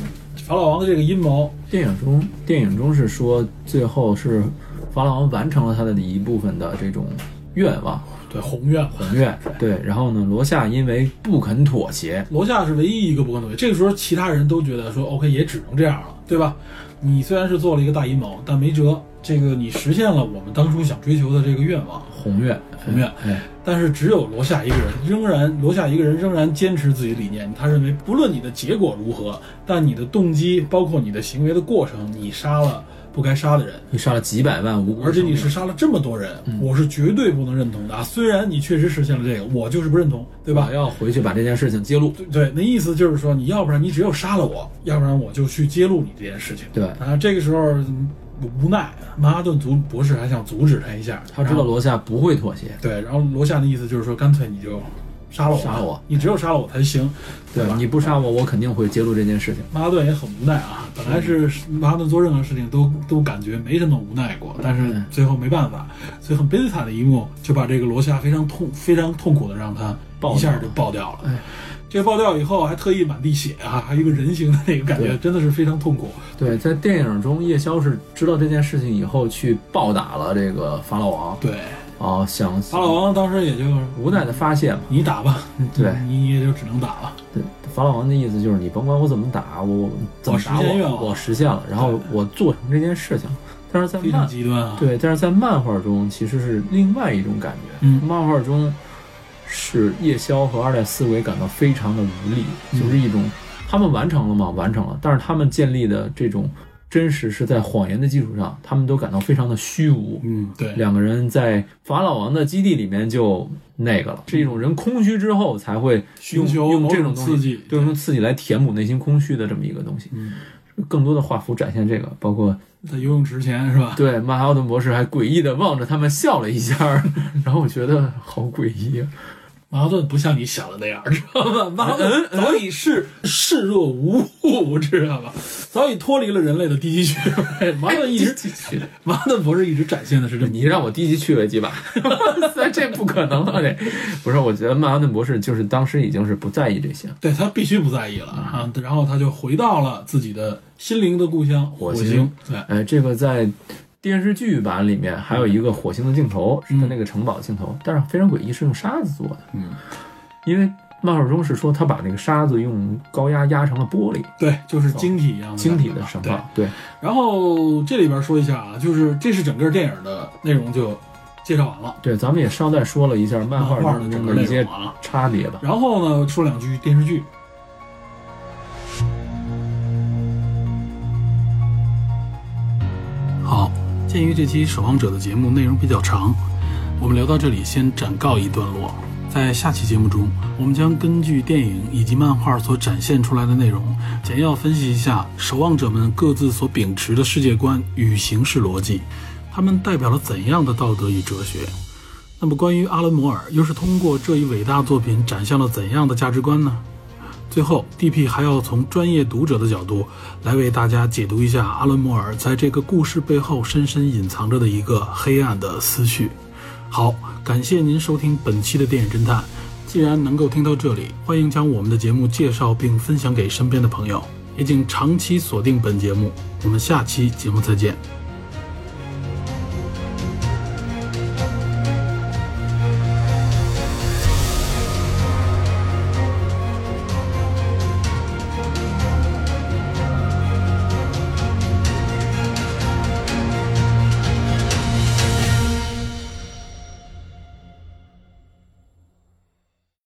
B: 法老王的这个阴谋，
C: 电影中电影中是说最后是法老王完成了他的一部分的这种愿望
B: 对宏愿嘛。
C: 宏愿，对，然后呢，罗夏因为不肯妥协，
B: 罗夏是唯一一个不可能的。这个时候，其他人都觉得说，OK，也只能这样了，对吧？你虽然是做了一个大阴谋，但没辙，这个你实现了我们当初想追求的这个愿望，
C: 宏愿，
B: 宏愿。
C: 哎，
B: 但是只有罗夏一个人，仍然罗夏一个人仍然坚持自己的理念。他认为，不论你的结果如何，但你的动机，包括你的行为的过程，你杀了不该杀的人，
C: 你杀了几百万无辜，
B: 而且你是杀了这么多人，
C: 嗯
B: 我是绝对不能认同的啊！虽然你确实实现了这个，我就是不认同，对吧
C: 我？要回去把这件事情揭露，
B: 对对，那意思就是说，你要不然你只有杀了我，要不然我就去揭露你这件事情。
C: 对
B: 啊，这个时候嗯无奈，曼哈顿族博士还想阻止他一下，
C: 他知
B: 然
C: 道
B: 后
C: 罗夏不会妥协，
B: 对，然后罗夏的意思就是说，干脆你就杀了我，啊
C: 杀我，
B: 你只有杀了我才 行，
C: 对
B: 吧？
C: 你不杀我，我肯定会揭露这件事情。
B: 曼哈顿也很无奈啊，本来是曼哈顿做任何事情都都感觉没什么无奈
C: 嗯
B: 过，但是最后没办法，所以很悲惨的一幕就把这个罗夏非常痛非常痛苦的让他
C: 爆掉了
B: 一下就爆掉了。
C: 哎
B: 这爆掉以后还特意满地血啊，还有一个人形的那个感觉，
C: 对
B: 真的是非常痛苦。
C: 对，在电影中，夜宵是知道这件事情以后去暴打了这个法老王
B: 对，
C: 啊，想
B: 法老王当时也就
C: 无奈的发泄嘛。
B: 你打吧，
C: 对
B: 你你也就只能打了。
C: 对，法老王的意思就是你甭管我怎么打，我怎么打
B: 我实现愿
C: 我，
B: 望
C: 我实现了，然后我做成这件事情。但是在
B: 非常
C: 漫
B: 极端啊，
C: 对，但是在漫画中其实是另外一种感觉。
B: 嗯
C: 漫画中是夜宵和二代四鬼感到非常的无力，
B: 嗯
C: 就是一种他们完成了吗？完成了，但是他们建立的这种真实是在谎言的基础上，他们都感到非常的虚无。
B: 嗯，对，
C: 两个人在法老王的基地里面就那个了，是一种人空虚之后才会
B: 寻
C: 用
B: 求
C: 用
B: 某
C: 这
B: 种
C: 种东
B: 刺
C: 西
B: 激
C: 对，用刺激来填补内心空虚的这么一个东西。
B: 嗯，
C: 更多的画幅展现这个，包括
B: 在游泳池前是吧？
C: 对曼哈顿博士还诡异的望着他们笑了一下儿， 然后我觉得好诡异啊！
B: 曼哈顿不像你想的那样，知道 吧？曼哈顿早已视视若无物，知道吧？早已脱离了人类的低级趣 味。曼哈顿一直，曼哈顿博士一直展现的是这么
C: 你让我低级趣味 几把，哇塞，这不可能啊！这不是，我觉得曼哈顿博士就是当时已经是不在意这些了。
B: 对他必须不在意了啊，然后他就回到了自己的心灵的故乡火
C: 火
B: 星。
C: 星
B: 对，
C: 哎，这个在电视剧版里面还有一个火星的镜头，是他那个城堡镜头，但是非常诡异，是用沙子做的。
B: 嗯，
C: 因为漫画中是说他把那个沙子用高压压成了玻璃，
B: 对，就是晶体一样的
C: 晶体
B: 感觉
C: 的
B: 嘛
C: 城
B: 对
C: 堡。对，
B: 然后这里边说一下啊，就是这是整个电影的内容就介绍完了，
C: 对，咱们也捎带说了一下漫
B: 漫
C: 画
B: 画的
C: 中
B: 整个
C: 中的一
B: 内
C: 些
B: 容啊。
C: 差别吧。
B: 然后呢，说两句电视剧。好，鉴于这期《守望者》的节目内容比较长，我们聊到这里先暂告一段落。在下期节目中，我们将根据电影以及漫画所展现出来的内容，简要分析一下守望者们各自所秉持的世界观与行事逻辑，他们代表了怎样的道德与哲学。那么，关于阿伦·摩尔，又是通过这一伟大作品展现了怎样的价值观呢？最后，DP 还要从专业读者的角度来为大家解读一下阿伦·摩尔在这个故事背后深深隐藏着的一个黑暗的思绪。好，感谢您收听本期的电影侦探。既然能够听到这里，欢迎将我们的节目介绍并分享给身边的朋友，也请长期锁定本节目。我们下期节目再见。